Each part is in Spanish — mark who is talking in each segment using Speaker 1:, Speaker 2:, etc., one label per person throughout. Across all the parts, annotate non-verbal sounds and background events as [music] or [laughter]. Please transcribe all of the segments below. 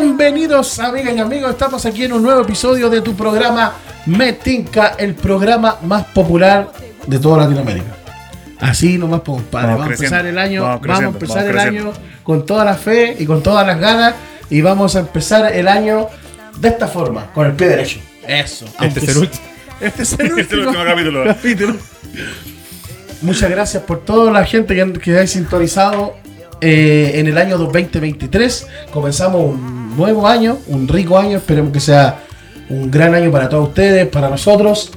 Speaker 1: Bienvenidos, amigas y amigos. Estamos aquí en un nuevo episodio de tu programa Metinca, el programa más popular de toda Latinoamérica. Así nomás, pues, compadre.
Speaker 2: Vamos
Speaker 1: Vamos, a empezar
Speaker 2: creciendo,
Speaker 1: el año,
Speaker 2: vamos
Speaker 1: vamos a
Speaker 2: creciendo,
Speaker 1: empezar
Speaker 2: vamos
Speaker 1: el año con toda la fe y con todas las ganas. Y vamos a empezar el año de esta forma, con el pie derecho. Eso. Aunque
Speaker 3: es el
Speaker 1: sea-
Speaker 3: último.
Speaker 1: [laughs] Este es el último,
Speaker 2: [laughs] Este es el último capítulo.
Speaker 1: capítulo. Muchas gracias por toda la gente que, que hayáis sintonizado eh, en el año 2023. Comenzamos un nuevo año, un rico año. Esperemos que sea un gran año para todos ustedes, para nosotros.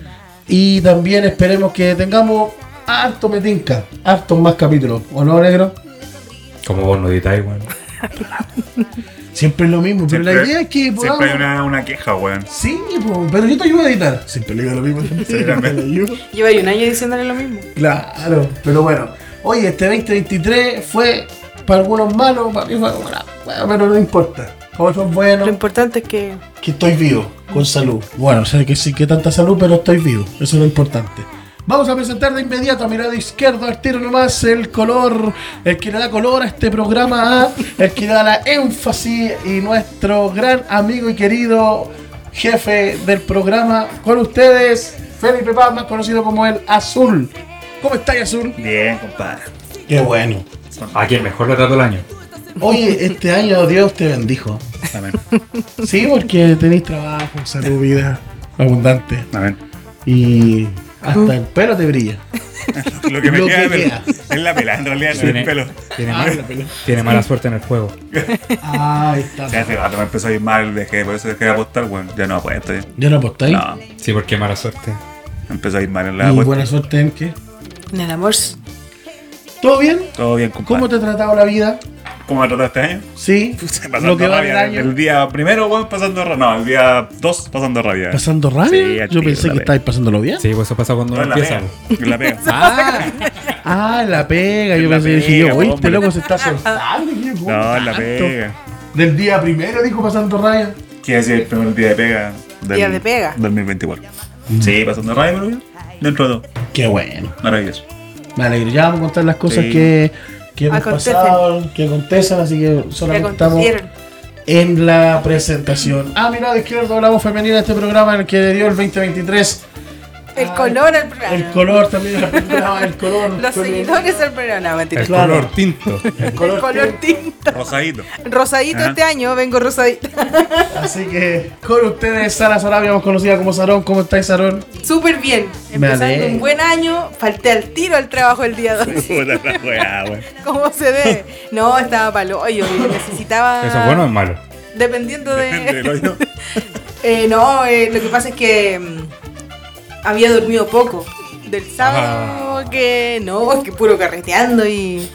Speaker 1: Y también esperemos que tengamos harto metinca, hartos más capítulos. ¿O no, negro?
Speaker 3: Como vos no editáis, weón.
Speaker 1: Siempre es lo mismo, pero la idea es que podamos.
Speaker 2: siempre hay una, una queja, weón.
Speaker 1: Sí, po, pero yo te ayudo a editar. Siempre le digo lo mismo. [laughs]
Speaker 2: realmente.
Speaker 1: Le ayudo.
Speaker 4: Lleva un año diciéndole lo mismo.
Speaker 1: Claro, pero bueno. Oye, este 2023 fue para algunos malo, para mí fue como la- bueno, pero no importa. Como son
Speaker 4: Lo
Speaker 1: buenos,
Speaker 4: importante es que
Speaker 1: que estoy vivo, con salud. Bueno, sé que sí que tanta salud, pero estoy vivo. Eso es lo importante. Vamos a presentar de inmediato a mi lado izquierdo, al tiro nomás, el color, el que le da color a este programa, ¿ah? el que le da la énfasis y nuestro gran amigo y querido jefe del programa con ustedes, Felipe Paz, más conocido como el Azul. ¿Cómo estáis, Azul?
Speaker 2: Bien, compadre.
Speaker 1: Qué bueno.
Speaker 3: ¿A quien mejor lo trató el año?
Speaker 1: Oye, este año Dios te bendijo.
Speaker 2: Amén.
Speaker 1: Sí, porque tenéis trabajo, salud, vida abundante.
Speaker 2: Amén.
Speaker 1: Y hasta el pelo te brilla. [laughs]
Speaker 2: Lo que me
Speaker 1: Lo
Speaker 2: queda,
Speaker 1: que
Speaker 2: es el-
Speaker 1: queda.
Speaker 2: es la pela, en realidad, no es el pelo.
Speaker 3: tiene
Speaker 1: Ah,
Speaker 3: mal-
Speaker 1: la
Speaker 2: [laughs]
Speaker 1: pelo.
Speaker 3: tiene mala suerte en el juego.
Speaker 1: Ah, ahí está.
Speaker 2: O sea, hace rato me empezó a ir mal, dejé, por eso dejé de apostar, weón. Ya no apuesto. ya.
Speaker 1: Yo no apostáis.
Speaker 2: No, me
Speaker 3: Sí, porque mala suerte.
Speaker 2: empezó a ir mal en la
Speaker 1: y
Speaker 2: apuesta.
Speaker 1: buena suerte en qué.
Speaker 4: en el amor.
Speaker 1: ¿Todo bien?
Speaker 2: Todo bien, compadre.
Speaker 1: ¿Cómo te ha tratado la vida?
Speaker 2: ¿Cómo me ha tratado este año?
Speaker 1: Sí.
Speaker 2: Pasando
Speaker 1: Lo que va del
Speaker 2: rabia. El
Speaker 1: año.
Speaker 2: día primero, weón, pasando rabia. No, el día dos, pasando rabia.
Speaker 1: ¿Pasando
Speaker 2: Sí,
Speaker 1: rabia?
Speaker 2: al
Speaker 1: Yo
Speaker 2: tiro,
Speaker 1: pensé
Speaker 2: la
Speaker 1: que
Speaker 2: pega.
Speaker 1: estabais pasándolo bien.
Speaker 3: Sí, pues eso pasa cuando
Speaker 2: No,
Speaker 3: uno
Speaker 2: en la
Speaker 3: empieza.
Speaker 2: pega. En la pega.
Speaker 1: [laughs]
Speaker 3: Ah,
Speaker 1: Ah, la pega. Yo
Speaker 2: La
Speaker 1: pensé que dije
Speaker 2: pega,
Speaker 1: yo, uy, este
Speaker 2: hombre.
Speaker 1: loco se está soltando. dije, ¿cómo
Speaker 2: No, en la
Speaker 1: tanto?
Speaker 2: pega.
Speaker 1: Del día primero dijo pasando rabia.
Speaker 2: Quiere decir el primer día de pega. Del,
Speaker 4: Día de pega.
Speaker 2: 2024. Sí, pasando rabia, pero bien. Dentro de todo.
Speaker 1: Qué bueno.
Speaker 2: Maravilloso.
Speaker 1: Me alegro, ya vamos a contar las cosas
Speaker 2: Sí.
Speaker 1: que, que hemos
Speaker 4: Acontecen.
Speaker 1: pasado, que acontecen, así que
Speaker 4: Que
Speaker 1: solamente estamos
Speaker 4: acontecieron.
Speaker 1: en la presentación. Ah, mi lado izquierdo, la voz femenina de este programa, el que le dio el 2023,
Speaker 4: El color al programa.
Speaker 1: el color también, del programa, el color.
Speaker 4: [laughs] Los
Speaker 1: con el-
Speaker 4: seguidores al programa. No, mentira.
Speaker 3: el
Speaker 4: El,
Speaker 1: Claro. Ah.
Speaker 3: color tinto.
Speaker 1: el color.
Speaker 4: color tinta.
Speaker 2: Rosadito.
Speaker 4: Rosadito
Speaker 2: Ajá.
Speaker 4: este año, vengo rosadito.
Speaker 1: Así que con ustedes, Sara Sarabia, más conocida como Sarón. ¿Cómo estáis, Sarón?
Speaker 4: Súper bien. Empezando
Speaker 1: alegro.
Speaker 4: un buen año, falté al tiro al trabajo el día
Speaker 2: [laughs]
Speaker 4: 2.
Speaker 2: Puta la weá, weón.
Speaker 4: [laughs] ¿Cómo se debe? No, estaba palo. Oye, necesitaba.
Speaker 3: ¿Eso es bueno o es malo?
Speaker 4: Dependiendo
Speaker 2: Depende del hoyo.
Speaker 4: Eh, no, eh, lo que pasa es que mm, había dormido poco. Del sábado que no, es que puro carreteando y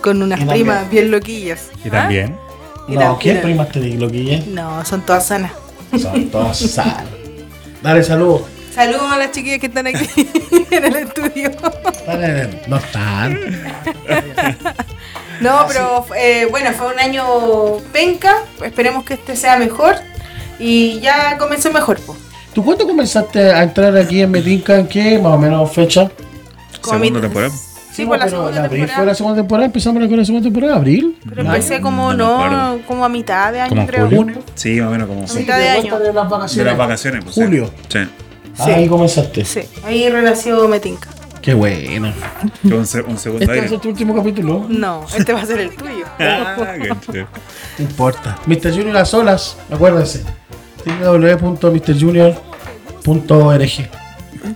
Speaker 4: con unas
Speaker 1: Y también.
Speaker 4: primas bien loquillas.
Speaker 3: Y
Speaker 4: ¿Ah?
Speaker 3: también.
Speaker 4: Y
Speaker 1: No,
Speaker 4: la- y
Speaker 1: ¿qué
Speaker 4: la-
Speaker 1: primas te digo, Guille?
Speaker 4: No, son todas sanas.
Speaker 1: Son todas Sara. Dale saludos.
Speaker 4: Saludos a las chiquillas que están aquí [laughs] en el estudio.
Speaker 1: Dale, No están.
Speaker 4: No, pero eh, bueno, fue un año penca. Esperemos que este sea mejor. Y ya comenzó mejor. po.
Speaker 1: ¿Tú cuándo comenzaste a entrar aquí en Metinca? ¿En qué? Más o menos fecha.
Speaker 4: Como
Speaker 2: Segunda
Speaker 4: mi-
Speaker 2: temporada.
Speaker 4: Sí, por la
Speaker 1: pero
Speaker 4: segunda
Speaker 1: en abril
Speaker 4: temporada.
Speaker 1: fue la segunda temporada, empezamos con la segunda temporada, abril.
Speaker 4: Pero
Speaker 1: Mayo.
Speaker 4: empecé como
Speaker 2: No me
Speaker 4: no,
Speaker 2: acuerdo.
Speaker 4: como a mitad de año,
Speaker 3: Como en
Speaker 4: creo.
Speaker 3: julio.
Speaker 2: Sí, más o menos como.
Speaker 4: Sí. mitad de
Speaker 1: vuelta
Speaker 4: año.
Speaker 1: De las vacaciones.
Speaker 2: De las vacaciones, pues. sí.
Speaker 1: Julio.
Speaker 2: Sí.
Speaker 1: Ah, Ahí comenzaste.
Speaker 4: Sí, ahí relación Metinca.
Speaker 1: Qué bueno.
Speaker 2: Fue Un, se- un segundo
Speaker 1: Este va a
Speaker 2: aire.
Speaker 1: ser tu último capítulo.
Speaker 4: No, este va a ser el
Speaker 2: [laughs]
Speaker 4: tuyo.
Speaker 2: Ah, qué chido.
Speaker 1: No importa. Mr. Junior las olas, acuérdense. www.mrjunior.org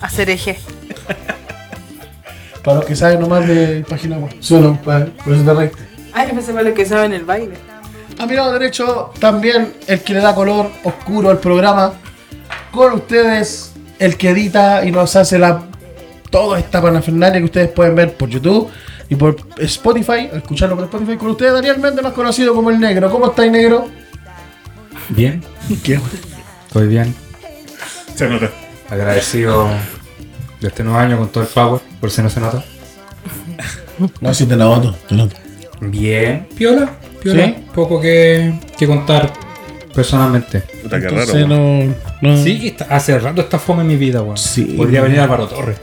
Speaker 4: Hacer eje.
Speaker 1: Para los que saben nomás de página web. pues, Solo para por eso te reíste.
Speaker 4: Ay, pensé para lo que saben el baile.
Speaker 1: A mi lado derecho, también el que le da color oscuro al programa. Con ustedes, el que edita y nos hace la toda esta parafernalia que ustedes pueden ver por YouTube y por Spotify, escucharlo por Spotify con ustedes, Daniel Méndez, más conocido como El Negro. ¿Cómo estáis, Negro?
Speaker 3: Bien,
Speaker 1: ¿Qué?
Speaker 3: estoy bien.
Speaker 2: Se nota.
Speaker 3: Agradecido de este nuevo año con todo el power, por si no se nota.
Speaker 1: No, si te la voto.
Speaker 3: Bien. Piola, piola.
Speaker 1: Sí.
Speaker 3: Poco que, que contar personalmente.
Speaker 2: Puta, qué raro. weón.
Speaker 1: no, no.
Speaker 3: Sí, que está- hace rato está fome mi vida, weón.
Speaker 1: Sí.
Speaker 3: Podría venir Álvaro Torres.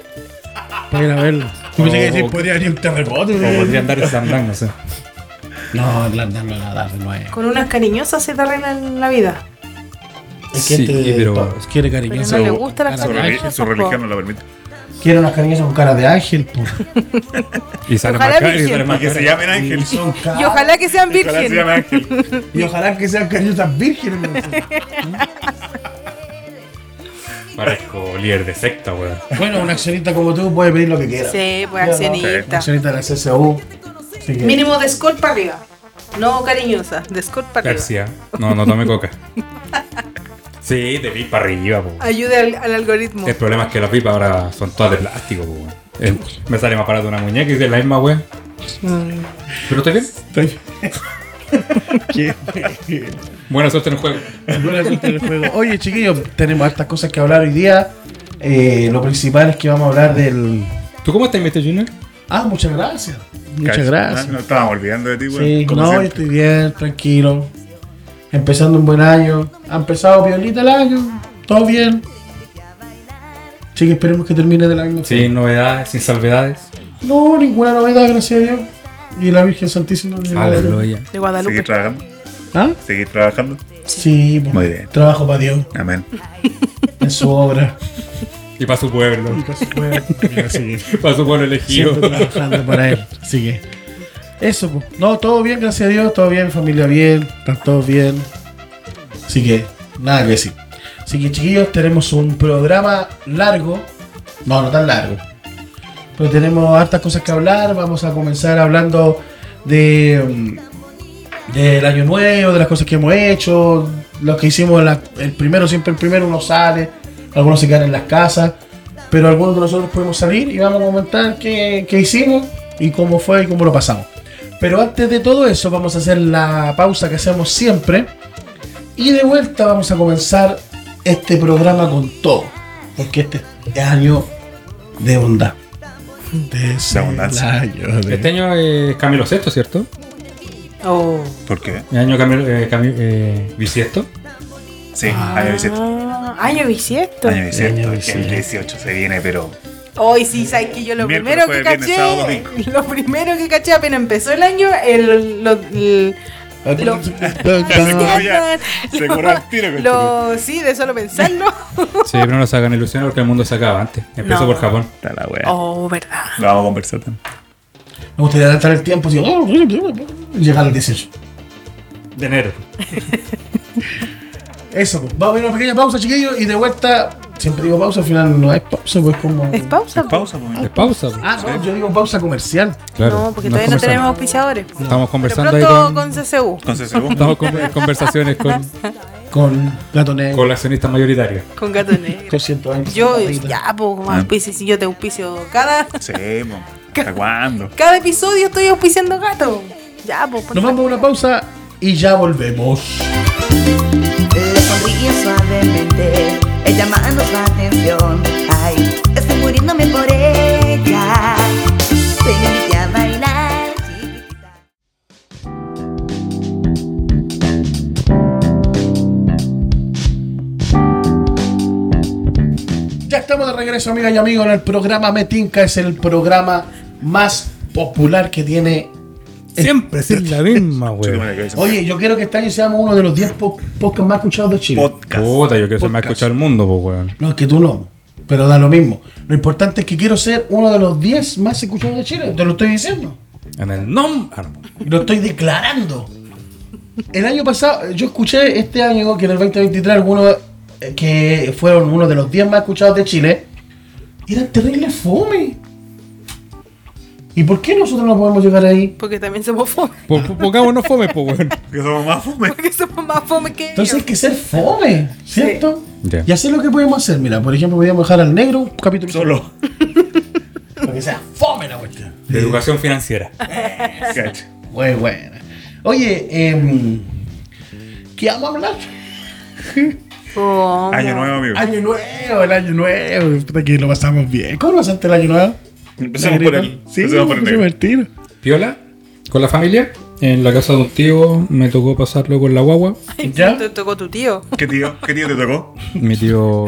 Speaker 1: Para ir a verlo.
Speaker 3: Yo pensé que "Pues, decir,
Speaker 2: oh,
Speaker 3: oh,
Speaker 1: podría venir un terremoto.
Speaker 3: O podría andar en San Blanc, no sé.
Speaker 1: No, Irlanda no, no, no, no es.
Speaker 4: Con unas cariñosas se te arregla la vida.
Speaker 1: Es que
Speaker 3: Sí,
Speaker 1: este
Speaker 3: pero-
Speaker 1: pa- quiere
Speaker 4: Pero
Speaker 1: cariñosa.
Speaker 4: no le
Speaker 2: Su-
Speaker 4: gustan las
Speaker 1: su
Speaker 2: Su,
Speaker 1: Ay,
Speaker 2: relig-
Speaker 4: cariñosas.
Speaker 2: su
Speaker 4: po.
Speaker 2: religión no lo permite.
Speaker 1: Quiere unas cariñosas con cara de ángel, pues. po.
Speaker 3: [laughs] Y sale
Speaker 4: Ojalá
Speaker 3: más caro y
Speaker 4: virgen.
Speaker 3: sale más
Speaker 2: Y que
Speaker 3: caro.
Speaker 2: se llamen
Speaker 1: Y
Speaker 2: Ángel.
Speaker 1: son caras.
Speaker 4: Y ojalá que sean
Speaker 2: Ojalá se llame
Speaker 4: virgen. [laughs]
Speaker 2: Ángel.
Speaker 1: Y ojalá que sean cariñosas vírgenes. ¿no?
Speaker 3: Parezco líder de secta, weón.
Speaker 1: [laughs] bueno, una accionista como tú puede pedir lo que quiera.
Speaker 4: Sí,
Speaker 1: Ya, no.
Speaker 4: pues
Speaker 1: Una
Speaker 4: accionista.
Speaker 1: accionista de la CSU. Así que-
Speaker 4: Mínimo de Scott para arriba. No cariñosa, de Scott para arriba.
Speaker 3: García. No, no tome coca. Sí, de pipa arriba, po.
Speaker 4: Ayude al, al algoritmo.
Speaker 3: El problema es que las pipas ahora son todas de plástico, po. weón. Eh, Me sale más barato una muñeca y de la misma, weón. Pero está bien.
Speaker 1: Estoy-
Speaker 3: [laughs]
Speaker 1: Qué-
Speaker 3: Buena suerte en el juego.
Speaker 1: Buena suerte en el juego. Oye, chiquillos, tenemos hartas cosas que hablar hoy día. Eh, lo principal es que vamos a hablar del.
Speaker 3: ¿Tú cómo estás, Mr. Junior?
Speaker 1: Ah, muchas gracias. Muchas
Speaker 2: Cacho, Ah,
Speaker 1: gracias.
Speaker 2: No, no estábamos olvidando de ti, weón.
Speaker 1: Sí,
Speaker 2: como
Speaker 1: no, yo
Speaker 2: siempre.
Speaker 1: estoy bien, tranquilo. Empezando un buen año. Ha empezado violita el año. Todo bien. Sí, que esperemos que termine de la misma
Speaker 3: Sin novedades, sin salvedades.
Speaker 1: forma. No, ninguna novedad, gracias a Dios. Y la Virgen Santísima. de la-
Speaker 3: Aleluya.
Speaker 4: De
Speaker 2: Seguir
Speaker 4: Guadalupe.
Speaker 2: trabajando.
Speaker 1: ¿Ah?
Speaker 2: Seguir trabajando.
Speaker 1: Sí, pues,
Speaker 2: Muy bien.
Speaker 1: Trabajo para Dios,
Speaker 2: Amén.
Speaker 1: en su
Speaker 2: [laughs]
Speaker 1: obra.
Speaker 3: Y para su pueblo.
Speaker 2: Pues,
Speaker 1: Así que
Speaker 3: Para su pueblo elegido.
Speaker 1: siempre trabajando para él. Así que. Eso, pues. No, todo bien, gracias a Dios. Todo bien, familia bien. Están todos bien. Así que, nada que decir. Así que, chiquillos, tenemos un programa largo. No, no tan largo. Pero tenemos hartas cosas que hablar. Vamos a comenzar hablando de. mm, del año nuevo, de las cosas que hemos hecho, lo que hicimos la- el primero, siempre el primero uno sale, algunos se quedan en las casas, pero algunos de nosotros pudimos salir y vamos a comentar qué, qué hicimos y cómo fue y cómo lo pasamos. Pero antes de todo eso vamos a hacer la pausa que hacemos siempre y de vuelta vamos a comenzar este programa con todo, porque este es año de bondad. De ese
Speaker 2: abundancia.
Speaker 1: año de-
Speaker 3: Este año es Camilo VI, ¿cierto?
Speaker 4: Oh.
Speaker 2: ¿Por qué?
Speaker 3: El año Camilo, eh, Cami- eh, bisiesto.
Speaker 2: Sí, año 18.
Speaker 4: Ah, año bisiesto.
Speaker 2: Año
Speaker 1: Año
Speaker 2: 18. El
Speaker 1: bisiesto.
Speaker 2: 18 se viene, pero.
Speaker 4: Hoy sí, sabes que yo lo
Speaker 2: Miércoles,
Speaker 4: primero que
Speaker 2: jueves,
Speaker 4: caché,
Speaker 2: viernes, sábado, domingo.
Speaker 4: lo primero que caché apenas empezó el año, el, lo- el- Lo- [laughs]
Speaker 2: ya,
Speaker 4: Lo-
Speaker 2: se curó al tiro con
Speaker 4: lo- sí, de solo pensarlo.
Speaker 2: [laughs]
Speaker 3: Sí, pero no nos hagan ilusiones porque el mundo se acaba antes. Empezó
Speaker 4: No.
Speaker 3: por Japón.
Speaker 2: Está la wea.
Speaker 4: Oh, verdad.
Speaker 2: Lo vamos a conversar también.
Speaker 1: Me gustaría adelantar el tiempo así, llegar al 18.
Speaker 3: De enero.
Speaker 1: Eso, pues. vamos a ir a una pequeña pausa, chiquillos, y de vuelta. Siempre digo pausa, al final no es pausa, pues como.
Speaker 4: ¿Es pausa?
Speaker 2: Pausa, po.
Speaker 3: Es pausa. pues.
Speaker 1: Ah, no, yo digo pausa comercial.
Speaker 3: Claro.
Speaker 4: no, porque
Speaker 3: Nos
Speaker 4: todavía no
Speaker 3: conversamos.
Speaker 4: tenemos auspiciadores.
Speaker 3: Estamos
Speaker 4: Pero
Speaker 3: conversando ahí
Speaker 4: pronto
Speaker 3: con.
Speaker 4: con CCU,
Speaker 2: Entonces, según.
Speaker 3: Estamos con
Speaker 4: [laughs]
Speaker 3: conversaciones con,
Speaker 1: Con Gato Negro,
Speaker 3: con la accionista mayoritaria.
Speaker 4: con Gato Negro.
Speaker 1: con 120.
Speaker 4: Yo,
Speaker 1: barritas.
Speaker 4: ya, pues,
Speaker 2: Ah.
Speaker 4: auspicio, si yo te auspicio cada,
Speaker 2: Sí, po. ¿Hasta cuándo?
Speaker 4: cada episodio estoy auspiciando gato. Ya, pues,
Speaker 1: Nos vamos a una pausa y ya volvemos.
Speaker 5: Le sonríe suavemente, ella llamando su atención. Ay, estoy muriéndome por ella. Te invité a bailar. chiquita.
Speaker 1: Ya estamos de regreso, amigas y amigos, en el programa Metinca. Es el programa más popular que tiene.
Speaker 3: Siempre es la misma,
Speaker 2: Chútame la
Speaker 3: güey.
Speaker 2: cabeza.
Speaker 1: Oye, yo quiero que este año seamos uno de los 10 po- podcasts más escuchados de Chile.
Speaker 2: Podcast.
Speaker 3: Puta, yo quiero ser más escuchado el mundo, pues, weón.
Speaker 1: No, es que tú no. Pero da lo mismo. Lo importante es que quiero ser uno de los 10 más escuchados de Chile. Te lo estoy diciendo.
Speaker 3: En el nombre.
Speaker 1: Lo estoy declarando. El año pasado, yo escuché este año que en el 2023 algunos eh, que fueron uno de los 10 más escuchados de Chile eran terribles fome. ¿Y por qué nosotros no podemos llegar ahí?
Speaker 4: Porque también somos fome. [laughs]
Speaker 3: Ah. Pongámonos fome, pues, weón.
Speaker 2: Que somos más fome.
Speaker 4: Porque somos más fome que
Speaker 1: Entonces hay
Speaker 4: ellos.
Speaker 1: que ser fome, ¿cierto?
Speaker 3: Ya.
Speaker 1: Y hacer lo que podemos hacer. Mira, por ejemplo, podríamos dejar al negro un capítulo
Speaker 2: Solo.
Speaker 1: Para que sea fome la cuestión.
Speaker 3: Educación financiera.
Speaker 2: Cacho.
Speaker 1: Muy buena. Oye, em, ¿qué vamos a hablar?
Speaker 4: Oh,
Speaker 2: Año nuevo, amigo.
Speaker 1: Año nuevo, el año nuevo. Puta que lo pasamos bien. ¿Cómo pasaste el año nuevo?
Speaker 2: Empezamos por el.
Speaker 1: Sí,
Speaker 2: Empezamos por el negro.
Speaker 1: divertido.
Speaker 3: Piola, con la familia. En la casa de un tío me tocó pasarlo con la guagua.
Speaker 1: ¿Ya?
Speaker 4: Te tocó tu tío.
Speaker 2: ¿Qué tío? ¿Qué tío te tocó?
Speaker 3: Mi tío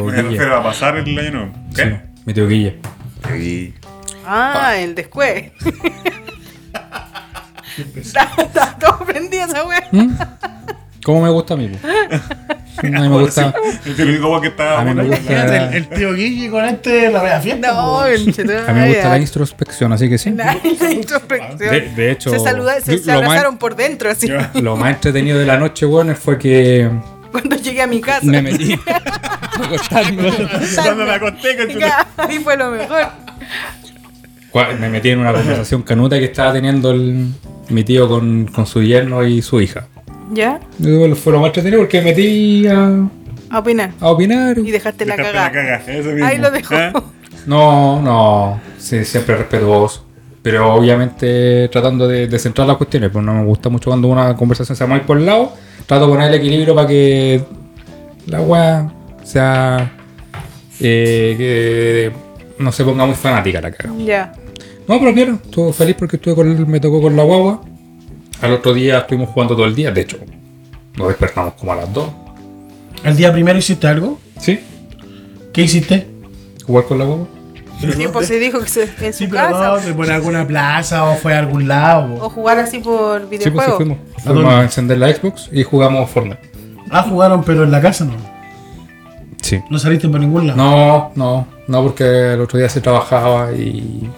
Speaker 2: [laughs] Me
Speaker 3: Guille.
Speaker 2: refiero a pasar el año nuevo.
Speaker 3: Sí,
Speaker 2: ¿Qué?
Speaker 3: mi tío Guille.
Speaker 2: Sí.
Speaker 3: [laughs]
Speaker 4: [laughs] Ah, el después. Estaba todo prendida esa
Speaker 3: [laughs]
Speaker 4: wea.
Speaker 3: ¿Cómo me gusta a mí? po?
Speaker 2: [laughs]
Speaker 3: A mí me gusta.
Speaker 2: Es el único weón que está.
Speaker 3: A mí me
Speaker 1: Imagínate,
Speaker 2: Ah.
Speaker 1: el,
Speaker 3: gusta.
Speaker 1: el tío Guille con este la media fiesta.
Speaker 4: No,
Speaker 1: po.
Speaker 4: el cheto.
Speaker 3: A mí me gusta la introspección, así que sí.
Speaker 4: La- la introspección.
Speaker 3: Ah, De- de hecho,
Speaker 4: se saludaron, se,
Speaker 3: yo-
Speaker 4: se
Speaker 3: lo más-
Speaker 4: abrazaron por dentro así.
Speaker 3: Lo más entretenido de la noche, weón, fue que
Speaker 4: [laughs] Cuando llegué a mi casa.
Speaker 3: me metí. Me acostaron.
Speaker 2: Cuando me acosté, conchetumare.
Speaker 4: Ahí fue lo mejor.
Speaker 3: Cua- Me metí en una conversación canuta que estaba teniendo el- mi tío con, con su yerno y su hija.
Speaker 4: ¿Ya?
Speaker 3: Y bueno, Fue lo más entretenido porque me metí a,
Speaker 4: A opinar.
Speaker 3: a opinar.
Speaker 4: Y dejaste la
Speaker 2: Dejaste
Speaker 4: cagada.
Speaker 2: eso mismo.
Speaker 4: Ahí lo dejó.
Speaker 2: ¿Eh?
Speaker 3: No, no, sí, siempre respetuoso. Pero obviamente tratando de, de centrar las cuestiones, pues no me gusta mucho cuando una conversación se va muy por el lado. Trato de poner el equilibrio para que la weá sea. eh, que no se ponga muy fanática la caga.
Speaker 4: [laughs] Ya.
Speaker 3: No, pero bien, estuve feliz porque estuve con él, me tocó con la guagua. Al otro día estuvimos jugando todo el día, de hecho, nos despertamos como a las 2.
Speaker 1: ¿El día primero hiciste algo?
Speaker 3: ¿Sí?
Speaker 1: ¿Qué hiciste?
Speaker 3: ¿Jugar con la guagua?
Speaker 4: Sí, pues se dijo que se, en su
Speaker 1: Sí, pero
Speaker 4: casa. Oh.
Speaker 1: no, se fue en alguna plaza o fue a algún lado.
Speaker 4: O jugar así por
Speaker 3: Sí, pues sí
Speaker 4: videojuegos.
Speaker 3: fuimos.
Speaker 1: ¿A dónde?
Speaker 3: Fuimos a encender la Xbox y jugamos Fortnite.
Speaker 1: Ah, jugaron, pero en la casa no.
Speaker 3: Sí.
Speaker 1: No saliste por ningún lado.
Speaker 3: No, no, no, porque el otro día se trabajaba y.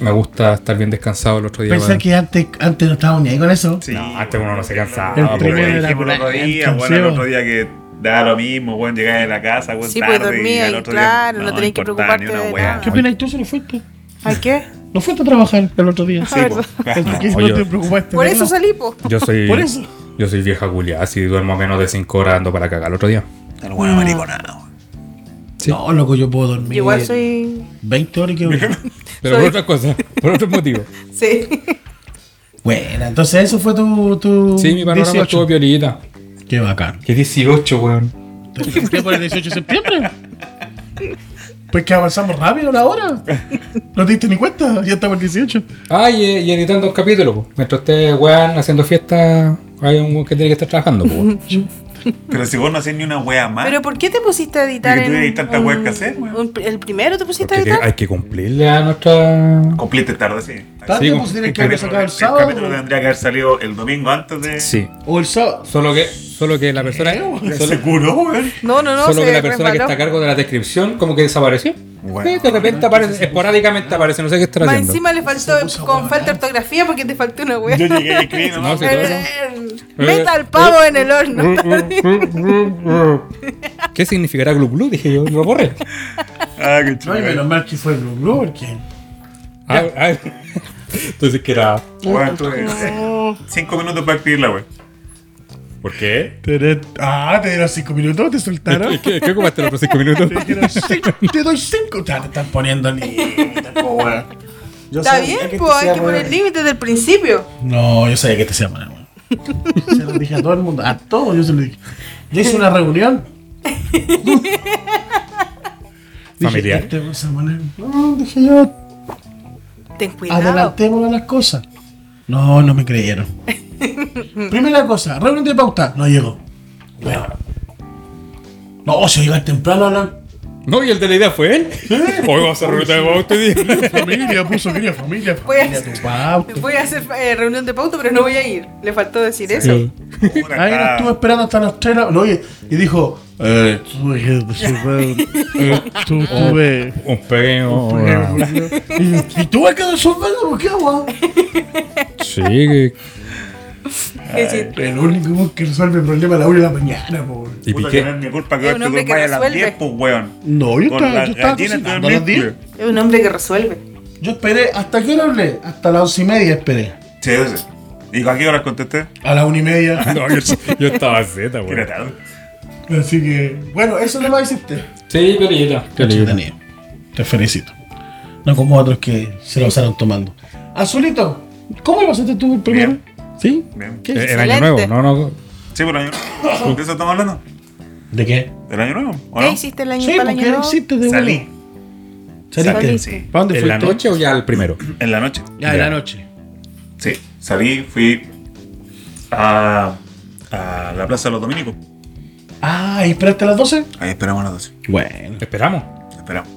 Speaker 3: Me gusta estar bien descansado el otro día.
Speaker 1: Pensé
Speaker 3: bueno.
Speaker 1: que antes, antes no estábamos ni ahí con eso.
Speaker 2: Sí.
Speaker 3: No, antes uno no se cansaba.
Speaker 1: El
Speaker 3: pues,
Speaker 1: primero era
Speaker 2: dijimos el otro
Speaker 3: bueno.
Speaker 2: día,
Speaker 1: con
Speaker 2: bueno, el
Speaker 1: Seba.
Speaker 2: otro día que da lo mismo, bueno, llegar a la casa, bueno,
Speaker 4: Sí, pues,
Speaker 2: tarde,
Speaker 4: dormía
Speaker 2: al
Speaker 4: y
Speaker 2: otro
Speaker 4: claro, no tenés que
Speaker 2: importaba ni
Speaker 4: preocuparte de
Speaker 2: una wea.
Speaker 4: nada.
Speaker 1: ¿Qué opinas tú si no fuiste?
Speaker 4: ¿A qué?
Speaker 1: No fuiste a trabajar el otro día.
Speaker 2: Sí, pues.
Speaker 1: [laughs] ¿Por qué
Speaker 3: No,
Speaker 1: no,
Speaker 3: yo-
Speaker 1: te preocupaste?
Speaker 4: Ah, Por
Speaker 1: de
Speaker 4: eso
Speaker 1: nada?
Speaker 4: salí, po.
Speaker 3: Yo
Speaker 1: [laughs]
Speaker 3: soy.
Speaker 1: Por eso.
Speaker 3: Yo soy vieja culiada, si duermo menos de 5 horas ando para cagar el otro día.
Speaker 2: El bueno mariconado.
Speaker 3: Sí.
Speaker 1: No, loco, yo puedo dormir.
Speaker 4: Yo Igual soy.
Speaker 1: 20 horas y quedo [laughs] bien.
Speaker 3: Pero por otra cosa, por otro motivo.
Speaker 4: Sí.
Speaker 1: Bueno, entonces eso fue tu. tu
Speaker 3: Sí, mi panorama
Speaker 1: 18.
Speaker 3: estuvo violita.
Speaker 1: Qué [laughs] bacán.
Speaker 3: Que 18, weón.
Speaker 1: ¿Te fuiste por el 18 de septiembre? Pues que avanzamos rápido la hora. No te diste ni cuenta, ya estamos el 18.
Speaker 3: Ah, y, y editando un capítulo, po. Mientras esté weón haciendo fiesta, hay un weón que tiene que estar trabajando,
Speaker 1: [laughs]
Speaker 3: po, weón.
Speaker 2: Pero si vos no hacés ni una wea
Speaker 3: Ah.
Speaker 2: más.
Speaker 4: Pero ¿por qué te pusiste a editar?
Speaker 2: Porque tú
Speaker 4: en
Speaker 2: eres tanta
Speaker 4: un-
Speaker 2: wea que hacer, wea.
Speaker 4: un- ¿El primero te pusiste
Speaker 3: Porque
Speaker 4: a
Speaker 3: hay
Speaker 4: editar?
Speaker 3: que cumplirle a nuestra.
Speaker 2: Complete tarde, sí.
Speaker 1: Tarde,
Speaker 3: Sí,
Speaker 1: pues tienes que
Speaker 2: capítulo-
Speaker 1: haber sacado el sábado.
Speaker 2: capítulo tendría que haber salido el domingo antes de.
Speaker 3: Sí.
Speaker 1: O el sábado.
Speaker 3: Solo que, solo que la persona. Solo,
Speaker 2: Seguro,
Speaker 4: [laughs]
Speaker 2: weón.
Speaker 4: No, no, no.
Speaker 3: solo
Speaker 4: se
Speaker 3: que la persona que
Speaker 4: resbaló.
Speaker 3: está a cargo de la descripción, como que desapareció.
Speaker 2: Bueno.
Speaker 3: Eh, de repente aparece, esporádicamente aparece, no sé qué estará
Speaker 4: Más
Speaker 3: haciendo.
Speaker 4: encima le faltó con falta de ortografía porque te faltó una wea.
Speaker 2: Yo llegué y escribí, no,
Speaker 3: No, sí,
Speaker 4: Eh, Meta
Speaker 2: Eh,
Speaker 4: al pavo en el horno.
Speaker 3: ¿Qué significará glu glu? Dije yo, lo
Speaker 4: [laughs]
Speaker 3: borré.
Speaker 2: Ah, qué
Speaker 1: No,
Speaker 2: chulo.
Speaker 1: y menos mal que fue Blue Blue, porque.
Speaker 3: Ah, ah, Entonces que era.
Speaker 2: Bueno, tuve eh, [laughs] cinco minutos para escribirla, weón.
Speaker 3: ¿Por qué?
Speaker 1: Tere- Ah, te dieron 5 minutos, te
Speaker 4: Ah,
Speaker 1: soltaron. [laughs]
Speaker 3: ¿Qué, qué, qué ocupaste los
Speaker 4: [laughs]
Speaker 3: próximos minutos?
Speaker 1: Te dieron cinco- te doy 5. Te están poniendo límites, po, weón. Yo
Speaker 4: [laughs] Está
Speaker 2: eh,
Speaker 1: sabía
Speaker 4: bien,
Speaker 1: te
Speaker 4: pues hay
Speaker 1: hacía
Speaker 4: que poner
Speaker 1: mal.
Speaker 4: límites desde el principio.
Speaker 1: No, yo sabía que te hacía mal, weón. [laughs] Se lo dije a todo el mundo, a todos yo se lo dije. Yo hice una reunión. Dije,
Speaker 3: Familiar.
Speaker 1: "Este weón se va a poner-". No, dije yo,
Speaker 4: Ten cuidado.
Speaker 1: adelantémonos las cosas. No, no me creyeron. Primera cosa, reunión de pauta. No llegó. Bueno. No, si llegar temprano a la
Speaker 3: No, y el de la idea fue él. Hoy vas a reventar de bauto y
Speaker 1: familia, puso quería familia,
Speaker 4: Pues-
Speaker 1: familia, tu pauta.
Speaker 4: [laughs] Voy a hacer eh, reunión de pauta, pero no voy a ir. Le faltó decir eso.
Speaker 3: Sí.
Speaker 2: Puta,
Speaker 1: Ahí la
Speaker 2: está-
Speaker 1: Ah, estuve esperando hasta las 3 no, y, y dijo, eh, tuve que [laughs] resolver, eh, tu- tuve-
Speaker 3: Un
Speaker 1: Oh,
Speaker 3: pequeño.
Speaker 1: Y, y tuve que resolverlo, ¿por qué agua?
Speaker 3: Sí, que-
Speaker 4: Que si-
Speaker 1: El único que resuelve el problema a la 1 de la mañana, po.
Speaker 2: Puta, que
Speaker 3: y
Speaker 2: no
Speaker 3: piqué.
Speaker 2: es mi culpa
Speaker 4: Es
Speaker 2: que
Speaker 4: un
Speaker 2: tú
Speaker 4: hombre que
Speaker 2: vayas a las
Speaker 4: resuelve.
Speaker 2: 10, pues, weón.
Speaker 1: No, yo
Speaker 2: Con
Speaker 1: estaba,
Speaker 2: las
Speaker 1: yo estaba
Speaker 2: gallinas
Speaker 1: cocinando
Speaker 2: de
Speaker 1: a las 10.
Speaker 2: dormir.
Speaker 4: Es un hombre que resuelve.
Speaker 1: Yo esperé, ¿hasta qué hora hablé? Hasta las 11 y media esperé.
Speaker 2: Sí, sí. ¿Y a qué horas contesté?
Speaker 1: A las 1 y media.
Speaker 3: No, yo, yo estaba zeta,
Speaker 2: Que era
Speaker 3: weón.
Speaker 2: tarde.
Speaker 1: Así que, bueno, eso no lo hiciste.
Speaker 3: Sí, pelita.
Speaker 1: Daniel, Te felicito. No como otros que se lo pasaron tomando. Azulito, ¿cómo lo pasaste tú el primero?
Speaker 2: Bien.
Speaker 1: ¿Sí?
Speaker 2: Bien.
Speaker 1: ¿Qué?
Speaker 3: El
Speaker 4: Excelente.
Speaker 3: Eh, año nuevo, no, no.
Speaker 2: Sí, por el año nuevo. ¿De eso estamos hablando?
Speaker 1: ¿De qué?
Speaker 2: ¿Del año nuevo? ¿O
Speaker 4: ¿Qué
Speaker 2: no?
Speaker 4: hiciste el año
Speaker 1: Sí,
Speaker 4: para el
Speaker 1: porque
Speaker 4: año nuevo?
Speaker 1: hiciste de
Speaker 2: Salí.
Speaker 1: uno.
Speaker 4: Salí.
Speaker 1: ¿Saliste?
Speaker 4: Sí.
Speaker 1: ¿Para dónde
Speaker 3: ¿En la
Speaker 1: fuiste?
Speaker 3: noche o ya el primero?
Speaker 2: En la noche.
Speaker 1: Ya, en la noche.
Speaker 2: Sí, salí, fui a, a la Plaza de los Dominicos.
Speaker 1: Ah, ¿y esperaste a las 12?
Speaker 2: Ahí esperamos a las 12.
Speaker 1: Bueno.
Speaker 3: Esperamos.
Speaker 2: Esperamos.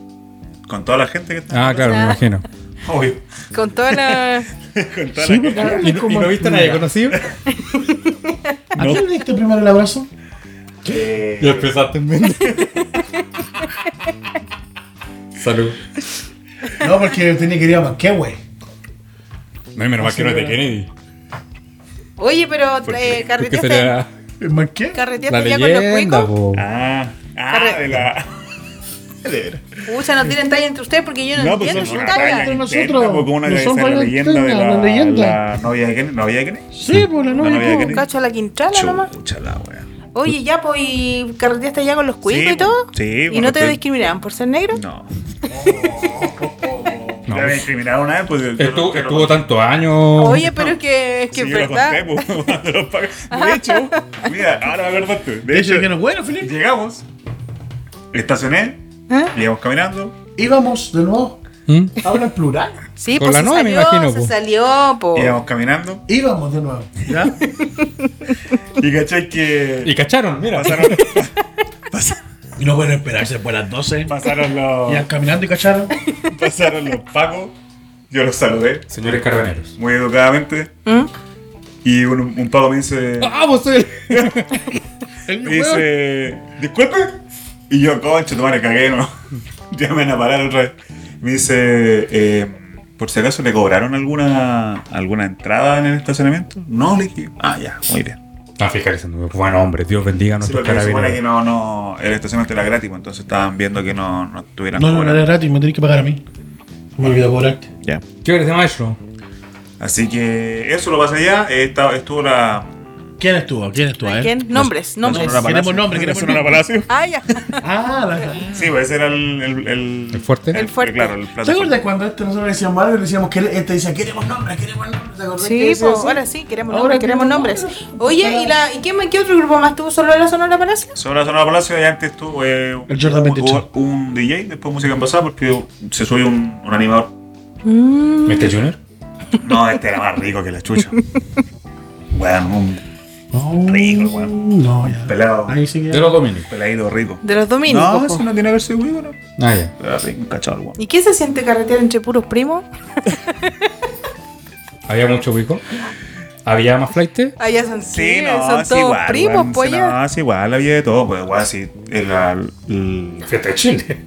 Speaker 2: Con toda la gente que está.
Speaker 3: Ah, claro, me imagino.
Speaker 2: Obvio.
Speaker 4: Con
Speaker 2: [laughs]
Speaker 4: toda la.
Speaker 2: Con toda
Speaker 1: Sí,
Speaker 2: la
Speaker 1: porque-
Speaker 2: cara.
Speaker 3: ¿Y no, y no viste a nadie conocido?
Speaker 1: ¿A quién le diste primero el abrazo?
Speaker 3: Y empezaste en mente. Salud.
Speaker 1: No, porque tenía que ir a Manquehue.
Speaker 3: No, y menos mal que no te Kennedy.
Speaker 4: Oye, pero eh,
Speaker 3: Porque
Speaker 4: carreteaste,
Speaker 3: sería
Speaker 1: ¿En Manquehue?
Speaker 3: la
Speaker 4: carreteaste ya con los
Speaker 3: leyenda,
Speaker 4: cuicos.
Speaker 3: po.
Speaker 2: Ah, ah,
Speaker 4: Carre-
Speaker 2: de la. [laughs] De veras.
Speaker 4: Pucha, no tienen talla entre ustedes porque yo no,
Speaker 2: No, pues son
Speaker 4: entiendo su
Speaker 2: una
Speaker 4: talla.
Speaker 2: talla
Speaker 1: Entre
Speaker 2: interna,
Speaker 1: nosotros,
Speaker 2: pues, como una
Speaker 1: no
Speaker 2: que
Speaker 1: son
Speaker 2: sea la
Speaker 1: talla
Speaker 2: leyenda de
Speaker 1: interna,
Speaker 2: la,
Speaker 1: la leyenda.
Speaker 2: la novia de Kennedy. ¿Novia de Kennedy?
Speaker 1: Sí, pues la novia.
Speaker 2: novia
Speaker 1: pues.
Speaker 2: que tenía.
Speaker 4: Uh, Cacho a la quintrala nomás.
Speaker 2: Chucha la wea.
Speaker 4: Oye, ya, pues, ¿y carreteaste ya con los cuicos
Speaker 2: Sí,
Speaker 4: y todo?
Speaker 2: sí,
Speaker 4: ¿Y
Speaker 2: bueno,
Speaker 4: no te
Speaker 2: estoy-
Speaker 4: discriminaban por ser negro?
Speaker 2: No.
Speaker 3: No.
Speaker 2: Ya me discriminaron una vez, pues. yo-
Speaker 3: Estuvo,
Speaker 2: yo-
Speaker 3: estuvo tantos años.
Speaker 4: Oye, pero es que es que
Speaker 2: Sí,
Speaker 4: es
Speaker 2: yo lo
Speaker 4: verdad.
Speaker 2: conté, pues, [laughs] cuando lo pagué. De hecho, mira, ahora me acordaste. De,
Speaker 1: De hecho,
Speaker 2: hecho,
Speaker 1: que no, bueno, Felipe.
Speaker 2: llegamos, estacioné,
Speaker 4: ¿Eh?
Speaker 2: llegamos caminando.
Speaker 1: Íbamos de nuevo.
Speaker 3: ¿Mm?
Speaker 1: Habla en plural.
Speaker 4: [laughs] Sí,
Speaker 3: Con
Speaker 4: pues
Speaker 3: la
Speaker 4: se
Speaker 3: novia, me
Speaker 4: salió,
Speaker 3: imagino,
Speaker 4: se
Speaker 3: po.
Speaker 4: salió, po.
Speaker 2: Íbamos caminando.
Speaker 1: Íbamos de nuevo. ¿Ya?
Speaker 2: Y cachai que.
Speaker 3: Y cacharon,
Speaker 4: [laughs]
Speaker 3: mira.
Speaker 2: pasaron,
Speaker 1: Y no pueden esperarse después de las 12.
Speaker 2: pasaron
Speaker 1: Iban
Speaker 3: [laughs]
Speaker 2: los.
Speaker 1: caminando y cacharon.
Speaker 2: pasaron los pagos. Yo los saludé
Speaker 3: Señores carabineros.
Speaker 2: muy educadamente.
Speaker 4: ¿Mm?
Speaker 2: Y un, un pago me dice.
Speaker 3: ¡Ah,
Speaker 1: [laughs]
Speaker 3: vos soy el-
Speaker 1: El
Speaker 2: Me dice, disculpe. Y yo, concha, tu madre, cagué, no. [laughs] ya me van a parar otra vez. Me dice, eh, por si acaso le cobraron alguna, alguna entrada en el estacionamiento. No, le dije, ah, ya, muy bien.
Speaker 3: Ah, fíjate, buen hombre. Dios bendiga a
Speaker 2: Sí,
Speaker 3: nuestros
Speaker 2: porque se supone que
Speaker 3: carabineros.
Speaker 2: no, no, el estacionamiento era gratis, pues, entonces estaban viendo que no, no estuvieran
Speaker 1: No, no, no era gratis, me tenés que pagar a mí. Me olvidó cobrarte.
Speaker 2: Ya.
Speaker 3: ¿Qué eres de maestro?
Speaker 2: Así que eso lo pasé allá. eh, esta- estuvo la.
Speaker 1: ¿Quién estuvo? ¿Quién estuvo?
Speaker 4: ¿A
Speaker 1: Eh?
Speaker 4: quién? Nombres, nombres.
Speaker 2: pues,
Speaker 1: Sonora Queremos nombre,
Speaker 2: ¿La
Speaker 1: queremos
Speaker 2: Sonora
Speaker 1: nombre.
Speaker 2: Palacio?
Speaker 4: Ah, ya.
Speaker 1: [laughs] Ah, la...
Speaker 2: Sí, pues ese era el. El, el,
Speaker 3: ¿El fuerte?
Speaker 4: El fuerte.
Speaker 2: Claro, el plato
Speaker 1: ¿Te
Speaker 2: fuerte.
Speaker 1: acuerdas cuando este nosotros decíamos algo y decíamos que este decía queremos nombres, queremos nombres? ¿Te acordás? que
Speaker 4: Sí,
Speaker 1: decía
Speaker 4: pues
Speaker 1: así?
Speaker 4: ahora sí, queremos
Speaker 1: Ahora
Speaker 4: nombres, queremos
Speaker 1: queremos
Speaker 4: nombres.
Speaker 1: nombres.
Speaker 4: Oye, ¿y, la, ¿y qué, qué otro grupo más tuvo? ¿Solo la Sonora Palacio?
Speaker 2: Sobre la zona de Palacio, y antes tuvo eh, un,
Speaker 1: El Jordan 28.
Speaker 2: hubo un DJ, después música envasada, porque se subió un, un animador.
Speaker 3: ¿Mr. Junior?
Speaker 2: No, este era más rico que la chucha. Weón, un
Speaker 1: No,
Speaker 2: Rico, weón.
Speaker 1: No, ya.
Speaker 2: Pelado.
Speaker 1: Ahí sí que
Speaker 3: De los dominicos.
Speaker 2: peladito rico.
Speaker 4: De los
Speaker 2: No,
Speaker 4: domingos.
Speaker 2: eso no tiene que ver sido weón. no.
Speaker 3: Ah, ya.
Speaker 2: Era rico, un cachado, weón.
Speaker 4: ¿Y qué se siente carretear entre puros primos?
Speaker 3: Había mucho huico. Había más flight.
Speaker 4: Allá son, sí, son
Speaker 2: es
Speaker 4: todos
Speaker 2: igual,
Speaker 4: primos,
Speaker 2: weón,
Speaker 4: pues
Speaker 2: sí,
Speaker 4: ya.
Speaker 2: No, es igual, había de todo, pues, weón, sí. Era el-
Speaker 3: Fiesta de Chile.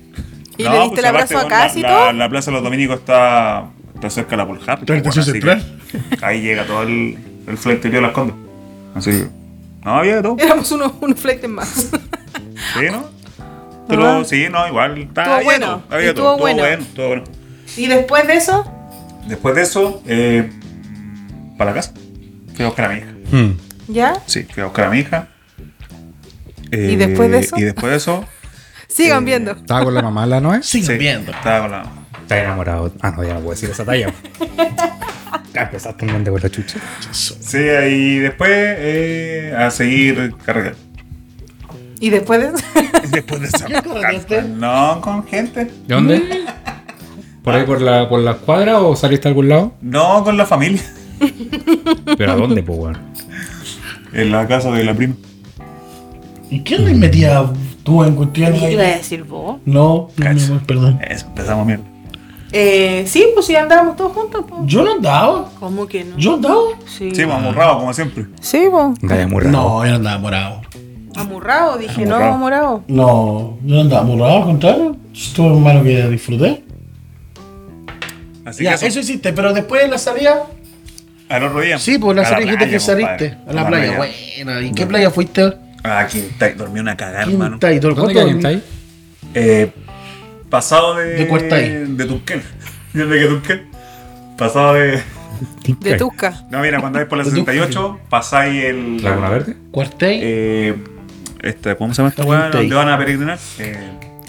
Speaker 4: ¿Y
Speaker 2: No,
Speaker 4: le diste
Speaker 2: pues,
Speaker 4: el abrazo
Speaker 2: aparte,
Speaker 4: a casa y
Speaker 2: la,
Speaker 4: todo?
Speaker 2: La, la plaza de los dominicos está, está cerca de la Puljar.
Speaker 1: Está en la estación
Speaker 2: Ahí llega todo el, el flight de las condes. Así que. No, había de todo.
Speaker 4: [laughs] Éramos unos unos fletes más.
Speaker 2: Sí, ¿no? Pero sí, no, igual. Está
Speaker 4: Ah. Estuvo
Speaker 2: había
Speaker 4: bueno,
Speaker 2: todo, había
Speaker 4: estuvo
Speaker 2: todo, estuvo
Speaker 4: bueno.
Speaker 2: bueno, estuvo bueno.
Speaker 4: ¿Y después de eso?
Speaker 2: Después de eso, eh, para la casa. Fui a buscar a mi hija.
Speaker 3: Mm.
Speaker 4: ¿Ya?
Speaker 2: Sí, fui a buscar a mi hija. Eh,
Speaker 4: ¿Y después de eso?
Speaker 2: Y después de eso,
Speaker 4: Sigan viendo.
Speaker 3: Estaba con la mamá, la Noé.
Speaker 1: siguen
Speaker 2: sí,
Speaker 1: viendo.
Speaker 2: estaba con la.
Speaker 3: [laughs] Está enamorado. Ah, no, ya no puedo decir esa talla. [laughs] Ya empezaste un grande con la chucha.
Speaker 2: Sí, y después eh, a seguir cargando.
Speaker 4: ¿Y después de eso? [laughs]
Speaker 2: Después de
Speaker 1: [laughs]
Speaker 2: esa.
Speaker 1: cargaste?
Speaker 2: No, con gente.
Speaker 3: ¿De dónde? Mm. ¿Por ahí por la, por la cuadra o saliste a algún lado?
Speaker 2: No, con la familia.
Speaker 3: ¿Pero a dónde, pues, weón?
Speaker 2: En la casa de la prima.
Speaker 1: ¿Y quién le metía tú en cuestión?
Speaker 4: ¿Qué
Speaker 1: ahí?
Speaker 4: iba a decir vos?
Speaker 1: No, no,
Speaker 2: Cacho.
Speaker 1: mi amor, perdón.
Speaker 2: Eso, empezamos mierda.
Speaker 4: Eh, sí, pues sí, andábamos todos juntos. po.
Speaker 1: ¿Yo no andaba?
Speaker 4: ¿Cómo que no?
Speaker 1: ¿Yo andaba?
Speaker 4: Sí,
Speaker 2: Sí, vamos, morrado, como siempre.
Speaker 4: Sí, po.
Speaker 3: Gaya muy raro.
Speaker 1: No, yo no andaba morado.
Speaker 4: Amurrado, dije, no,
Speaker 2: Amurrado.
Speaker 4: amurrado.
Speaker 1: No, yo no andaba morado, al contrario. Estuvo en mano que disfruté.
Speaker 2: Así
Speaker 1: ya,
Speaker 2: que
Speaker 1: eso.
Speaker 2: eso,
Speaker 1: hiciste, pero después de la salida.
Speaker 2: al otro día.
Speaker 1: Sí, pues la
Speaker 2: a
Speaker 1: salida dijiste
Speaker 2: playa,
Speaker 1: que saliste.
Speaker 2: compadre.
Speaker 1: A la playa, buena. ¿Y qué playa fuiste?
Speaker 2: Ah, Quintay, dormí una cagada, hermano.
Speaker 1: Quintay, todo el
Speaker 3: ¿Dónde
Speaker 1: cuento.
Speaker 3: queda Quintay?
Speaker 2: Eh, pasado de.
Speaker 1: De Cuartay.
Speaker 2: De Tunquén. [laughs] Desde que Tunquén. Pasado de.
Speaker 4: De Tusca.
Speaker 2: No, mira, cuando vais por la
Speaker 1: De
Speaker 2: 68, pasáis el.
Speaker 3: ¿Laguna Verde?
Speaker 1: Cuartey.
Speaker 2: Eh, esta, ¿Cómo se llama esta weá?
Speaker 1: Quintay.
Speaker 2: ¿Dónde van a peregrinar? Eh,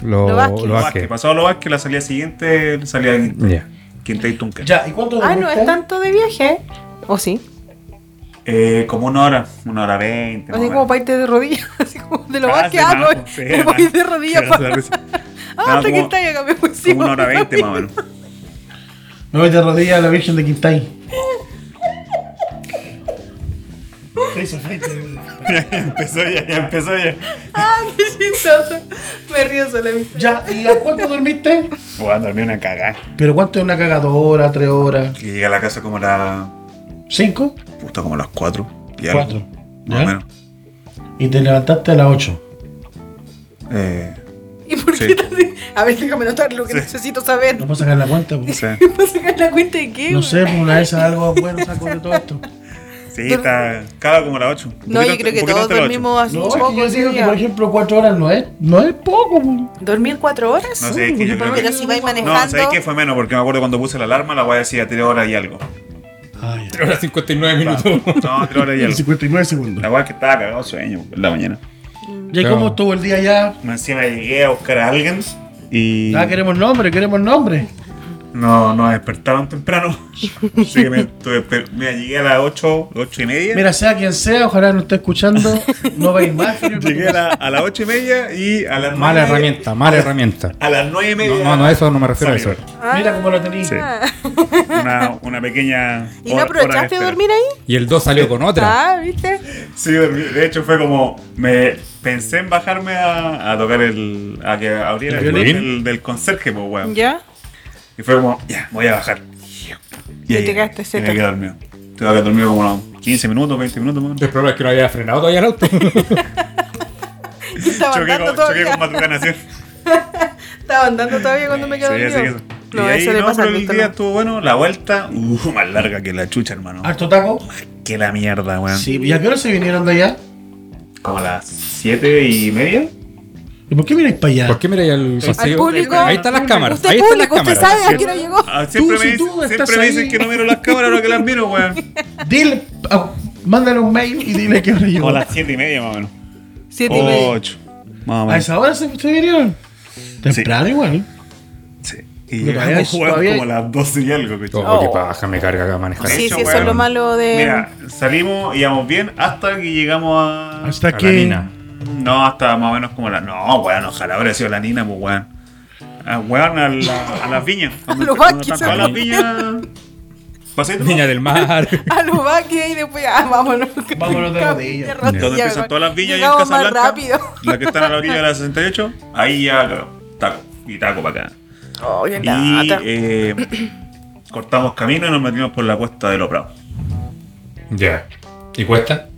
Speaker 3: Lo,
Speaker 4: Lo Vázquez.
Speaker 3: lo
Speaker 2: Lo
Speaker 3: Vázquez.
Speaker 2: Vázquez. Pasado Lo Vázquez, la salida siguiente, salía
Speaker 3: Ya.
Speaker 2: Quintay Tunquén.
Speaker 1: ya, ¿y cuánto
Speaker 4: Ah, no es
Speaker 1: durmiste?
Speaker 4: tanto de viaje. ¿O sí?
Speaker 2: Eh, como una hora, una hora veinte. más o
Speaker 4: Así
Speaker 2: menos.
Speaker 4: como para irte de rodillas. [laughs] Así como de lo
Speaker 2: Ah,
Speaker 4: más que
Speaker 2: sí,
Speaker 4: hago. eh,
Speaker 2: más, pues,
Speaker 4: Me
Speaker 2: sí,
Speaker 4: voy
Speaker 2: más.
Speaker 4: de rodillas
Speaker 2: Sí,
Speaker 4: para.
Speaker 2: la risa.
Speaker 4: [laughs] Ah, hasta
Speaker 2: como-
Speaker 4: que está ya cambié por
Speaker 2: Como una hora veinte, más o
Speaker 4: mamá.
Speaker 2: menos.
Speaker 1: Me voy de rodillas a la Virgen de Quintay. Te hizo frente.
Speaker 2: Ya [laughs] empezó ya, ya empezó ya.
Speaker 4: ¡Ah, qué chistoso! Me río sola. misma.
Speaker 1: Ya, ¿y a cuánto dormiste?
Speaker 2: Voy a dormir una cagada.
Speaker 1: ¿Pero cuánto es una caga? ¿Dos horas? ¿Tres horas?
Speaker 2: Y llegué a la casa como la.
Speaker 1: ¿Cinco?
Speaker 2: Puta, como las 4.
Speaker 1: Cuatro.
Speaker 2: Más
Speaker 1: ¿Ya?
Speaker 2: o menos.
Speaker 1: Y te levantaste a las ocho.
Speaker 2: Eh,
Speaker 4: ¿Y por
Speaker 2: Sí.
Speaker 4: qué tan así? A ver, déjame notarlo, que
Speaker 2: Sí.
Speaker 4: necesito saber. [laughs]
Speaker 1: No puedo sacar la cuenta. po.
Speaker 2: no sé.
Speaker 4: ¿Para sacar la cuenta de qué?
Speaker 1: No
Speaker 4: güey?
Speaker 1: sé, por una vez algo bueno saco de todo
Speaker 4: [laughs]
Speaker 1: esto.
Speaker 2: Sí, está. Cada como las 8.
Speaker 4: No, yo creo que todos dormimos así
Speaker 1: No,
Speaker 4: un
Speaker 1: es
Speaker 4: poco.
Speaker 1: que yo
Speaker 4: ese
Speaker 1: digo que,
Speaker 4: día.
Speaker 1: por ejemplo, cuatro horas no es, no es poco. po.
Speaker 4: ¿Dormir cuatro horas?
Speaker 2: No sé, es que yo creo
Speaker 4: Pero
Speaker 2: que.
Speaker 4: si vais
Speaker 2: No,
Speaker 4: manejando.
Speaker 2: ¿sabéis que fue menos? Porque me acuerdo cuando puse la alarma, la voy a decir a 3 horas
Speaker 1: [laughs]
Speaker 2: y algo.
Speaker 1: Ah, ya.
Speaker 3: 3 horas 59
Speaker 2: No,
Speaker 3: minutos.
Speaker 2: 3 horas y
Speaker 1: Y
Speaker 2: algo.
Speaker 1: 59
Speaker 2: La
Speaker 1: segundos.
Speaker 2: weá es que estaba cagado de sueño en la mañana.
Speaker 1: ¿Y cómo estuvo el día ya?
Speaker 2: Más Encima llegué a buscar a alguien y.
Speaker 1: Ah, queremos nombre, queremos nombre.
Speaker 2: No, nos despertaron temprano. [laughs] Así que me, estuve esper- mira, llegué a las 8, 8 y media.
Speaker 1: Mira, sea quien sea, ojalá no esté escuchando.
Speaker 4: [laughs]
Speaker 1: No va a ir más.
Speaker 2: Llegué a, la- a las 8 y media y a las
Speaker 3: Mala
Speaker 2: nueve-
Speaker 3: herramienta, mala herramienta.
Speaker 2: A las 9 y media.
Speaker 3: No, no, no, a eso no me refiero a
Speaker 2: Salió.
Speaker 3: eso.
Speaker 1: Mira cómo lo tenéis.
Speaker 2: Sí. Una, una pequeña.
Speaker 4: ¿Y
Speaker 2: hora-
Speaker 4: no
Speaker 2: hora
Speaker 4: aprovechaste de
Speaker 2: espera.
Speaker 4: dormir ahí?
Speaker 3: Y el 2 salió con otra.
Speaker 4: Ah, ¿viste?
Speaker 2: Sí, dormí. De hecho, fue como. Me pensé en bajarme a, a tocar el. a que abriera
Speaker 3: ¿El
Speaker 2: el,
Speaker 3: violín?
Speaker 2: del, del conserje, pues, weón.
Speaker 4: ¿Ya?
Speaker 2: Y fue como, ya, me voy a bajar.
Speaker 4: Y te quedaste
Speaker 2: Y
Speaker 4: seco.
Speaker 2: me quedé dormido. Tuve que dormir como unos 15 minutos, 20 minutos, más.
Speaker 3: El problema es que no había frenado todavía el auto.
Speaker 4: Estaba
Speaker 2: Choqué
Speaker 4: andando
Speaker 2: con, choqué con
Speaker 4: todavía.
Speaker 2: Matucana, sí.
Speaker 4: Estaba andando todavía cuando me
Speaker 2: Sí, así
Speaker 4: quedé
Speaker 2: que
Speaker 4: dormido.
Speaker 2: eso.
Speaker 4: No,
Speaker 2: y ahí,
Speaker 4: eso le
Speaker 2: no,
Speaker 4: pasa
Speaker 2: pero
Speaker 4: al
Speaker 2: el
Speaker 4: Víctor.
Speaker 2: día estuvo bueno. La vuelta, uh, más larga que la chucha, hermano.
Speaker 1: ¿Harto taco?
Speaker 2: Que la mierda, weón.
Speaker 1: Ah. Sí. ¿Y a qué hora se vinieron de allá?
Speaker 2: Como a las 7 y media.
Speaker 1: ¿Y por qué miráis para allá?
Speaker 3: ¿Por qué mira ahí al
Speaker 4: Al
Speaker 3: vacío?
Speaker 4: público.
Speaker 3: Ahí están las cámaras.
Speaker 4: Usted
Speaker 3: Ahí están las
Speaker 4: público, usted
Speaker 3: cámaras.
Speaker 4: sabe a qué hora llegó.
Speaker 2: Ah, siempre
Speaker 1: Tú,
Speaker 2: me,
Speaker 1: si tú
Speaker 2: dicen,
Speaker 1: estás
Speaker 2: siempre me dicen
Speaker 1: ahí.
Speaker 2: que no miro las cámaras ahora que las miro,
Speaker 4: [laughs]
Speaker 2: weón.
Speaker 1: Dile, ah, mándale un mail y dile que hora
Speaker 2: Como
Speaker 1: llegó.
Speaker 2: a las 7 y media, más o menos.
Speaker 4: Siete y media.
Speaker 2: 8. Más o
Speaker 1: ¿A
Speaker 2: menos.
Speaker 1: esa hora se, se vinieron? Temprano igual.
Speaker 2: Sí. Y
Speaker 1: Pero todavía-
Speaker 2: llegamos, weón,
Speaker 1: todavía-
Speaker 2: como a las 12 y algo, coche.
Speaker 3: Oh, qué paja, me carga acá manejar.
Speaker 4: Sí,
Speaker 2: De hecho,
Speaker 4: sí, eso es
Speaker 2: weón,
Speaker 4: lo malo de. [laughs]
Speaker 2: Mira, salimos, íbamos bien hasta que llegamos a.
Speaker 1: Hasta
Speaker 3: A la
Speaker 1: que.
Speaker 3: mina.
Speaker 2: No, hasta más o menos como la. No, weón, ojalá habría sido la nina, pues weón. Ah, weón, a, la, a las viñas. Cuando-
Speaker 4: Lo
Speaker 2: cuando
Speaker 4: va [laughs]
Speaker 2: están
Speaker 4: a quitar.
Speaker 2: todas las viñas. Pasé todo.
Speaker 3: Niña del mar.
Speaker 4: A los vaques y después. Ah, vámonos.
Speaker 1: Vámonos de rodillas.
Speaker 2: Cuando empiezan todas las villas y en
Speaker 4: Llegamos más
Speaker 2: Casablanca.
Speaker 4: rápido.
Speaker 2: [laughs] Las que están a la orilla de
Speaker 4: [laughs]
Speaker 2: la 68. Ahí ya, claro, taco. Y taco para acá.
Speaker 4: Oh, qué
Speaker 2: Y
Speaker 4: lata.
Speaker 2: eh, [clears throat] cortamos camino y nos metimos por la cuesta de Loprado.
Speaker 3: Ya. ¿Y cuesta?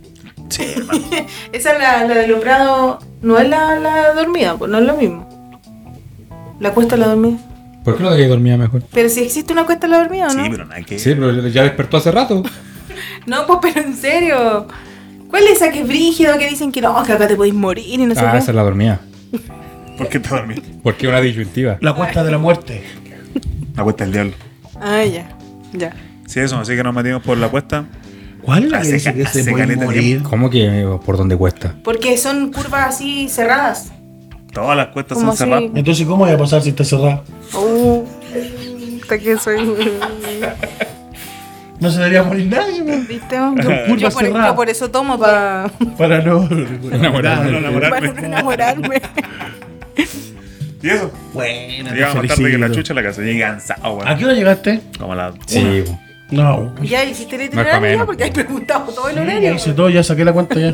Speaker 2: Sí, hermano.
Speaker 4: Esa es la, la de Loprado, no es la, la dormida, pues no es lo mismo. La cuesta la dormida.
Speaker 3: ¿Por qué no te quedas dormida mejor?
Speaker 4: Pero si existe una cuesta la dormida, ¿o
Speaker 2: Sí,
Speaker 4: Ah, ¿no?
Speaker 2: pero nada que.
Speaker 3: Sí, pero ya despertó hace rato.
Speaker 4: No, pues pero en serio. ¿Cuál es esa que es brígido que dicen que no, que acá te podéis morir y no sé
Speaker 3: Ah,
Speaker 4: qué?
Speaker 3: esa es la dormida.
Speaker 2: ¿Por qué te dormí?
Speaker 3: Porque es una disyuntiva.
Speaker 1: La cuesta de la muerte.
Speaker 2: La cuesta del diablo.
Speaker 4: Ah, ya. Ya.
Speaker 2: Sí, eso, así que nos metimos por la cuesta.
Speaker 1: ¿Cuál es la que
Speaker 2: Hace
Speaker 1: dice
Speaker 2: ca-
Speaker 1: que se
Speaker 2: hace
Speaker 1: puede
Speaker 2: caleta
Speaker 1: morir?
Speaker 3: ¿Cómo que amigo, por dónde cuesta?
Speaker 4: Porque son curvas así cerradas.
Speaker 2: Todas las cuestas
Speaker 4: Como
Speaker 2: son
Speaker 4: así.
Speaker 2: cerradas.
Speaker 1: Entonces, ¿cómo voy a pasar si está cerrada?
Speaker 4: Uh, hasta que soy.
Speaker 1: No se debería morir nadie, man,
Speaker 4: ¿Viste?
Speaker 1: Son curvas
Speaker 4: Yo por,
Speaker 1: cerradas.
Speaker 4: yo por eso tomo para
Speaker 1: Para no.
Speaker 3: Enamorarme.
Speaker 2: Enamorarme.
Speaker 4: para
Speaker 2: [laughs]
Speaker 4: no enamorarme.
Speaker 2: ¿Y eso?
Speaker 1: Bueno,
Speaker 2: Llegamos
Speaker 1: te
Speaker 2: más tarde que la
Speaker 1: felicito.
Speaker 2: chucha a la casa. Llegué cansado,
Speaker 1: ¿A
Speaker 2: weón.
Speaker 1: qué hora llegaste?
Speaker 2: Como a las
Speaker 3: Sí,
Speaker 2: una.
Speaker 3: po.
Speaker 1: No.
Speaker 4: ya hiciste el
Speaker 3: No es pa'
Speaker 4: itinerario
Speaker 3: menos.
Speaker 4: ya? porque has preguntado todo el
Speaker 1: Ya
Speaker 4: horario.
Speaker 1: hice todo, ya saqué la cuenta ya.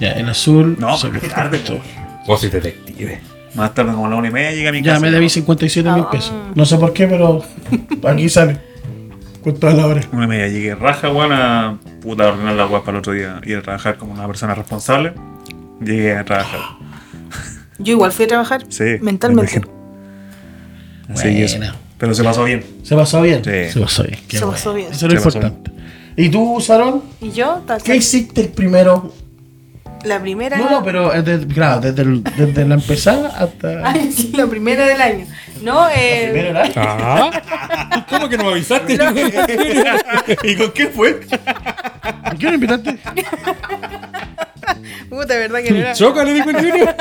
Speaker 1: Ya, en azul.
Speaker 2: No,
Speaker 1: saqué.
Speaker 2: más tarde, po.
Speaker 3: Vos sois detective.
Speaker 2: Más tarde, como a la una y media, llegué a mi
Speaker 1: Ya
Speaker 2: casa.
Speaker 1: me debí 57 mil
Speaker 4: Ah.
Speaker 1: pesos. No sé por qué, pero aquí sale. Cuenta de la hora.
Speaker 2: Una y media llegué raja, weón, a puta ordenar la weá para el otro día. Ir a trabajar como una persona responsable. Llegué a trabajar.
Speaker 4: Yo igual fui a trabajar
Speaker 2: Sí.
Speaker 4: mentalmente.
Speaker 2: Así que Ah, eso.
Speaker 1: Buena.
Speaker 2: Pero se pasó bien.
Speaker 1: ¿Se pasó bien?
Speaker 2: Sí.
Speaker 1: Se pasó bien. Qué
Speaker 4: Se
Speaker 1: bueno.
Speaker 4: pasó bien.
Speaker 1: Eso es lo
Speaker 2: Se pasó
Speaker 1: importante. ¿Y tú, Sarón?
Speaker 4: Y yo, tal
Speaker 1: ¿Qué hiciste el primero?
Speaker 4: La primera.
Speaker 1: No, no, pero eh, de- claro, desde, el- desde la empezada hasta.
Speaker 4: [laughs] Ay, sí, la primera del año. No, eh.
Speaker 1: Primero era-
Speaker 3: Ah, ¿Cómo que no me avisaste?
Speaker 2: [laughs] ¿Y con qué [laughs] fue?
Speaker 1: ¿A qué hora invitaste?
Speaker 4: Puta, verdad que no era.
Speaker 3: Choca, le dijo el Junior.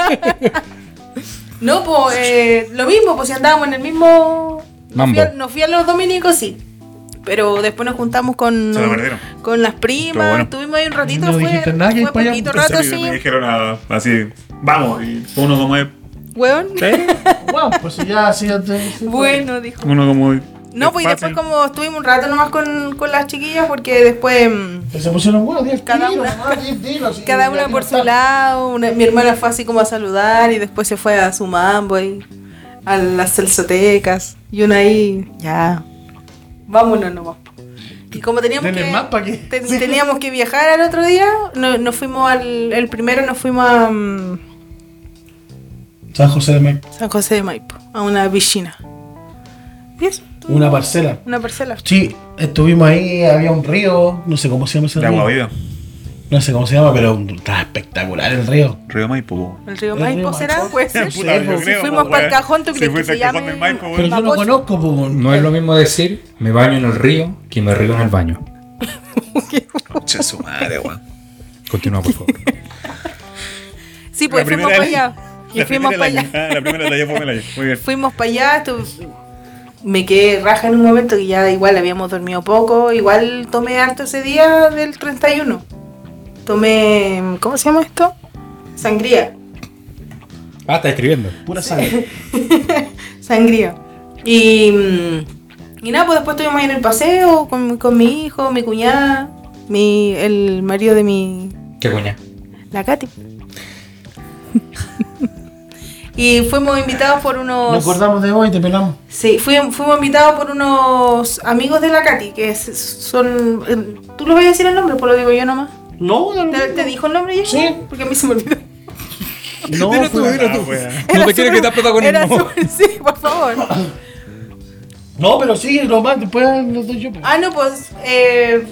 Speaker 4: No, pues eh, lo mismo, pues si andábamos en el mismo.
Speaker 3: Mambo.
Speaker 4: Nos fui, a, nos fui a los dominicos, sí. Pero después nos juntamos con.
Speaker 2: Se lo perdieron.
Speaker 4: Con las
Speaker 2: Estuvo
Speaker 4: primas.
Speaker 2: bueno.
Speaker 4: Estuvimos ahí un ratito.
Speaker 1: No
Speaker 4: fue,
Speaker 1: dijiste nada, que
Speaker 4: fue
Speaker 1: para allá.
Speaker 4: poquito rato, sí.
Speaker 2: Me dijeron a- así, vamos. Y uno como es. [laughs]
Speaker 4: Hueón.
Speaker 1: Wow, pues ya, sí, ya te-
Speaker 4: [laughs] Bueno, dijo.
Speaker 2: Uno como es.
Speaker 4: No, pues y después
Speaker 2: Fácil.
Speaker 4: como estuvimos un rato nomás con, con las chiquillas porque después mm,
Speaker 1: Se pusieron huevos, 10
Speaker 4: Cada
Speaker 1: tiros,
Speaker 4: una-
Speaker 1: nomás, 10 tiros, sí,
Speaker 4: cada
Speaker 1: y la
Speaker 4: una por
Speaker 1: tira
Speaker 4: su
Speaker 1: tal.
Speaker 4: lado, una- mi hermana fue así como a saludar y después se fue a su mambo y a las salsotecas y una ahí, ya, vámonos nomás. Y como teníamos
Speaker 1: Denle
Speaker 4: que,
Speaker 1: más pa' que-
Speaker 4: ten-
Speaker 1: Sí.
Speaker 4: teníamos que viajar al otro día, no- nos fuimos al el primero nos fuimos a mm,
Speaker 1: San José de Maipo.
Speaker 4: San José de Maipo, a una piscina. Y eso,
Speaker 1: Una parcela.
Speaker 4: una parcela.
Speaker 1: Sí, estuvimos ahí, había un río, no sé cómo se llama ese
Speaker 2: De
Speaker 1: río.
Speaker 2: agua viva.
Speaker 1: No sé cómo se llama, pero un- estaba espectacular el río.
Speaker 2: Río Maipo. po.
Speaker 4: ¿El río
Speaker 1: ¿El
Speaker 4: Maipo
Speaker 1: río
Speaker 4: será?
Speaker 1: Maipo?
Speaker 4: Puede ser.
Speaker 1: Sí,
Speaker 2: Puta, yo
Speaker 1: pues, si
Speaker 2: creo,
Speaker 4: fuimos
Speaker 2: po,
Speaker 4: pa'l
Speaker 2: weón.
Speaker 4: cajón, ¿tú
Speaker 2: Si
Speaker 4: crees que
Speaker 2: fuiste
Speaker 4: se
Speaker 2: al cajón
Speaker 4: llame
Speaker 2: del Maipo, weón.
Speaker 1: Pero yo no
Speaker 4: Mapocho.
Speaker 1: conozco, pues.
Speaker 3: No es lo mismo decir me baño en el río que me río en el baño.
Speaker 2: Concha de su madre, weón.
Speaker 3: Continúa, por favor.
Speaker 4: Sí, pues
Speaker 2: La primera
Speaker 4: fuimos para
Speaker 2: de-
Speaker 4: allá. Y
Speaker 2: la
Speaker 4: fuimos para
Speaker 2: primera de
Speaker 4: allá.
Speaker 2: la- ah, La primera de la fue Melaya. Muy bien.
Speaker 4: Fuimos para allá. estu- Me quedé raja en un momento que ya igual habíamos dormido poco. Igual tomé harto ese día del 31. Tomé. ¿Cómo se llama esto? Sangría.
Speaker 3: Ah, está escribiendo.
Speaker 1: Pura sangre.
Speaker 4: pues. Sangría. Y. mm, Y nada, pues después estuvimos ahí en el paseo con, con mi hijo, mi cuñada, mi, el marido de mi,
Speaker 3: Qué coña.
Speaker 4: La Katy. [laughs] y fuimos invitados por
Speaker 1: Nos
Speaker 4: unos.
Speaker 1: acordamos de hoy, te pelamos.
Speaker 4: Sí, fui- fuimos invitados por unos amigos de la Katy, que es- son. eh, ¿Tú los vas a decir el nombre? Pues lo digo yo nomás.
Speaker 1: No, no,
Speaker 4: ¿Te, te dijo el nombre ya?
Speaker 1: Sí.
Speaker 4: Porque a mí se me olvidó.
Speaker 1: No,
Speaker 3: Dilo tú,
Speaker 1: fue- pues.
Speaker 3: dilo tú.
Speaker 2: Ah, weón.
Speaker 3: No te
Speaker 4: Era
Speaker 3: quiero
Speaker 4: súper-
Speaker 3: quitar
Speaker 4: Era
Speaker 3: protagonismo.
Speaker 4: súper- [laughs] sí, por favor.
Speaker 1: no, pero sí, lo más, después lo doy yo. pues.
Speaker 4: Ah, no, pues. eh,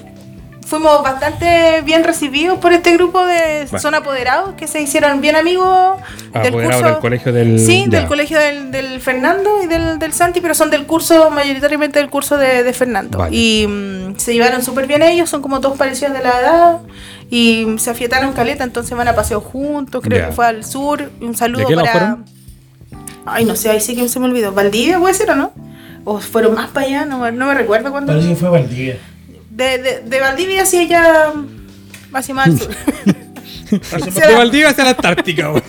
Speaker 4: fuimos bastante bien recibidos por este grupo de.
Speaker 3: Va.
Speaker 4: Son apoderados que se hicieron bien amigos del
Speaker 3: Apoderado
Speaker 4: curso.
Speaker 3: Ah, del colegio del.
Speaker 4: Sí,
Speaker 3: ya.
Speaker 4: del colegio del, del Fernando y del, del Santi, pero son del curso, mayoritariamente del curso de, de Fernando.
Speaker 3: Vale.
Speaker 4: Y mm, se llevaron súper bien ellos, son como todos parecidos de la edad. Y mm, se afiataron caleta, entonces van a paseo juntos, creo
Speaker 3: Ya.
Speaker 4: que fue al sur. Un saludo
Speaker 3: ¿De qué lado
Speaker 4: para.
Speaker 3: fueron?
Speaker 4: Ay, no sé, ahí sí que se me olvidó. ¿Valdivia puede ser o no? ¿O fueron más para allá? No, me- no me recuerdo cuándo.
Speaker 1: Parece que fue Valdivia.
Speaker 4: De, de, de Valdivia mm, hacia allá.
Speaker 1: [laughs]
Speaker 4: Hacia más al sur.
Speaker 3: De Valdivia hacia la Antártica, weón.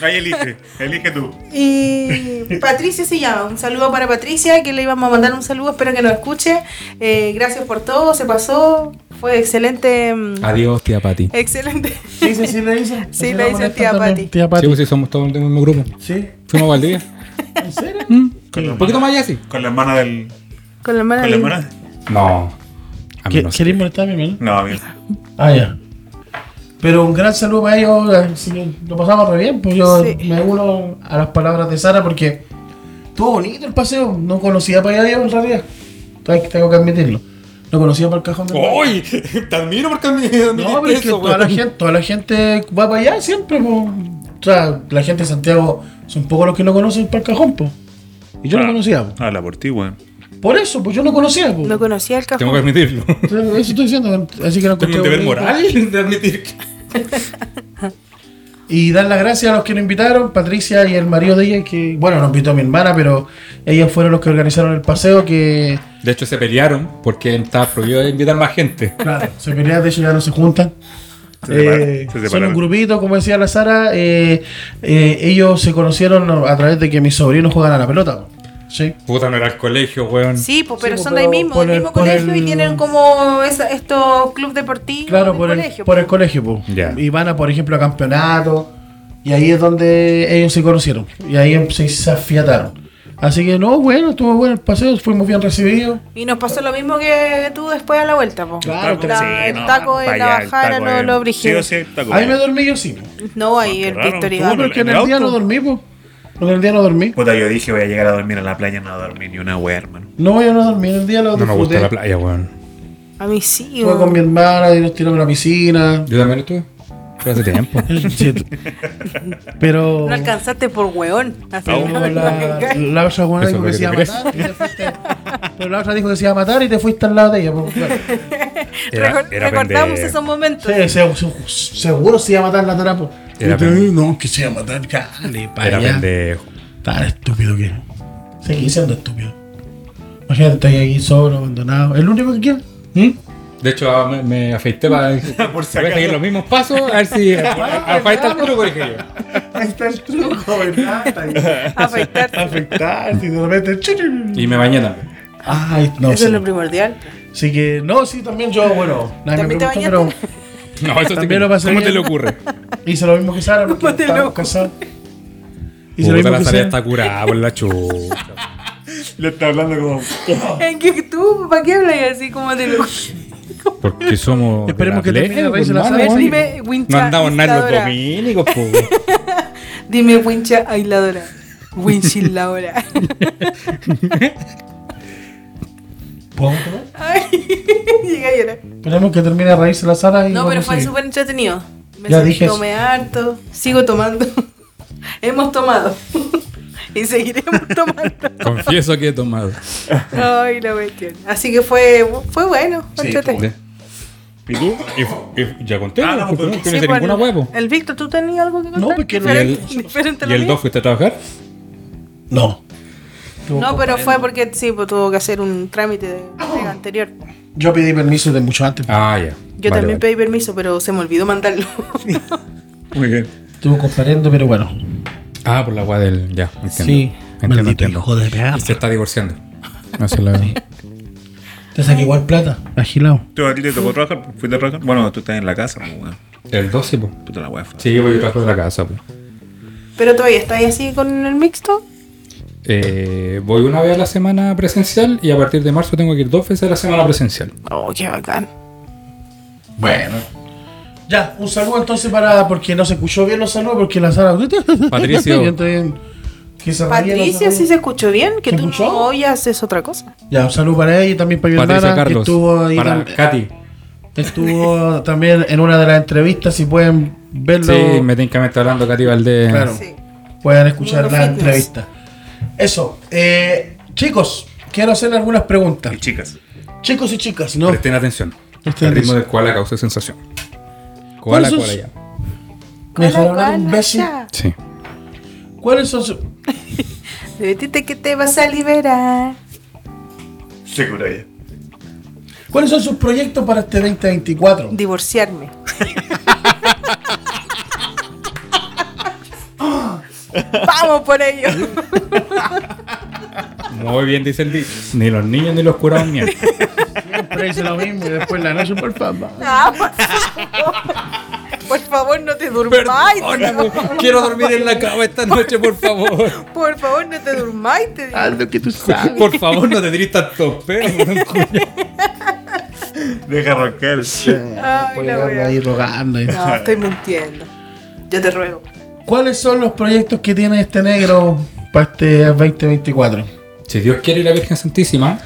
Speaker 2: Ahí elige. Elige tú.
Speaker 4: Y Patricia se llama. Un saludo para Patricia, que le íbamos a mandar un saludo, espero que nos escuche. Eh, gracias por todo, se pasó. Fue excelente. mm,
Speaker 1: Ah.
Speaker 3: Adiós, tía
Speaker 1: Eh,
Speaker 3: Pati.
Speaker 4: Excelente. [laughs]
Speaker 1: Sí, sí, sí, le dice.
Speaker 4: Sí, le
Speaker 1: la
Speaker 4: dice
Speaker 1: molestan
Speaker 4: tía
Speaker 1: también,
Speaker 4: Pati.
Speaker 1: Tía Pati.
Speaker 3: Sí, pues sí, somos todos del mismo grupo.
Speaker 1: Sí.
Speaker 3: Fuimos a Valdivia.
Speaker 1: ¿En serio?
Speaker 3: Mm.
Speaker 2: Con la-
Speaker 3: ¿Por qué tomas ya así?
Speaker 2: Con la hermana del.
Speaker 4: Con la hermana.
Speaker 2: Con la hermana.
Speaker 3: No. A mí
Speaker 1: ¿Qué-
Speaker 3: no sé.
Speaker 1: ¿Queréis molestar a mi hermano?
Speaker 2: No, amigo.
Speaker 1: Ah, ya. Pero un gran saludo para ellos, eh, si lo- lo pasamos re bien, pues yo
Speaker 4: Sí.
Speaker 1: me uno a las palabras de Sara porque estuvo bonito el paseo, no conocía para allá en realidad, Tengo- tengo que admitirlo, no conocía para el cajón del Mar.
Speaker 3: ¡Uy! [laughs] Te admiro porque me
Speaker 1: No, pero es que toda la, gente, toda la gente va para allá siempre, po. o sea, la gente de Santiago son pocos los que no conocen para el cajón, po. y yo
Speaker 2: Ah.
Speaker 1: no conocía, po.
Speaker 2: Habla por ti, weón.
Speaker 1: por eso, pues yo no conocía, po.
Speaker 4: No conocía el
Speaker 3: Tengo
Speaker 4: cajón.
Speaker 3: que admitirlo.
Speaker 1: Entonces, eso estoy diciendo, así que no
Speaker 3: Tengo
Speaker 1: encontré
Speaker 3: un deber
Speaker 1: bonito.
Speaker 3: moral de admitir que.
Speaker 1: Y dar las gracias a los que nos invitaron, Patricia y el marido de ella, que, bueno, nos invitó mi hermana, pero ellos fueron los que organizaron el paseo, que,
Speaker 3: De hecho, se pelearon porque estaba prohibido invitar más gente.
Speaker 1: claro, se pelean, de hecho ya no se juntan.
Speaker 2: Se separa-
Speaker 1: Eh,
Speaker 2: se
Speaker 1: son
Speaker 2: separaron.
Speaker 1: un grupito, como decía la Sara, eh, eh, ellos se conocieron a través de que mis sobrinos juegan a la pelota. ¿sí?
Speaker 3: Puta, no era el colegio, weón.
Speaker 4: Sí, pues, pero
Speaker 1: Sí, pues,
Speaker 4: son de ahí
Speaker 1: pero
Speaker 4: mismo,
Speaker 1: por
Speaker 4: del
Speaker 1: el-
Speaker 4: mismo
Speaker 1: por
Speaker 4: colegio y
Speaker 1: el-
Speaker 4: tienen como esa- estos club deportivos.
Speaker 1: Claro,
Speaker 4: del
Speaker 1: por el,
Speaker 4: colegio.
Speaker 1: por el colegio, po.
Speaker 3: Ya.
Speaker 1: Y van a, por ejemplo, a campeonatos. Y ahí es donde ellos se conocieron. Y ahí em- se, se afiataron. Así que no, bueno, estuvo bueno el paseo, fuimos bien recibidos.
Speaker 4: pues. Y nos pasó lo mismo que tú después a la vuelta, po.
Speaker 2: Ah,
Speaker 1: Claro,
Speaker 4: La-
Speaker 1: Ah, sí,
Speaker 4: el taco de
Speaker 2: pa'
Speaker 4: la
Speaker 2: allá, el
Speaker 4: bajada,
Speaker 2: taco
Speaker 4: lo,
Speaker 2: es-
Speaker 4: lo
Speaker 2: Sí
Speaker 4: brígido.
Speaker 2: o sí, el taco.
Speaker 1: Ahí me dormí yo sí. po.
Speaker 4: No, ahí
Speaker 2: Ah,
Speaker 4: el
Speaker 2: qué raro,
Speaker 4: Victoria.
Speaker 2: tú,
Speaker 1: No, porque
Speaker 2: ¿En
Speaker 1: en
Speaker 2: el
Speaker 1: el día no
Speaker 2: auto?
Speaker 1: dormí, po. Porque en el día no dormí.
Speaker 2: Puta, yo dije voy a llegar a dormir a la playa, no dormí ni una wea, hermano.
Speaker 1: No, yo no dormí, en el día lo
Speaker 3: No me gusta
Speaker 1: disfruté.
Speaker 3: la playa, weón.
Speaker 4: A mí sí,
Speaker 1: Fue con mi hermana y nos tiramos a la piscina.
Speaker 3: Yo también estuve. Pero hace tiempo.
Speaker 1: Sí. Pero...
Speaker 4: No alcanzaste por weón. Así [laughs]
Speaker 2: No,
Speaker 1: Como la, la otra buena
Speaker 3: Eso
Speaker 1: dijo
Speaker 3: es lo
Speaker 1: que
Speaker 3: que
Speaker 1: se iba a matar y
Speaker 3: te crees.
Speaker 1: te fuiste. Pero la otra dijo que se iba a matar y te fuiste al lado de ella. po. Claro.
Speaker 4: Recor- recordamos esos momentos.
Speaker 1: [laughs] Sí, se- se- seguro se iba a matar la tarapo.
Speaker 3: Era
Speaker 1: Y tú,
Speaker 3: pendejo.
Speaker 1: no, que se iba a matar, dale, para
Speaker 3: Era
Speaker 1: allá.
Speaker 3: pendejo.
Speaker 1: Tan estúpido que era. Seguí siendo estúpido. Imagínate, estoy aquí solo, abandonado. El único que quiero.
Speaker 3: De hecho, ah, me, me afeité
Speaker 1: [laughs]
Speaker 3: para
Speaker 2: Por si
Speaker 3: voy a
Speaker 2: acaso.
Speaker 3: seguir los mismos pasos. A ver si. A ver, está el truco, dije yo.
Speaker 1: Ahí está el truco, ¿verdad?
Speaker 4: Afeitar.
Speaker 1: Afectar, si de repente.
Speaker 3: Y me bañé también.
Speaker 1: Ay, no
Speaker 4: Eso
Speaker 1: sé.
Speaker 4: es lo primordial.
Speaker 1: Así que, no, sí, también yo, bueno, nadie me
Speaker 4: ¿También te
Speaker 1: preguntó, pero
Speaker 4: bañaste?
Speaker 3: No, eso sí
Speaker 1: También
Speaker 3: que
Speaker 1: lo
Speaker 3: no.
Speaker 1: pasé
Speaker 3: ¿Cómo
Speaker 1: bien.
Speaker 3: te le ocurre?
Speaker 1: hice lo mismo que Sara porque
Speaker 4: Ponte
Speaker 1: estaba
Speaker 4: loco.
Speaker 1: casado. [laughs] Hice lo
Speaker 3: Puta,
Speaker 1: mismo
Speaker 3: la
Speaker 1: que
Speaker 3: salida
Speaker 1: Sara.
Speaker 3: está curada por la chucha.
Speaker 2: Le está hablando como.
Speaker 4: ¿En qué tú? ¿Para qué hablas así como de lo
Speaker 3: Porque somos. de
Speaker 1: Esperemos que
Speaker 3: la
Speaker 1: termine
Speaker 3: plebe,
Speaker 1: la raíz de la salida.
Speaker 3: hermano, weón.
Speaker 4: Dime,
Speaker 3: No
Speaker 4: wincha.
Speaker 3: andamos nada en los
Speaker 4: aisladora.
Speaker 3: dominicos, po. weón.
Speaker 4: Dime, wincha aisladora. Winchiladora.
Speaker 1: ¿Puedo comer?
Speaker 4: Ay, [laughs] llegué a llorar.
Speaker 1: Esperemos que termine a raíz de la Sara y.
Speaker 4: No,
Speaker 1: vamos
Speaker 4: pero
Speaker 1: a
Speaker 4: fue
Speaker 1: seguir.
Speaker 4: súper entretenido. Me
Speaker 1: Ya
Speaker 4: sentí-
Speaker 1: dije eso.
Speaker 4: tomé harto, sigo tomando. [laughs] Hemos tomado. [laughs] y seguiremos [laughs] tomando.
Speaker 3: Confieso que he tomado.
Speaker 4: Ay, la cuestión. Así que fue, fue bueno.
Speaker 1: Sí,
Speaker 4: entretenido.
Speaker 3: ¿Y tú? Y- y- ya conté,
Speaker 2: Ah, no,
Speaker 3: pues,
Speaker 2: pues,
Speaker 3: no
Speaker 2: sí,
Speaker 3: tienes
Speaker 4: Sí, pues,
Speaker 3: ninguna huevo.
Speaker 4: El Víctor, ¿tú tenías algo que contar?
Speaker 1: porque no-
Speaker 3: ¿Y
Speaker 4: Diferente-
Speaker 3: el,
Speaker 4: diferente a
Speaker 3: y
Speaker 4: lo
Speaker 3: el
Speaker 4: mío.
Speaker 3: dos fuiste a trabajar?
Speaker 1: No.
Speaker 4: No, pero fue porque sí, pues, tuvo que hacer un trámite de- de anterior.
Speaker 1: Yo pedí permiso de mucho antes.
Speaker 3: Ah, ya.
Speaker 4: Yo
Speaker 3: Vale,
Speaker 4: también
Speaker 3: vale.
Speaker 4: pedí permiso, pero se me olvidó mandarlo.
Speaker 2: Muy bien.
Speaker 1: Estuvo comparando, pero bueno.
Speaker 3: Ah, por la hueá del. Ya, entiendo.
Speaker 1: Sí.
Speaker 3: entiendo,
Speaker 1: Maldito
Speaker 3: entiendo.
Speaker 1: hijo de
Speaker 3: Y se
Speaker 1: pedazo.
Speaker 3: está
Speaker 1: [laughs]
Speaker 3: divorciando. No se la.
Speaker 1: Te saqué igual plata. Agilado.
Speaker 2: ¿Tú a ti te tocó trabajar? ¿Fuiste a trabajar? Bueno, tú estás en la casa, pues, weón.
Speaker 3: El 12, pues.
Speaker 2: Puta la weá. fue.
Speaker 3: Sí, voy a trabajar de la casa, pues.
Speaker 4: [laughs] pero todavía estáis así con el mixto.
Speaker 3: Eh, voy una vez a la semana presencial y a partir de marzo tengo que ir dos veces a la semana presencial.
Speaker 4: Oh, qué bacán.
Speaker 1: Bueno. Ya, un saludo entonces para. Porque no se escuchó bien los saludos, porque la Sara. [laughs]
Speaker 3: Patricio.
Speaker 1: Yo estoy en- que se reía, no se
Speaker 4: Patricia,
Speaker 1: reía.
Speaker 4: sí se escuchó bien, que
Speaker 1: ¿Se
Speaker 4: tú
Speaker 1: escuchó?
Speaker 4: no oyas es otra cosa.
Speaker 1: Ya, un saludo para ella y también para mi
Speaker 3: Patricia
Speaker 1: hermana, que
Speaker 3: Carlos.
Speaker 1: estuvo ahí
Speaker 3: para
Speaker 1: tam-
Speaker 3: Katy.
Speaker 1: Estuvo también en una de las entrevistas, si pueden verlo,
Speaker 3: Sí, me tienen que me está hablando Katy Valdés.
Speaker 1: Claro.
Speaker 4: Sí.
Speaker 1: pueden escuchar
Speaker 4: Mundo
Speaker 1: la
Speaker 4: Fitness.
Speaker 1: entrevista. Eso, eh, chicos, quiero hacer algunas preguntas.
Speaker 2: Y chicas.
Speaker 1: Chicos y chicas, ¿no?
Speaker 3: Presten atención.
Speaker 1: Presten
Speaker 3: el Este ritmo
Speaker 1: atención.
Speaker 3: del koala causa sensación. Koala,
Speaker 1: sus-
Speaker 3: koala ya.
Speaker 1: ¿Me dejará hablar un
Speaker 4: Guala,
Speaker 1: beso?
Speaker 4: guala,
Speaker 3: Sí.
Speaker 1: ¿Cuáles son sus...
Speaker 4: ya. Vestite que te vas a liberar.
Speaker 2: Seguro ella.
Speaker 1: ¿Cuáles son sus proyectos para este 2024?
Speaker 4: Divorciarme. Vamos por ello.
Speaker 3: Muy bien, dice el Di. Ni los niños ni los curados mienten.
Speaker 1: Siempre dice lo mismo y después la noche por favor.
Speaker 4: Ah, por favor. Por favor, no te durmáis.
Speaker 3: Oh, Quiero dormir en la cama esta noche, por favor.
Speaker 4: Por favor, no te durmáis. Te digo.
Speaker 1: Algo que tú sabes.
Speaker 3: Por favor, no te tires tantos pelos.
Speaker 2: Deja roncar. Ah,
Speaker 4: Ay,
Speaker 1: Por
Speaker 4: la
Speaker 1: llegarme
Speaker 4: wea.
Speaker 1: ahí rogando. y-
Speaker 4: No, estoy mintiendo. Yo te ruego.
Speaker 1: ¿Cuáles son los proyectos que tiene este negro para este 2024?
Speaker 3: Si Dios quiere y la Virgen Santísima,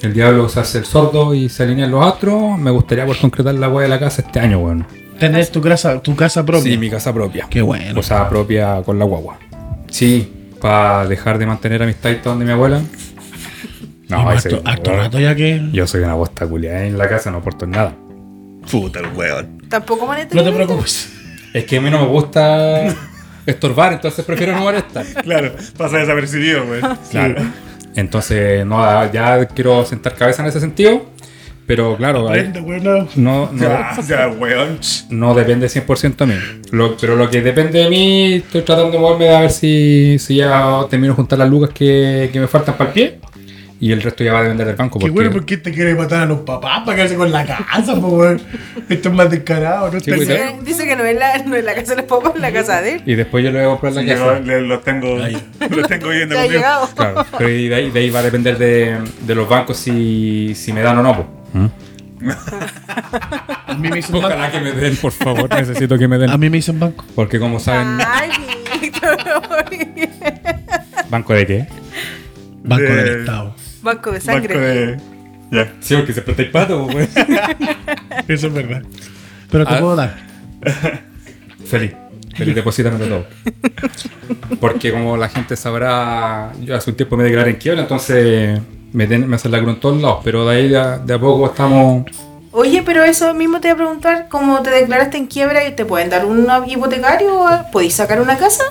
Speaker 3: el diablo se hace el sordo y se alinean los astros, me gustaría por concretar la hueá de la casa este año, weón.
Speaker 1: Tener tu casa, tu casa propia.
Speaker 3: Sí, mi Pues, casa propia.
Speaker 1: Qué bueno.
Speaker 3: O sea, propia con la guagua. Sí, para dejar de mantener a mis taitas donde mi abuela. No,
Speaker 1: Llevo
Speaker 3: ah, ese-
Speaker 1: harto, harto rato ya que.
Speaker 3: Yo soy una bosta culiada en la casa, no aporto en nada.
Speaker 2: Puta el weón.
Speaker 4: Tampoco monetizo.
Speaker 1: No te preocupes.
Speaker 3: Es que a mí no me [laughs] gusta estorbar, entonces prefiero no molestar.
Speaker 2: Claro, pasa desapercibido, weón.
Speaker 3: Claro. Entonces, no, ya quiero sentar cabeza en ese sentido. Pero claro, ahí-
Speaker 1: Prenda, güey, no.
Speaker 3: no, no,
Speaker 2: Ya, ya, Ah, weón.
Speaker 3: no depende 100% a mí. Lo- pero lo que depende de mí, estoy tratando de moverme a ver si, si ya termino de juntar las lucas que, que me faltan para el pie. Y el resto ya va a depender del banco.
Speaker 1: Qué
Speaker 3: Porque,
Speaker 1: bueno, porque te quiere matar a los papás para quedarse con la casa, po, weón. Esto es más descarado, no Este-
Speaker 3: Sí, pues,
Speaker 1: está
Speaker 3: güey,
Speaker 1: bien.
Speaker 4: Dice, dice que no es, la, no es la casa de los papás, es la casa de él.
Speaker 3: Y después yo le voy a comprar la
Speaker 2: Llegó,
Speaker 3: casa.
Speaker 2: le- los tengo. [laughs] Los tengo viviendo
Speaker 4: Te ha
Speaker 2: conmigo.
Speaker 4: llegado.
Speaker 3: Claro, pero y de ahí, de ahí va a depender de, de los bancos si, si me dan o no. po.
Speaker 1: A mí me dicen
Speaker 3: [laughs] Ojalá
Speaker 1: banco.
Speaker 3: que me den, por favor, necesito que
Speaker 1: [laughs]
Speaker 3: me
Speaker 1: A
Speaker 3: den.
Speaker 1: mí me dicen banco.
Speaker 3: Porque como saben,
Speaker 4: Ay, [laughs] Víctor.
Speaker 3: ¿banco de qué?
Speaker 1: Banco
Speaker 2: De-
Speaker 3: Eh.
Speaker 1: del Estado.
Speaker 4: Banco de
Speaker 2: Banco
Speaker 4: sangre.
Speaker 2: de. Ya.
Speaker 3: Sí, porque se protege pato, [laughs] güey.
Speaker 1: Eso es verdad. Pero te
Speaker 3: Ah.
Speaker 1: puedo dar.
Speaker 3: Feliz. [laughs] Feliz, deposítamelo todo. Porque como la gente sabrá, yo hace un tiempo me declaré en quiebra, entonces me, ten- me hacen la cruz en todos lados. Pero de ahí de a, de a poco estamos...
Speaker 4: Oye, pero eso mismo te iba a preguntar, como te declaraste en quiebra, ¿te pueden dar un hipotecario? ¿Podéis sacar una casa?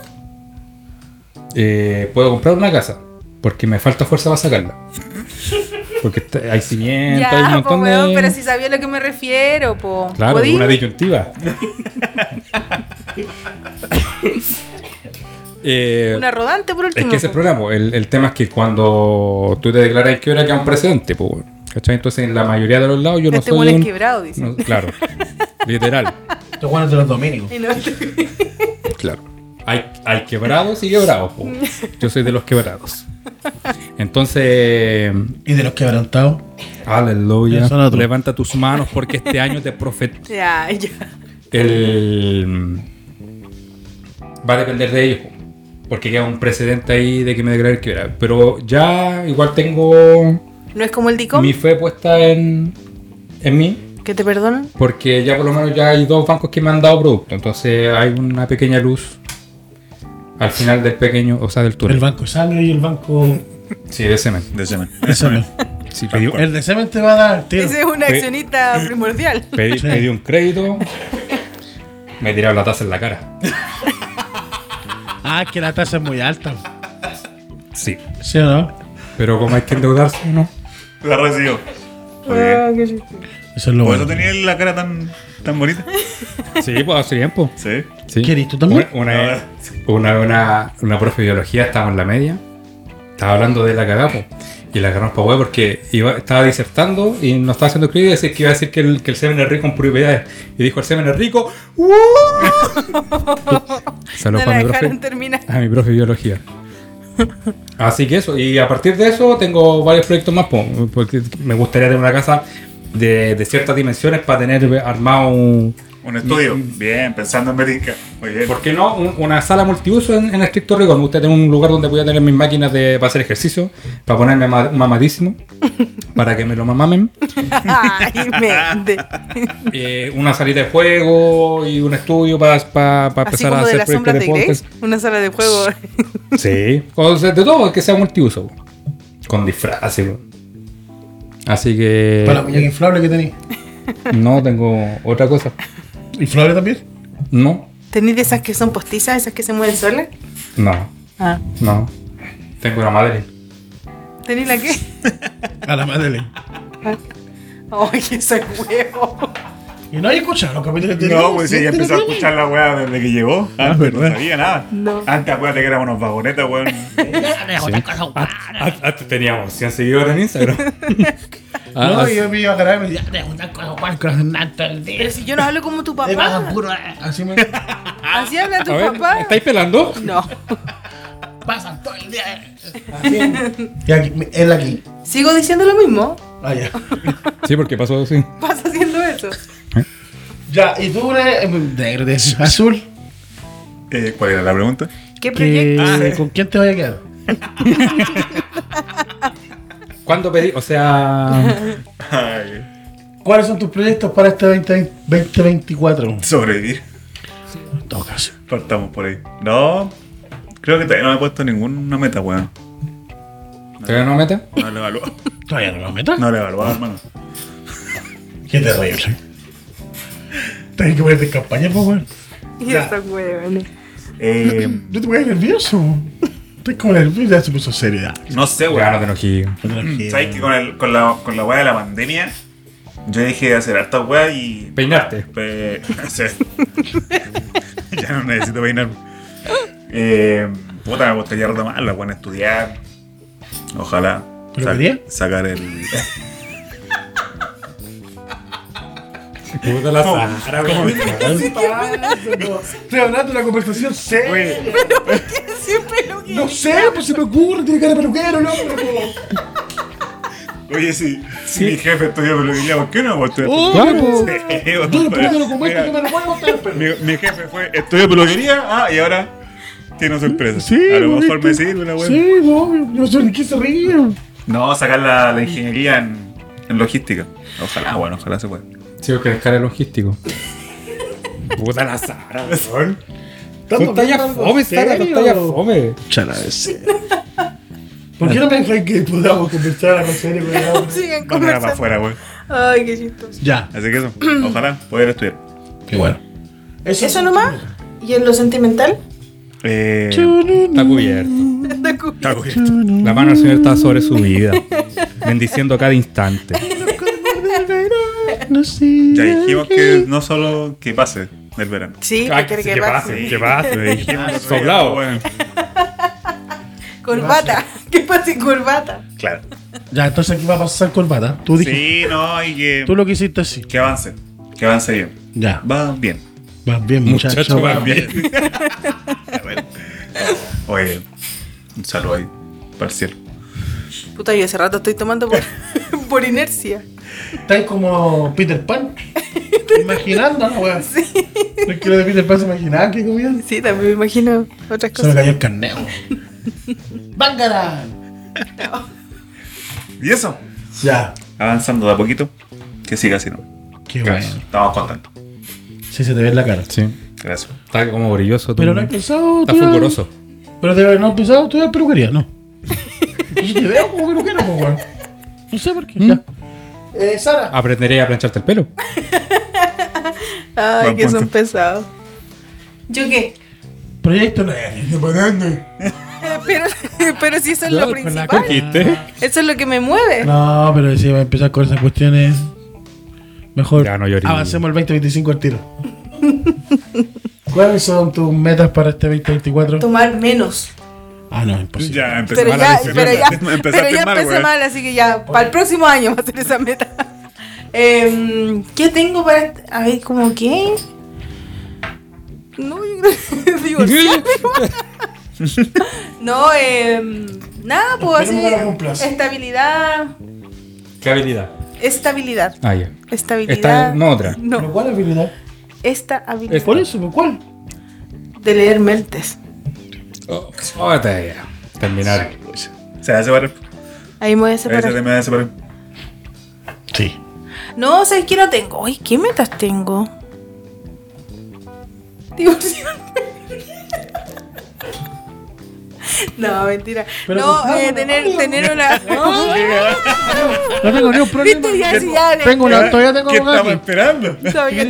Speaker 3: eh, puedo comprar una casa, porque me falta fuerza para sacarla. Porque está- hay cimientos, Eh, hay un
Speaker 4: po,
Speaker 3: montón
Speaker 4: pues, weón,
Speaker 3: de...
Speaker 4: pero si sabía a lo que me refiero, po.
Speaker 3: Claro,
Speaker 4: [laughs] ¿Podí?
Speaker 3: una disyuntiva. Eh,
Speaker 4: Una rodante por
Speaker 3: Es
Speaker 4: último.
Speaker 3: que ese es el programa, el, el tema es que cuando tú te declaras que hora queda un presidente, pues, weón. ¿cachai? Entonces, en la mayoría de los lados yo no
Speaker 4: Este
Speaker 3: soy
Speaker 4: hueón es
Speaker 3: un...
Speaker 4: quebrado, dice.
Speaker 3: no, claro, literal,
Speaker 1: Estos guanes de los dominicos.
Speaker 4: [laughs] Y no-
Speaker 3: claro. Hay, hay quebrados y quebrados, po. Yo soy de los quebrados. Entonces,
Speaker 1: Y de los quebrantados.
Speaker 3: aleluya,
Speaker 1: Eso no tú.
Speaker 3: levanta tus manos porque este año te profet...
Speaker 4: [laughs] ya, ya.
Speaker 3: el va a depender de ellos po, porque queda un precedente ahí de que me declaré que era pero ya igual tengo
Speaker 4: No es como el DICOM,
Speaker 3: mi fe puesta en en mí
Speaker 4: que te perdonan.
Speaker 3: porque ya por lo menos ya hay dos bancos que me han dado producto entonces hay una pequeña luz al final del pequeño o sea del
Speaker 1: El
Speaker 3: túnel
Speaker 1: banco sangre y el banco.
Speaker 3: sí de semen
Speaker 2: De [laughs] semen.
Speaker 1: de semen.
Speaker 3: sí,
Speaker 2: Tal
Speaker 3: pedí,
Speaker 2: cual.
Speaker 1: El de semen te va a dar, tío.
Speaker 4: Ese es
Speaker 3: Eh,
Speaker 4: un accionista primordial. [laughs]
Speaker 3: pedí-
Speaker 1: Sí.
Speaker 3: pedí un crédito me tiraron la taza en la cara
Speaker 1: Ah, que la tasa es muy alta.
Speaker 3: sí
Speaker 1: ¿Sí o no?
Speaker 3: pero como hay que endeudarse no
Speaker 2: La recibo. Muy
Speaker 1: Eso
Speaker 2: bien.
Speaker 1: es Pues lo
Speaker 2: Por
Speaker 1: bueno.
Speaker 2: eso tenía la cara tan, tan bonita.
Speaker 3: sí pues hace tiempo
Speaker 2: Sí.
Speaker 3: Sí.
Speaker 1: ¿Quieres tú también?
Speaker 3: Una, una, una, una, una profe de biología, estábamos en la media, estaba hablando de la cagapo. Y la agarramos para huevo porque iba, estaba disertando y nos estaba haciendo escribir y decía que iba a decir que el, que el semen es rico en propiedades. Y dijo el semen es rico. [laughs] ¡Uh!
Speaker 4: No
Speaker 3: Saludos
Speaker 4: la
Speaker 3: para mi
Speaker 4: dejaron
Speaker 3: profe. [laughs]
Speaker 4: terminar.
Speaker 3: A mi profe de biología. Así que eso, y a partir de eso tengo varios proyectos más, po, porque me gustaría tener una casa de, de ciertas dimensiones para tener armado un,
Speaker 2: Un estudio. Bien, pensando en Berinca. Muy bien.
Speaker 3: Eh, ¿Por qué no? Un- una sala multiuso en, en estricto rigor. Me gustaría tener un lugar donde voy a tener mis máquinas de, para hacer ejercicio, para ponerme ma-
Speaker 4: [laughs]
Speaker 3: mamadísimo, para que me lo mamamen.
Speaker 4: Ay, mente.
Speaker 3: Eh, una salita de juego y un estudio para, para, para
Speaker 4: Así
Speaker 3: empezar a
Speaker 4: como de
Speaker 3: hacer
Speaker 4: las sombras
Speaker 3: proyectos
Speaker 4: de
Speaker 3: de
Speaker 4: Grey.
Speaker 3: podcast.
Speaker 4: Una sala
Speaker 3: [laughs]
Speaker 4: de juego. [laughs]
Speaker 3: Sí. O sea, de todo, que sea multiuso. Con disfraces. weón. Así que.
Speaker 1: Para la muñeca inflable que tenéis.
Speaker 3: No, tengo otra cosa.
Speaker 1: ¿Inflable también?
Speaker 3: No,
Speaker 4: ¿Tenéis de esas que son postizas, esas que se mueven solas?
Speaker 3: no,
Speaker 4: Ah.
Speaker 3: no. Tengo una madre.
Speaker 4: ¿Tenéis la qué?
Speaker 1: A la madre.
Speaker 4: Ay, ese huevo.
Speaker 1: ¿Y no hay escuchado los capítulos de
Speaker 2: No, pues sí, ya empezó a escuchar la weá desde que llegó.
Speaker 1: Ah,
Speaker 2: Antes
Speaker 1: verdad.
Speaker 2: no sabía nada.
Speaker 4: No.
Speaker 2: Antes acuérdate que éramos unos vagonetas, weón.
Speaker 3: Ah,
Speaker 1: Ah,
Speaker 3: Antes antes teníamos 100 seguidores en Instagram.
Speaker 1: [laughs]
Speaker 3: Ah,
Speaker 1: No,
Speaker 3: así-
Speaker 1: yo me iba a grabar y me decía, "Te juntas con los guancos en tanto el día".
Speaker 4: Pero si yo no hablo como tu
Speaker 1: Te vas a
Speaker 4: papá. Ah.
Speaker 1: puro- Así [laughs] me
Speaker 4: Así habla tu
Speaker 3: A ver,
Speaker 4: papá.
Speaker 3: ¿Estáis pelando?
Speaker 4: No.
Speaker 1: pasan todo el día. eh. Y aquí, mi- él aquí.
Speaker 4: Sigo diciendo lo mismo.
Speaker 1: Ah, ya.
Speaker 3: Sí, porque pasó así.
Speaker 4: Pasa haciendo eso.
Speaker 1: Ya, y tú eres eh, negro, eres azul.
Speaker 2: [laughs] Eh, ¿Cuál era la pregunta?
Speaker 4: ¿Qué
Speaker 1: ¿Qué-
Speaker 4: proyecto?
Speaker 1: ¿Con quién te vaya a quedar?
Speaker 3: ¿Cuándo pedí? O sea.
Speaker 2: Ay,
Speaker 1: ¿Cuáles son tus proyectos para este 20 2024?
Speaker 2: sobrevivir.
Speaker 1: En todo caso.
Speaker 2: Partamos por ahí. No, creo que todavía no me he puesto ninguna meta, weón.
Speaker 3: ¿Todavía no meta?
Speaker 2: No lo he evaluado.
Speaker 1: ¿Todavía no lo metas?
Speaker 2: No lo he evaluado, hermano.
Speaker 1: Qué terrible. Tienes que ponerte en campaña, pues, weón.
Speaker 4: Y esos huevones.
Speaker 2: Eh,
Speaker 1: No te pongas nervioso. Estoy como nervioso. Ya se puso seriedad.
Speaker 2: [clears throat] no sé,
Speaker 3: Ya
Speaker 2: weón.
Speaker 3: no te enojí.
Speaker 2: Mm, ¿Sabes que con, el, con, la, con la weá de la pandemia, yo dejé de hacer hartas weas y.
Speaker 3: Peinarte.
Speaker 2: [laughs] Pues, sí. ya no necesito peinarme. Eh, puta, me gustaría retomarla, weón, estudiar. Ojalá.
Speaker 1: ¿Pero quería?
Speaker 2: sacar
Speaker 1: [laughs]
Speaker 2: el.
Speaker 3: Puta la Sara,
Speaker 2: [laughs]
Speaker 3: weón.
Speaker 1: Estoy hablando de una conversación seria.
Speaker 2: Oye,
Speaker 4: Siempre lo que.
Speaker 1: No sé, pues se me ocurre. Tiene cara de peluquero, no, pero.
Speaker 2: oye, si, si mi jefe estudia peluquería, ¿por qué no? Pues, estudia-
Speaker 3: Guapo.
Speaker 2: [laughs] Sí, weón,
Speaker 1: Oh, Yo
Speaker 2: pero-
Speaker 1: después de lo como esto que me lo voy a botar, pero.
Speaker 2: Mi, mi jefe fue, estudió peluquería, ah, y ahora tiene una sorpresa.
Speaker 1: Sí,
Speaker 2: a lo
Speaker 1: pues, ¿viste?
Speaker 2: mejor me sirve una weá.
Speaker 1: Sí, no, yo sé ni qué se ríe.
Speaker 2: No, sacar la, la ingeniería en, en logística. Ojalá, Ah, bueno, ojalá se pueda.
Speaker 3: Sí, porque es cara logístico. Puta
Speaker 2: [laughs]
Speaker 3: la Sara, weón. Tú tallas fome, Sara, tú tallas fome.
Speaker 1: Chala, ese. ¿Por qué no pensáis que podamos conversar a serio, weón?
Speaker 4: Sigan
Speaker 2: Cámara para
Speaker 4: conversando.
Speaker 2: afuera, güey.
Speaker 4: Ay, qué chistoso.
Speaker 1: Ya.
Speaker 2: Así
Speaker 1: [clears throat]
Speaker 2: que eso, ojalá poder estudiar.
Speaker 1: Qué bueno.
Speaker 4: ¿Eso nomás? ¿Y en lo sentimental?
Speaker 2: Eh,
Speaker 3: Está cubierto.
Speaker 4: Está cu-
Speaker 2: está cubierto.
Speaker 3: La mano del Señor está sobre su vida. Bendiciendo cada
Speaker 4: [laughs]
Speaker 3: instante.
Speaker 2: ya dijimos que no solo que pase del verano.
Speaker 1: Ah,
Speaker 4: Sí, ¿qué quiere que pase? Ah,
Speaker 3: que pase.
Speaker 2: Dijimos,
Speaker 3: Soplado.
Speaker 2: bueno,
Speaker 4: Corbata. [laughs] ¿Qué pasa sin corbata?
Speaker 2: Claro.
Speaker 1: Ya, entonces aquí va a pasar corbata. Tú dijiste,
Speaker 2: Sí, no, y que,
Speaker 1: tú lo que hiciste así.
Speaker 2: que avance. Que avance bien.
Speaker 1: Ya,
Speaker 2: Va bien.
Speaker 1: vas bien, muchacho.
Speaker 3: Muchacho, vas
Speaker 1: vas
Speaker 2: bien. A ver. Oye, un saludo ahí. Para el cielo.
Speaker 4: Puta, yo hace rato estoy tomando por, [laughs] por inercia.
Speaker 1: Estás como Peter
Speaker 4: [laughs]
Speaker 1: Pan. Imaginando, ¿no, weón? Sí. Es que lo de Peter Pan se imaginaba que comía.
Speaker 4: Sí, también me imagino otras
Speaker 1: Se me
Speaker 4: cosas.
Speaker 1: cayó el carneo.
Speaker 4: [laughs]
Speaker 1: ¡Bangaran!
Speaker 2: Y eso.
Speaker 1: Ya.
Speaker 2: Avanzando de a poquito. Que siga así, ¿no?
Speaker 1: Qué
Speaker 2: Gracias.
Speaker 1: bueno.
Speaker 2: Estamos contentos.
Speaker 1: Sí, se te ve en la cara.
Speaker 3: Sí.
Speaker 2: Gracias.
Speaker 3: Está como brilloso.
Speaker 1: Pero no has pensado.
Speaker 3: Está
Speaker 1: estudiar-
Speaker 3: fulguroso.
Speaker 1: Pero de no has pensado estudiar peluquería, no. Yo te veo como peluquero, po, weón. No sé por qué. Ya. Eh, Sara.
Speaker 3: Aprenderé a plancharte el pelo.
Speaker 4: Ay,
Speaker 2: Buen
Speaker 4: que son
Speaker 2: punto.
Speaker 4: pesados. ¿Yo qué?
Speaker 1: Ah, Proyecto no es independiente.
Speaker 4: Eh, Pero, [laughs] pero sí, eso es [laughs] lo
Speaker 1: Con la
Speaker 4: principal.
Speaker 1: coquita.
Speaker 4: Eso es lo que me mueve.
Speaker 1: No, pero si va a empezar con esas cuestiones. Mejor
Speaker 3: Ya, no llorí.
Speaker 1: avancemos el 2025 al tiro. [laughs] ¿Cuáles son tus metas para este 2024?
Speaker 4: Tomar menos.
Speaker 1: Ah, no, imposible.
Speaker 2: Ya empezó
Speaker 4: Pero
Speaker 2: mal
Speaker 4: ya,
Speaker 2: la decisión.
Speaker 4: [laughs] pero ya,
Speaker 2: Empezaste
Speaker 4: pero ya
Speaker 2: mal,
Speaker 4: empecé
Speaker 2: güey.
Speaker 4: mal, así que ya, para el próximo año va a ser esa meta. [laughs] Em, ¿Qué tengo para.? este- A ver, ¿cómo qué? No, yo creo que
Speaker 2: [laughs]
Speaker 3: [laughs]
Speaker 4: [laughs] divorciarme, ¿no? No, em, nada, pues
Speaker 1: Esperemos que lo cumplas.
Speaker 4: así. Estabilidad.
Speaker 3: ¿Qué habilidad?
Speaker 4: Estabilidad.
Speaker 3: Ah, ya.
Speaker 4: Estabilidad.
Speaker 3: Esta- no, otra.
Speaker 1: ¿Pero
Speaker 4: No,
Speaker 1: cuál habilidad?
Speaker 4: esta habilidad
Speaker 1: Por eso, ¿pero cuál?
Speaker 4: de leer mentes.
Speaker 3: Oh, oh, te- ya. Terminar.
Speaker 2: Se va a separar.
Speaker 4: Ahí me voy a
Speaker 2: Se va a
Speaker 4: separar.
Speaker 2: separar. me va a separar.
Speaker 1: Sí.
Speaker 4: No, ¿sabes qué no tengo? Uy, ¿qué metas tengo? Divorciarme. [laughs] No, mentira.
Speaker 1: Pero
Speaker 4: no,
Speaker 1: contamos,
Speaker 4: eh,
Speaker 1: ¿no?
Speaker 4: tener, tener
Speaker 1: [laughs]
Speaker 4: una.
Speaker 1: No tengo ningún problema.
Speaker 4: Viste, ya, sí, ya le-
Speaker 1: Tengo una, Ah, todavía tengo
Speaker 2: ¿Qué
Speaker 1: una
Speaker 2: estamos
Speaker 1: aquí.
Speaker 2: esperando?
Speaker 1: [laughs]
Speaker 4: Sabía que
Speaker 1: ¿Quién la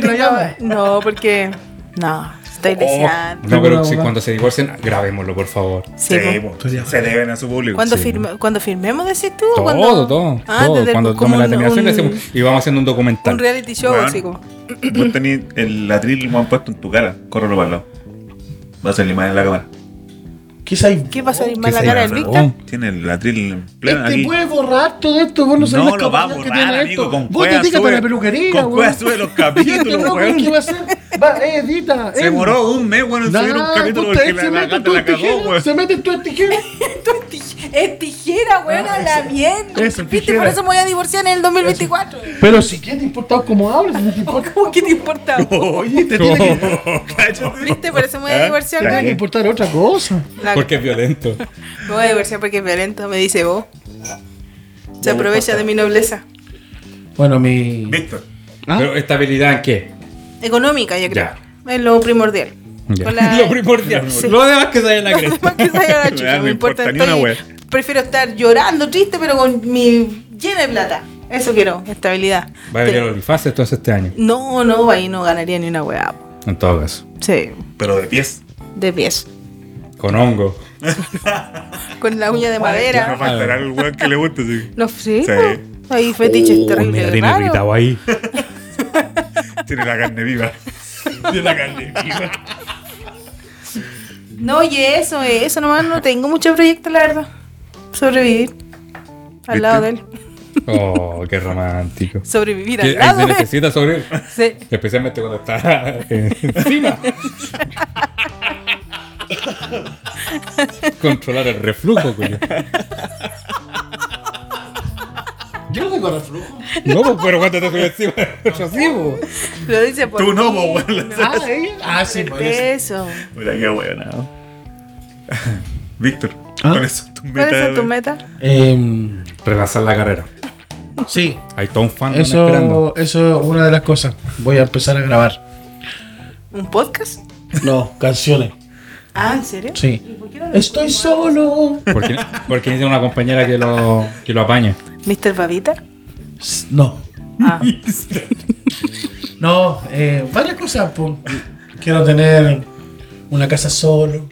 Speaker 4: tengo-
Speaker 1: llama?
Speaker 4: No, porque. No, estoy
Speaker 3: Oh,
Speaker 4: deseando.
Speaker 3: no, pero si cuando se divorcien, grabémoslo, por favor.
Speaker 4: Sí,
Speaker 2: Sí,
Speaker 4: po.
Speaker 2: po. se deben a su público.
Speaker 4: cuando,
Speaker 3: Sí.
Speaker 4: firme- cuando firmemos, decís tú.
Speaker 3: Todo,
Speaker 4: cuando...
Speaker 3: todo.
Speaker 4: Ah,
Speaker 3: todo.
Speaker 4: desde el-
Speaker 3: Cuando
Speaker 4: como
Speaker 3: tome la
Speaker 4: un-
Speaker 3: terminación, le
Speaker 4: un-
Speaker 3: hacemos- y vamos haciendo un documental.
Speaker 4: Un reality show,
Speaker 2: Bueno.
Speaker 4: así como.
Speaker 2: Vos tenés el atril lo han puesto en tu cara. Córrelo para el lado. Va a salir mal en la cámara.
Speaker 1: Quizá hay.
Speaker 4: ¿Qué pasa?
Speaker 3: Que
Speaker 4: ¿Más la
Speaker 3: se
Speaker 4: cara del
Speaker 3: grabó.
Speaker 4: Víctor?
Speaker 2: Tiene el atril en pleno
Speaker 1: Este
Speaker 2: aquí.
Speaker 1: puede borrar todo esto, vos no sabés
Speaker 2: No
Speaker 1: las
Speaker 2: lo va a
Speaker 1: capacidades
Speaker 2: borrar,
Speaker 1: que tiene
Speaker 2: amigo,
Speaker 1: esto.
Speaker 2: con
Speaker 1: Vos te
Speaker 2: cueva
Speaker 1: dedicas
Speaker 2: sube-
Speaker 1: para la peluquería,
Speaker 2: con
Speaker 1: weón.
Speaker 2: cueva
Speaker 1: [laughs]
Speaker 2: sube los capítulos,
Speaker 1: Este loco,
Speaker 2: weón.
Speaker 1: ¿Qué va a hacer? Va, eh, edita.
Speaker 2: [laughs] Se
Speaker 1: él.
Speaker 2: demoró un mes, bueno, en
Speaker 1: Nah,
Speaker 2: subir un capítulo
Speaker 1: puta,
Speaker 2: porque
Speaker 1: él
Speaker 2: la,
Speaker 1: se
Speaker 2: la
Speaker 1: mete
Speaker 2: gata
Speaker 1: todo
Speaker 2: la
Speaker 1: en
Speaker 2: cagó,
Speaker 1: tijera,
Speaker 2: weón.
Speaker 1: Se mete todo este en tijera.
Speaker 4: Esto es tij- Es tijera, weón,
Speaker 1: Ah,
Speaker 4: a la bien.
Speaker 1: eso,
Speaker 4: Viste,
Speaker 1: tijera.
Speaker 4: por eso me voy a divorciar en el 2024.
Speaker 1: Pero si qué te importa cómo hablas, no te
Speaker 2: [laughs]
Speaker 1: importa.
Speaker 4: [laughs] ¿Cómo que te importa?
Speaker 1: Oye, te tiene que,
Speaker 2: [laughs] Cállate.
Speaker 4: ¿Viste? Por eso me voy a
Speaker 2: Ah,
Speaker 4: divorciar,
Speaker 1: te tiene que
Speaker 4: weón.
Speaker 1: importar otra cosa.
Speaker 4: La-
Speaker 3: Porque es
Speaker 4: [laughs]
Speaker 3: violento.
Speaker 4: Me voy a divorciar porque es violento, me dice vos. Se aprovecha de mi nobleza.
Speaker 1: Bueno, mi.
Speaker 2: Víctor,
Speaker 1: ¿Ah?
Speaker 3: Pero estabilidad en qué?
Speaker 4: Económica, yo creo. Es lo primordial.
Speaker 3: Ya.
Speaker 4: Con
Speaker 3: [laughs]
Speaker 4: la-
Speaker 3: Lo
Speaker 4: [laughs]
Speaker 3: primordial. Lo demás que sale en la cresta.
Speaker 4: Más que salga la chucha,
Speaker 2: Ah, no
Speaker 4: me
Speaker 2: importa
Speaker 4: importa.
Speaker 2: ni una
Speaker 4: estoy- Prefiero estar llorando, triste, pero con mi llena de plata. Eso quiero, estabilidad.
Speaker 3: Va a venir el
Speaker 4: Te-
Speaker 3: Oliface entonces este año.
Speaker 4: No, no, ahí no ganaría ni una weá.
Speaker 3: En todo caso.
Speaker 4: Sí,
Speaker 2: pero de pies.
Speaker 4: de pies.
Speaker 3: Con hongo.
Speaker 4: Con la uña de
Speaker 2: No
Speaker 4: madera.
Speaker 2: faltará el weón que le guste, sí.
Speaker 4: No sé.
Speaker 2: Sí.
Speaker 4: po. Ahí fetiches
Speaker 3: me
Speaker 4: terribles.
Speaker 3: tiene
Speaker 4: raros.
Speaker 3: irritado ahí.
Speaker 2: Tiene la
Speaker 1: [laughs]
Speaker 2: carne viva. Tiene la carne viva.
Speaker 4: No, oye, eso, eh, eso nomás no tengo mucho proyecto, la verdad. Sobrevivir. Al
Speaker 2: ¿Viste?
Speaker 4: lado de él.
Speaker 3: Oh, qué romántico.
Speaker 4: Sobrevivir
Speaker 3: Que ahí
Speaker 4: al
Speaker 3: se
Speaker 4: lado ¿eh? de él.
Speaker 3: necesita sobre
Speaker 4: Sí.
Speaker 3: Especialmente cuando
Speaker 1: [laughs]
Speaker 3: está encima. Controlar el reflujo, güey.
Speaker 1: Yo no tengo reflujo.
Speaker 3: No, pues, pero cuando te subes encima, pues. es así, bo.
Speaker 4: Lo dice por
Speaker 2: Tú no, pues,
Speaker 4: mí.
Speaker 2: po, weón.
Speaker 1: Ah, ella. Ah, sí,
Speaker 4: Por
Speaker 1: parece.
Speaker 4: Eso.
Speaker 2: Mira qué huevonado. [laughs] Víctor,
Speaker 1: ¿Ah?
Speaker 2: ¿cuáles son tus metas?
Speaker 4: ¿Cuáles son tus
Speaker 2: güey?
Speaker 4: metas?
Speaker 1: Em,
Speaker 3: Relanzar la carrera.
Speaker 1: sí,
Speaker 3: Hay todo un fan esperando.
Speaker 1: eso, eso es una de las cosas. Voy a empezar a grabar.
Speaker 4: ¿Un podcast?
Speaker 1: No, canciones.
Speaker 4: Ah, ¿en serio?
Speaker 1: Sí. Estoy solo.
Speaker 3: Porque, porque tiene una compañera que lo, que lo apaña.
Speaker 4: ¿Mr. Babita?
Speaker 1: S- No.
Speaker 4: Ah.
Speaker 1: No, eh, varias cosas. po. Quiero tener una casa solo.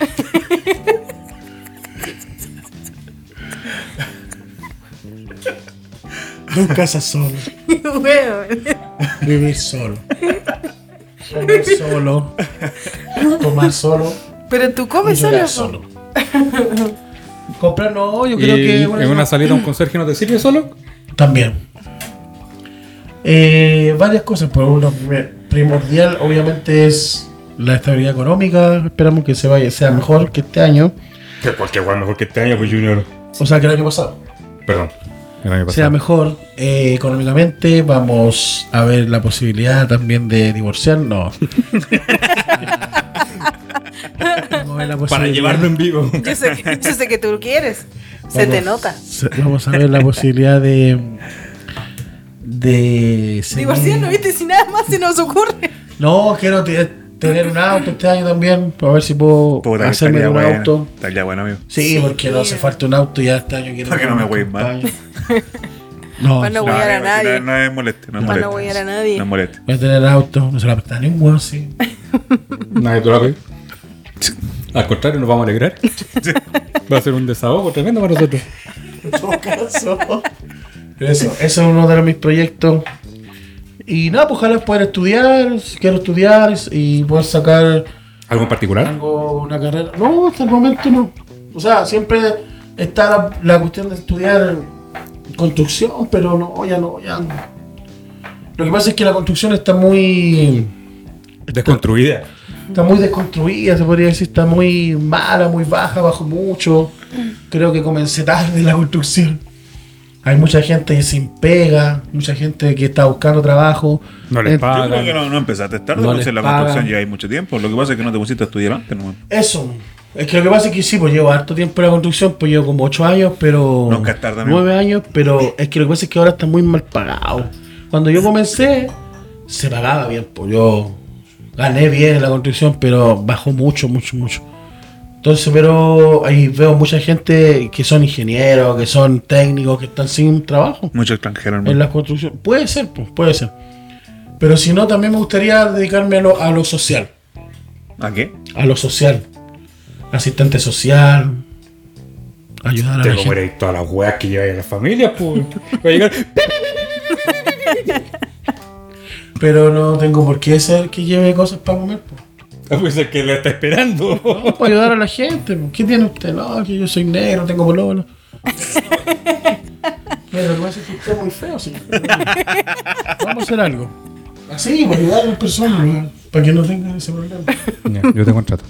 Speaker 1: Dos casas solo.
Speaker 4: Weón.
Speaker 1: Vivir solo. Comer solo. Tomar solo.
Speaker 4: Pero tú comes pues.
Speaker 1: llorar
Speaker 4: solo.
Speaker 1: solo. Comprarnos hoy, yo
Speaker 3: Y
Speaker 1: creo que.
Speaker 3: en una salida a un conserje no te sirve solo.
Speaker 1: También. Eh, varias cosas, pero uno pri- primordial obviamente es la estabilidad económica. Esperamos que se vaya, sea mejor que este año.
Speaker 3: Que cualquier igual mejor que este año, pues Junior.
Speaker 1: O sea, que el año pasado.
Speaker 3: Perdón. El año
Speaker 1: sea
Speaker 3: pasado.
Speaker 1: mejor eh, económicamente. Vamos a ver la posibilidad también de divorciarnos. vamos a ver la
Speaker 3: Para
Speaker 1: posibilidad-
Speaker 3: llevarlo en vivo.
Speaker 4: Yo sé, que- yo sé que tú lo quieres. Se
Speaker 1: Vamos.
Speaker 4: te nota.
Speaker 1: se- Vamos a ver la posibilidad de. De. seguir-
Speaker 4: Divorciando, viste, si nada más se nos ocurre. [laughs]
Speaker 1: No, quiero te- tener un auto este año también. Para ver si puedo
Speaker 2: Puta, que
Speaker 1: hacerme de
Speaker 2: estaría
Speaker 1: un
Speaker 2: bueno.
Speaker 1: auto.
Speaker 2: Estaría bueno, amigo.
Speaker 1: Sí, porque no hace falta un auto ya este año. Quiero
Speaker 2: Para que no me hueven más.
Speaker 1: campaña. este No,
Speaker 4: Para no
Speaker 1: voy
Speaker 4: huear a nadie.
Speaker 2: No, no es moleste, no es
Speaker 4: Para
Speaker 2: moleste.
Speaker 4: no huear a nadie.
Speaker 2: No es moleste.
Speaker 1: a tener auto. No se la prestan a ningún weón, sí.
Speaker 3: Nadie te lo va a pedir. Al contrario, nos vamos a alegrar. Va a ser un desahogo tremendo para nosotros.
Speaker 1: Pero Eso, eso es uno de los- mis proyectos. Y nada, pues ojalá poder estudiar, si quiero estudiar y poder sacar
Speaker 3: ¿Algo en particular?
Speaker 1: algo, una carrera. No, hasta el momento no. O sea, siempre está la, la cuestión de estudiar construcción, pero no, ya no, ya no. Lo que pasa es que la construcción está muy
Speaker 3: Desconstruida.
Speaker 1: está muy desconstruida, se podría decir, está muy mala, muy baja, bajo mucho. Creo que comencé tarde en la construcción. Hay mucha gente que sin pega, mucha gente que está buscando trabajo.
Speaker 3: No les
Speaker 1: Eh,
Speaker 3: pagan.
Speaker 2: Yo creo que no, no empezaste tarde,
Speaker 1: No
Speaker 2: porque
Speaker 1: les
Speaker 2: en la
Speaker 1: pagan.
Speaker 2: construcción ya hay mucho tiempo. Lo que pasa es que no te pusiste a estudiar antes, no.
Speaker 1: Eso. Es que lo que pasa es que sí, pues llevo harto tiempo en la construcción, pues llevo como 8 años, pero.
Speaker 2: Nunca es tarde, amigo.
Speaker 1: 9 años, pero es que lo que pasa es que ahora está muy mal pagado. Cuando yo comencé, se pagaba bien, pues yo gané bien en la construcción, pero bajó mucho, mucho, mucho. Entonces, pero ahí veo mucha gente que son ingenieros, que son técnicos, que están sin trabajo
Speaker 2: Mucho extranjero, hermano.
Speaker 1: en la construcción. Puede ser, pues, puede ser. Pero si no, también me gustaría dedicarme a lo- a lo social
Speaker 2: ¿A qué?
Speaker 1: a lo social. Asistente social. Ayudar a
Speaker 3: Te
Speaker 1: la gente.
Speaker 3: comeréis todas las weas que lleváis a la familia, pues. Va a llegar.
Speaker 1: Pero no tengo por qué ser que lleve cosas para comer. [laughs] po.
Speaker 3: Pues es que la está esperando.
Speaker 1: No, para ayudar a la gente. po. ¿Qué tiene usted? No, que yo soy negro, tengo [laughs] pololo. Pero lo que pasa es que usted es muy feo, señor. [laughs] Vamos a hacer algo. Así, para ayudar a las personas, ¿no? para que no tengan ese problema. [laughs]
Speaker 3: Ya, yo te contrato.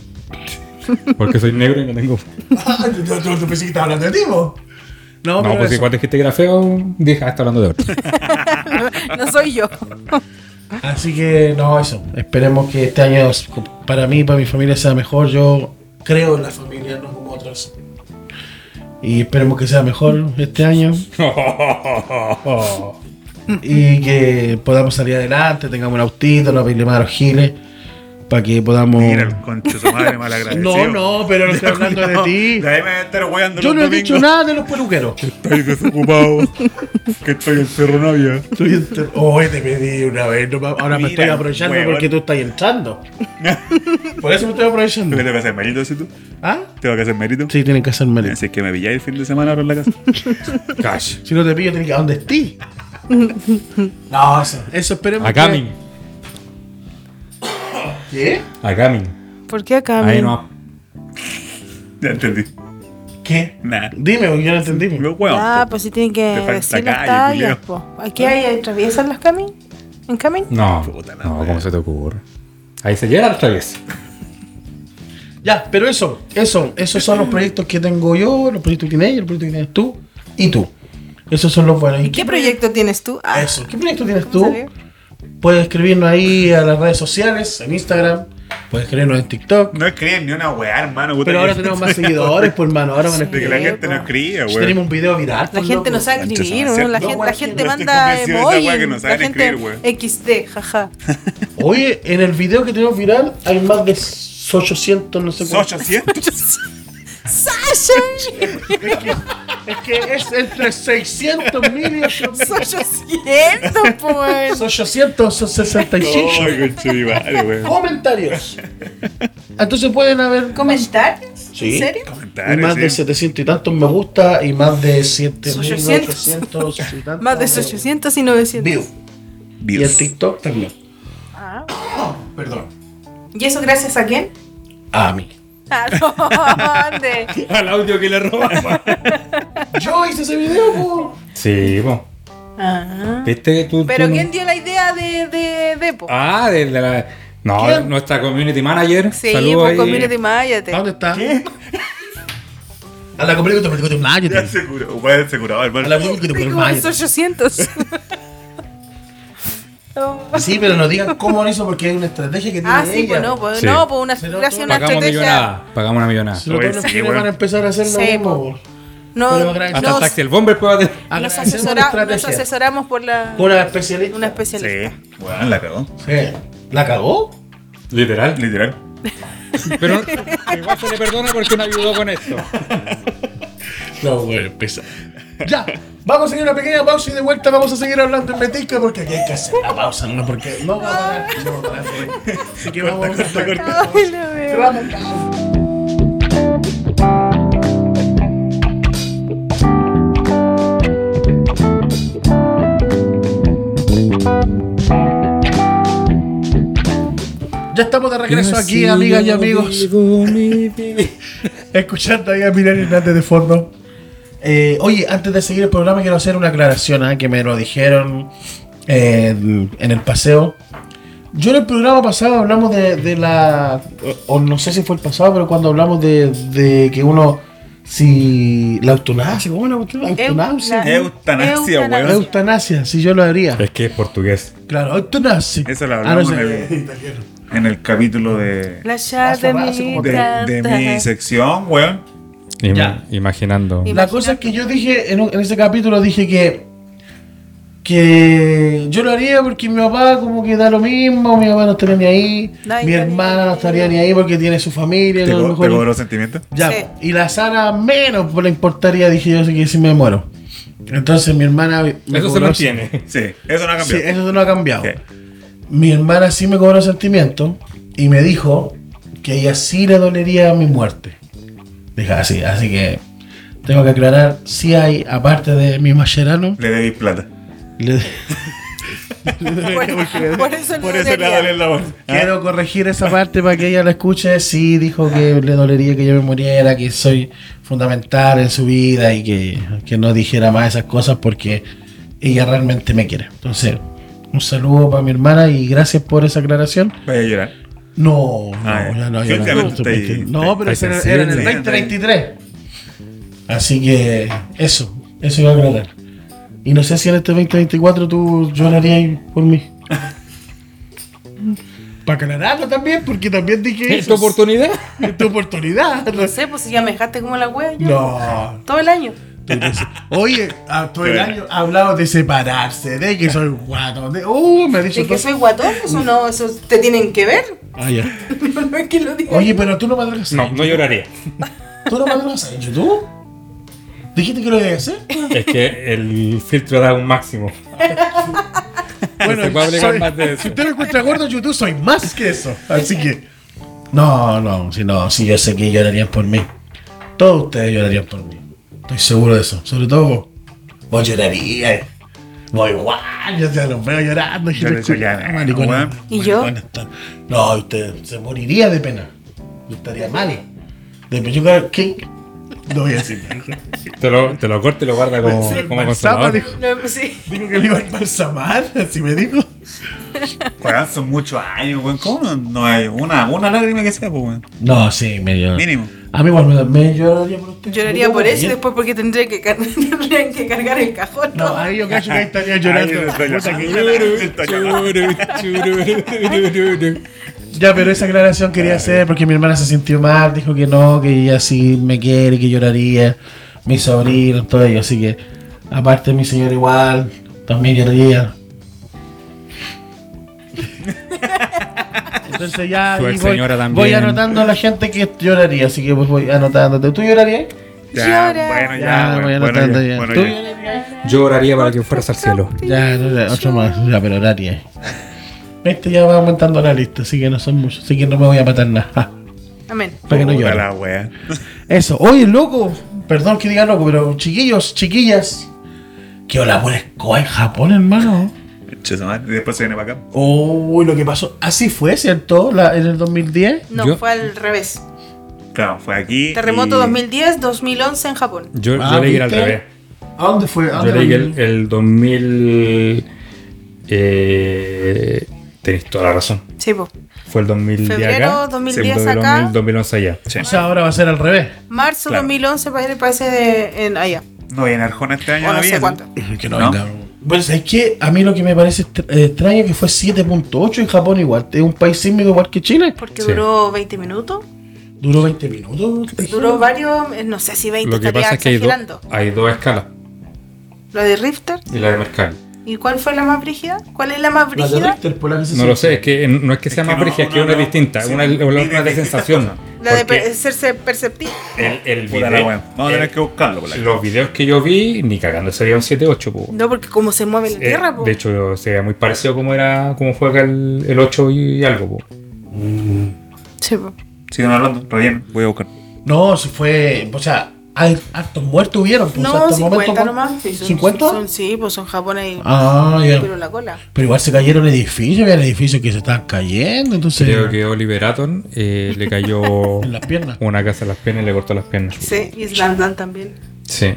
Speaker 3: Porque soy negro y no tengo.
Speaker 1: Ah, yo- yo- yo pensé que estaba hablando de ti, po. No,
Speaker 3: No, pues,
Speaker 1: pero
Speaker 3: porque
Speaker 1: eso.
Speaker 3: cuando dijiste que era feo, dije, ah, está hablando de otro. [laughs]
Speaker 4: No soy yo.
Speaker 1: Así que no, eso. Esperemos que este año para mí, para mi familia sea mejor. Yo creo en la familia, no como otras. Y esperemos que sea mejor este
Speaker 2: [laughs]
Speaker 1: año y que podamos salir adelante, tengamos un autito, no pedirle más a los giles, para que podamos...
Speaker 2: Mira el concho de su madre mal agradecido.
Speaker 1: No, no, pero no estoy hablando de ti.
Speaker 2: [laughs] De ahí me voy a estar hueando
Speaker 1: Yo
Speaker 2: los
Speaker 1: no he
Speaker 2: domingos.
Speaker 1: dicho nada de los
Speaker 2: [laughs]
Speaker 1: peluqueros.
Speaker 2: Estoy desocupado. que estoy en Cerro [laughs] Navia.
Speaker 1: Estoy enter- Hoy te pedí una vez, no me- ahora me
Speaker 2: Mira,
Speaker 1: estoy aprovechando
Speaker 2: huevón.
Speaker 1: porque tú estás entrando. Por eso me estoy aprovechando.
Speaker 2: ¿Te tengo que hacer mérito, si tú?
Speaker 1: ¿Ah?
Speaker 2: ¿Tengo que hacer mérito?
Speaker 1: Sí, tienen que hacer mérito.
Speaker 2: Así que me pilláis el fin de semana ahora en
Speaker 1: [laughs]
Speaker 2: la casa.
Speaker 3: Cash.
Speaker 1: Si no te pillo, tienes que ir a donde
Speaker 2: [laughs]
Speaker 1: estés. no, eso. Eso esperemos.
Speaker 3: A Gamin.
Speaker 1: que- ¿Qué?
Speaker 3: A Gamin.
Speaker 4: ¿Por qué acá?
Speaker 3: Ahí no.
Speaker 2: Ya entendí.
Speaker 1: ¿Qué?
Speaker 2: Nada.
Speaker 1: Dime, porque yo no entendí.
Speaker 2: Lo hueón,
Speaker 4: Ah,
Speaker 2: po.
Speaker 4: pues sí tienen que
Speaker 2: Te falta
Speaker 4: decir las
Speaker 2: calle,
Speaker 4: tallas,
Speaker 2: culiao.
Speaker 4: po. ¿Aquí hay traviesan las camin? ¿En camin?
Speaker 3: No.
Speaker 2: Puta la
Speaker 3: No,
Speaker 2: wea.
Speaker 3: ¿cómo se te ocurre? Ahí se llega al través.
Speaker 1: Ya, pero eso, eso, esos son los proyectos que tengo yo, los proyectos que tienes ella, los proyectos que tienes tú y tú. Esos son los buenos. ¿Y
Speaker 4: ¿Qué proyecto tienes tú? Ah,
Speaker 1: Eso. ¿Qué proyecto tienes
Speaker 4: ¿cómo
Speaker 1: tú?
Speaker 4: salió?
Speaker 1: Puedes escribirnos ahí a las redes sociales, en Instagram, puedes escribirnos en TikTok.
Speaker 2: No escriben ni una weá, hermano. puta
Speaker 1: Pero
Speaker 2: que-
Speaker 1: ahora tenemos
Speaker 2: [laughs]
Speaker 1: más seguidores, por hermano. Ahora van a
Speaker 2: De que la
Speaker 1: escribir.
Speaker 2: gente no escribía,
Speaker 1: Si Tenemos
Speaker 2: weón.
Speaker 1: un video viral.
Speaker 4: La
Speaker 1: por
Speaker 4: gente
Speaker 1: loco.
Speaker 4: no sabe escribir,
Speaker 2: Concha,
Speaker 4: ¿no? la
Speaker 2: no,
Speaker 4: gente, la
Speaker 1: weón,
Speaker 4: gente
Speaker 1: yo
Speaker 2: estoy
Speaker 4: manda
Speaker 2: convencido de esa
Speaker 4: emoji,
Speaker 2: weá que no
Speaker 4: la
Speaker 2: saben
Speaker 4: gente
Speaker 2: escribir, weón.
Speaker 4: XD, jaja.
Speaker 1: Oye, en el video que tenemos viral hay más de 800, no sé cuántos.
Speaker 2: 800.
Speaker 4: ¡Sasha!
Speaker 1: Es que, es que es entre 600 mil y 800.
Speaker 4: ¡Sasha siento, pues!
Speaker 1: 865
Speaker 2: Ay, concha, mi madre,
Speaker 1: [laughs]
Speaker 2: weón.
Speaker 1: comentarios. Entonces pueden haber
Speaker 4: ¿Comentarios?
Speaker 1: Sí.
Speaker 4: ¿En serio?
Speaker 1: y
Speaker 2: Comentarios,
Speaker 1: más de
Speaker 2: sí.
Speaker 1: 700 y tantos me gusta y más de 7800
Speaker 4: 800.
Speaker 1: y tantos
Speaker 4: Más de 800 y 900.
Speaker 1: views. Y el TikTok también.
Speaker 4: Ah.
Speaker 1: Perdón.
Speaker 4: ¿Y eso gracias a quién?
Speaker 1: A mí.
Speaker 4: [laughs] ¿A dónde?
Speaker 3: [laughs] Al audio que le [laughs] robamos.
Speaker 1: Yo hice ese video, po.
Speaker 3: sí, po.
Speaker 4: Ah.
Speaker 3: ¿Viste tú?
Speaker 4: Pero
Speaker 3: tú-
Speaker 4: ¿quién dio la idea de, de, de po?
Speaker 3: Ah, de la. No,
Speaker 1: ¿Quién?
Speaker 3: nuestra community manager.
Speaker 4: sí, pues,
Speaker 3: Saludos
Speaker 4: por
Speaker 3: ahí.
Speaker 4: community máyate.
Speaker 1: ¿A dónde está?
Speaker 2: ¿Qué?
Speaker 1: A la comida que te platico de un año,
Speaker 2: Ya
Speaker 1: tío.
Speaker 2: se curó. Ah, Bueno, se curó,
Speaker 1: A
Speaker 2: hermano.
Speaker 1: la comida que te
Speaker 4: Tengo
Speaker 1: platico de un año.
Speaker 4: unos 800. No.
Speaker 1: Sí, pero no digan cómo lo hizo porque hay una estrategia que tiene
Speaker 4: ah, sí,
Speaker 1: ella.
Speaker 4: pues no, pues
Speaker 3: Sí.
Speaker 4: no, pues una,
Speaker 1: Pero
Speaker 4: gracias a una
Speaker 3: Pagamos
Speaker 4: estrategia.
Speaker 3: millonada. Pagamos una millonada.
Speaker 1: Si lo
Speaker 2: Oye,
Speaker 1: todos los
Speaker 2: sí,
Speaker 1: chilenos
Speaker 2: bueno.
Speaker 1: van a empezar a hacer lo
Speaker 4: Sí, pues.
Speaker 1: mismo,
Speaker 4: No,
Speaker 1: Pero agradecemos.
Speaker 3: Hasta el
Speaker 4: nos,
Speaker 3: taxi el bomber puede hacer.
Speaker 1: po.
Speaker 4: nos,
Speaker 1: Agradecemos la
Speaker 4: asesora- nos
Speaker 1: estrategia.
Speaker 4: asesoramos por la
Speaker 1: Con una especialista.
Speaker 4: una
Speaker 2: Sí,
Speaker 4: especialista.
Speaker 2: bueno, la cagó.
Speaker 1: Sí. ¿La cagó?
Speaker 4: [laughs]
Speaker 3: Literal.
Speaker 2: Literal.
Speaker 3: Pero igual se le perdona porque no ayudó con esto.
Speaker 1: No, güey, empezar. Ya, vamos a seguir una pequeña pausa y de vuelta vamos a seguir hablando en Metica porque aquí hay que hacer la pausa, no, porque no va a parar, no va a parar. Así que vamos a
Speaker 4: [laughs] Ay, la wea.
Speaker 1: Ya estamos de regreso aquí, amigas y amigos. Escuchando ahí a Miriam Hernández de fondo. Eh, oye, antes de seguir el programa, quiero hacer una aclaración ah, que me lo dijeron eh, en el paseo. Yo en el programa pasado hablamos de, de la. O o no sé si fue el pasado, pero cuando hablamos de, de que uno. Si. La eutanasia, ¿cómo era la cuestión?
Speaker 4: Eu-
Speaker 1: Eutanasia.
Speaker 4: la-
Speaker 2: Eutanasia,
Speaker 1: La
Speaker 2: weón.
Speaker 1: eutanasia, si yo lo haría.
Speaker 3: Es que es portugués.
Speaker 1: Claro, eutanasia.
Speaker 2: Eso lo
Speaker 1: Ah,
Speaker 2: hablamos
Speaker 1: no sé.
Speaker 2: en, el, en el capítulo de,
Speaker 4: La llave de
Speaker 1: Asomarse
Speaker 4: mi
Speaker 1: como
Speaker 2: de, de mi
Speaker 4: tata.
Speaker 2: sección, weón.
Speaker 3: Ima-
Speaker 1: Ya.
Speaker 3: Imaginando.
Speaker 4: Y-
Speaker 1: La cosa es que yo dije, en, un- en ese capítulo dije que. Que yo lo haría porque mi papá como que da lo mismo, mi mamá no estaría ni ahí,
Speaker 4: No,
Speaker 1: mi
Speaker 4: yo
Speaker 1: hermana
Speaker 4: ni-
Speaker 1: no estaría ni ahí porque tiene su familia,
Speaker 2: ¿Te,
Speaker 1: a lo
Speaker 2: co-
Speaker 1: mejor-
Speaker 2: te cobró sentimientos?
Speaker 1: Ya,
Speaker 4: Sí.
Speaker 1: y la Sara menos le importaría, dije yo, así que si me muero. Entonces mi hermana... me
Speaker 3: Eso se
Speaker 1: cobró-
Speaker 3: mantiene.
Speaker 2: Sí, eso no ha
Speaker 1: Sí,
Speaker 2: cambiado.
Speaker 1: eso no ha cambiado.
Speaker 2: Sí.
Speaker 1: Mi hermana sí me cobró sentimiento y me dijo que a ella sí le dolería mi muerte. Dije así, así que tengo que aclarar, si hay, aparte de mi Mascherano,
Speaker 2: Le debí plata.
Speaker 1: le- [laughs]
Speaker 4: Por, por eso
Speaker 2: Por
Speaker 4: le
Speaker 2: eso le va a
Speaker 4: dolería.
Speaker 2: doler la Ah, bolsa.
Speaker 1: quiero corregir esa parte para que ella la escuche. Sí, dijo que le dolería que yo me muriera, que soy fundamental en su vida y que, que no dijera más esas cosas porque ella realmente me quiere. Entonces, un saludo para mi hermana y gracias por esa aclaración.
Speaker 2: Voy a llorar.
Speaker 1: No,
Speaker 2: Ah,
Speaker 1: no,
Speaker 2: ya.
Speaker 1: ya no,
Speaker 2: Sí,
Speaker 1: ya no.
Speaker 2: ya
Speaker 1: no,
Speaker 2: no está ahí,
Speaker 1: supuesto.
Speaker 2: está
Speaker 1: No,
Speaker 2: ahí
Speaker 1: pero ese era,
Speaker 3: sensible.
Speaker 1: era en el 2023. Así que eso, eso iba a aclarar. Y no sé si en este 2024 tú llorarías por
Speaker 4: [laughs]
Speaker 1: mí. Para aclararlo también, porque también dije
Speaker 4: pues.
Speaker 3: ¿Es tu
Speaker 1: eso.
Speaker 3: oportunidad?
Speaker 1: Es tu oportunidad.
Speaker 4: No sé, pues si ya me dejaste como la wea yo.
Speaker 1: No.
Speaker 4: Todo el año.
Speaker 1: tú te- Oye, a- todo el año hablado de separarse, de que soy guato. De, uh, me ha dicho
Speaker 4: De que
Speaker 1: todo.
Speaker 4: soy guatón, eso no, eso te tienen que ver. [laughs]
Speaker 1: Ah, ya.
Speaker 4: No es que lo diga.
Speaker 1: Oye, pero tú no me atrevas a
Speaker 3: No, no lloraría.
Speaker 1: ¿Tú no madrugas en YouTube? ¿Dijiste que lo ibas a hacer?
Speaker 3: Es que el filtro da un
Speaker 4: [laughs]
Speaker 3: máximo. No se puede
Speaker 1: soy-
Speaker 3: agregar más de eso.
Speaker 1: si usted me encuentra gordo en YouTube, soy más que eso. Así que. No, no, si no, si yo sé que llorarían por mí. Todos ustedes llorarían por mí. Estoy seguro de eso. Sobre todo vos. Vos llorarías. Voy guau, yo te los veo llorando.
Speaker 2: Yo les diría,
Speaker 1: Ah, maricones,
Speaker 2: weón.
Speaker 4: ¿Y yo?
Speaker 1: maricones están. No, usted se moriría de pena. Yo estaría mal. De pechuga, ¿qué? No voy a decir.
Speaker 3: Te lo, te lo corta y lo guarda como,
Speaker 1: Sí,
Speaker 3: como
Speaker 1: el
Speaker 3: consolador.
Speaker 1: Zapa dijo-
Speaker 4: No, pues sí.
Speaker 1: Dijo que le iba a embalsamar, [laughs] así me dijo.
Speaker 2: Weón, son muchos años, weón. ¿Cómo no, no hay una, una lágrima que sea, pues, weón?
Speaker 1: No, sí, me lloró.
Speaker 2: Mínimo.
Speaker 1: A mí igual me, me lloraría por usted.
Speaker 4: Lloraría por eso y
Speaker 1: Yo-
Speaker 4: después porque tendría que, car- [laughs] tendrían que cargar el cajón.
Speaker 1: No, ahí yo cacho que ahí estaría llorando.
Speaker 2: Ay, estoy
Speaker 1: Puta que-
Speaker 3: Churu, churu, churu, churu.
Speaker 1: ya, pero esa aclaración quería hacer porque mi hermana se sintió mal, dijo que no, que ella sí me quiere, que lloraría. Mi sobrino, todo ello, así que aparte mi señor igual, también lloraría. Entonces ya
Speaker 3: Su
Speaker 1: ahí
Speaker 3: ex
Speaker 1: voy,
Speaker 3: señora también.
Speaker 1: voy anotando a la gente que lloraría, así que pues voy anotándote. ¿Tú llorarías?
Speaker 2: Ya,
Speaker 4: Llora.
Speaker 1: Ya,
Speaker 2: bueno, Ah, ya,
Speaker 1: voy
Speaker 2: weón. Bueno,
Speaker 1: anotando
Speaker 2: ya.
Speaker 1: ya.
Speaker 2: Bueno,
Speaker 1: ¿Tú
Speaker 2: ya.
Speaker 1: llorarías?
Speaker 3: Yo oraría para que fueras al cielo.
Speaker 1: Ya, no, ya, otro más, ya, pero nadie. Este ya va aumentando la lista, así que no son muchos, así que no me voy a matar nada. ja,
Speaker 4: Amén.
Speaker 1: Para que no
Speaker 2: Puta
Speaker 1: llore.
Speaker 2: la wea.
Speaker 1: Eso, oye, loco, perdón que diga loco, pero chiquillos, chiquillas, que hola buena escoba en Japón, hermano.
Speaker 2: Che, su madre, Después se viene para acá.
Speaker 1: Uy, lo que pasó, así fue, ¿cierto? La- en el 2010.
Speaker 4: No,
Speaker 3: Yo-
Speaker 4: fue al revés.
Speaker 2: Claro, fue aquí.
Speaker 4: Terremoto
Speaker 2: y-
Speaker 4: 2010, 2011 en Japón.
Speaker 3: Yo, yo
Speaker 1: Ah,
Speaker 3: leí que era al
Speaker 1: ¿viste? Ah,
Speaker 3: revés.
Speaker 1: ¿A dónde fue? ¿A
Speaker 3: Yo
Speaker 1: dónde
Speaker 3: leí que
Speaker 1: fue?
Speaker 3: el, el 2000. Eh, tenéis toda la razón.
Speaker 4: Sí, po.
Speaker 3: Fue el 2010
Speaker 4: Febrero
Speaker 3: acá.
Speaker 4: 2010
Speaker 3: segundo
Speaker 4: acá.
Speaker 3: 2000, 2011 allá.
Speaker 2: Sí.
Speaker 1: O sea, ahora va a ser al revés.
Speaker 4: Marzo
Speaker 2: Claro.
Speaker 4: 2011 parece, parece de, en allá.
Speaker 2: No, y en Arjona este año
Speaker 4: O no
Speaker 2: había,
Speaker 4: sé cuánto.
Speaker 1: Que no,
Speaker 2: ¿No?
Speaker 1: venga. Bueno, es que a mí lo que me parece estra- eh, extraño es que fue 7.8 en Japón igual. Es un país sísmico igual que Chile.
Speaker 4: Porque
Speaker 3: Sí.
Speaker 4: duró 20 minutos.
Speaker 1: Duró 20 minutos.
Speaker 4: Duró varios, eh, no sé si 20
Speaker 3: Lo que
Speaker 4: estaría
Speaker 3: pasa es que hay, dos-
Speaker 4: exagerando.
Speaker 3: hay dos escalas.
Speaker 4: La de Richter.
Speaker 3: Y la de Mercalli.
Speaker 4: ¿Y cuál fue la más brígida? ¿Cuál es la más
Speaker 1: La de
Speaker 4: brígida?
Speaker 1: Richter, por la que se
Speaker 3: No lo
Speaker 1: siente.
Speaker 3: sé, es que no es que
Speaker 2: Es
Speaker 3: sea
Speaker 2: que
Speaker 3: más
Speaker 2: no,
Speaker 3: brígida, es que
Speaker 2: no,
Speaker 3: una es
Speaker 2: no.
Speaker 3: distinta.
Speaker 2: Sí,
Speaker 3: una es una-
Speaker 2: viven
Speaker 3: una de
Speaker 2: distintas
Speaker 3: sensación.
Speaker 2: cosas.
Speaker 4: La de
Speaker 3: Porque
Speaker 4: per- ser perceptible.
Speaker 3: el, el
Speaker 2: Puta la
Speaker 3: video-
Speaker 2: wea. Vamos a tener
Speaker 4: Eh.
Speaker 3: el-
Speaker 2: que buscarlo. por la-
Speaker 3: Los videos que yo vi, ni cagando, se veían 7-8. po.
Speaker 4: No, porque como se mueve la
Speaker 3: Eh,
Speaker 4: tierra, po.
Speaker 3: de hecho, se veía muy parecido como era como fue acá el, el 8 y algo. po.
Speaker 4: Sí, po.
Speaker 2: Sigan hablando, relleno. Voy a buscar.
Speaker 1: No, si fue. O sea, hay hartos muertos hubieron. pues, o sea,
Speaker 4: No,
Speaker 1: hasta el
Speaker 4: 50
Speaker 1: momento,
Speaker 4: nomás. Sí, son-
Speaker 1: ¿50?
Speaker 4: son- sí, pues son japones y
Speaker 1: Ah, ya.
Speaker 4: pero la cola.
Speaker 1: Pero igual se cayeron edificios, había edificios que se estaban cayendo, entonces.
Speaker 3: Creo que Oliver Aton eh, le cayó
Speaker 1: En las piernas.
Speaker 3: [laughs] una casa en las piernas y le cortó las piernas.
Speaker 4: Sí, y Slam Dunk también.
Speaker 3: Sí.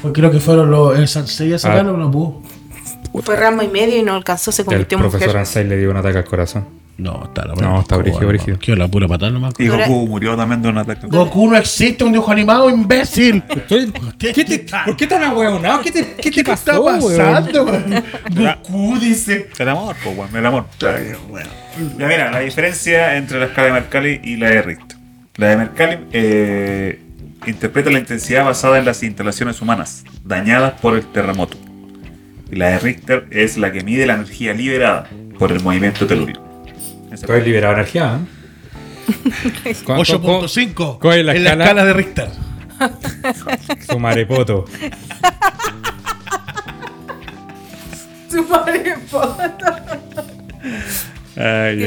Speaker 1: Fue, creo que fueron los. El Sansei a sacarlo,
Speaker 3: Ah.
Speaker 1: no pues. pudo.
Speaker 4: Fue rama y medio y no alcanzó, se
Speaker 3: El
Speaker 4: convirtió en
Speaker 3: profesor
Speaker 4: mujer.
Speaker 3: Ansay le dio un ataque al corazón.
Speaker 1: No, está la
Speaker 3: No, está brígido, brígido.
Speaker 1: Quiero la pura patada nomás.
Speaker 2: Y
Speaker 4: Ahora-
Speaker 2: Goku murió también de un ataque.
Speaker 1: Goku no existe, un dibujo animado, imbécil. ¿Qué te- por
Speaker 3: qué tan ahueonado? ¿Qué te, qué
Speaker 1: ¿Qué está pasando, weón? Goku dice.
Speaker 2: El amor, pues, bueno, el amor. Ya mira, la diferencia entre la escala de Mercalli y la de Richter. La de Mercalli eh, interpreta la intensidad basada en las instalaciones humanas dañadas por el terremoto. Y la de Richter es la que mide la energía liberada por el movimiento telúrico. Esa-
Speaker 3: Puedes liberar energía, ¿eh? Con- con- con-
Speaker 1: 8.5
Speaker 3: ¿Cuál es la
Speaker 1: en la
Speaker 3: escala?
Speaker 1: escala de Richter.
Speaker 3: [laughs] Su marepoto.
Speaker 4: [laughs] Su madre foto.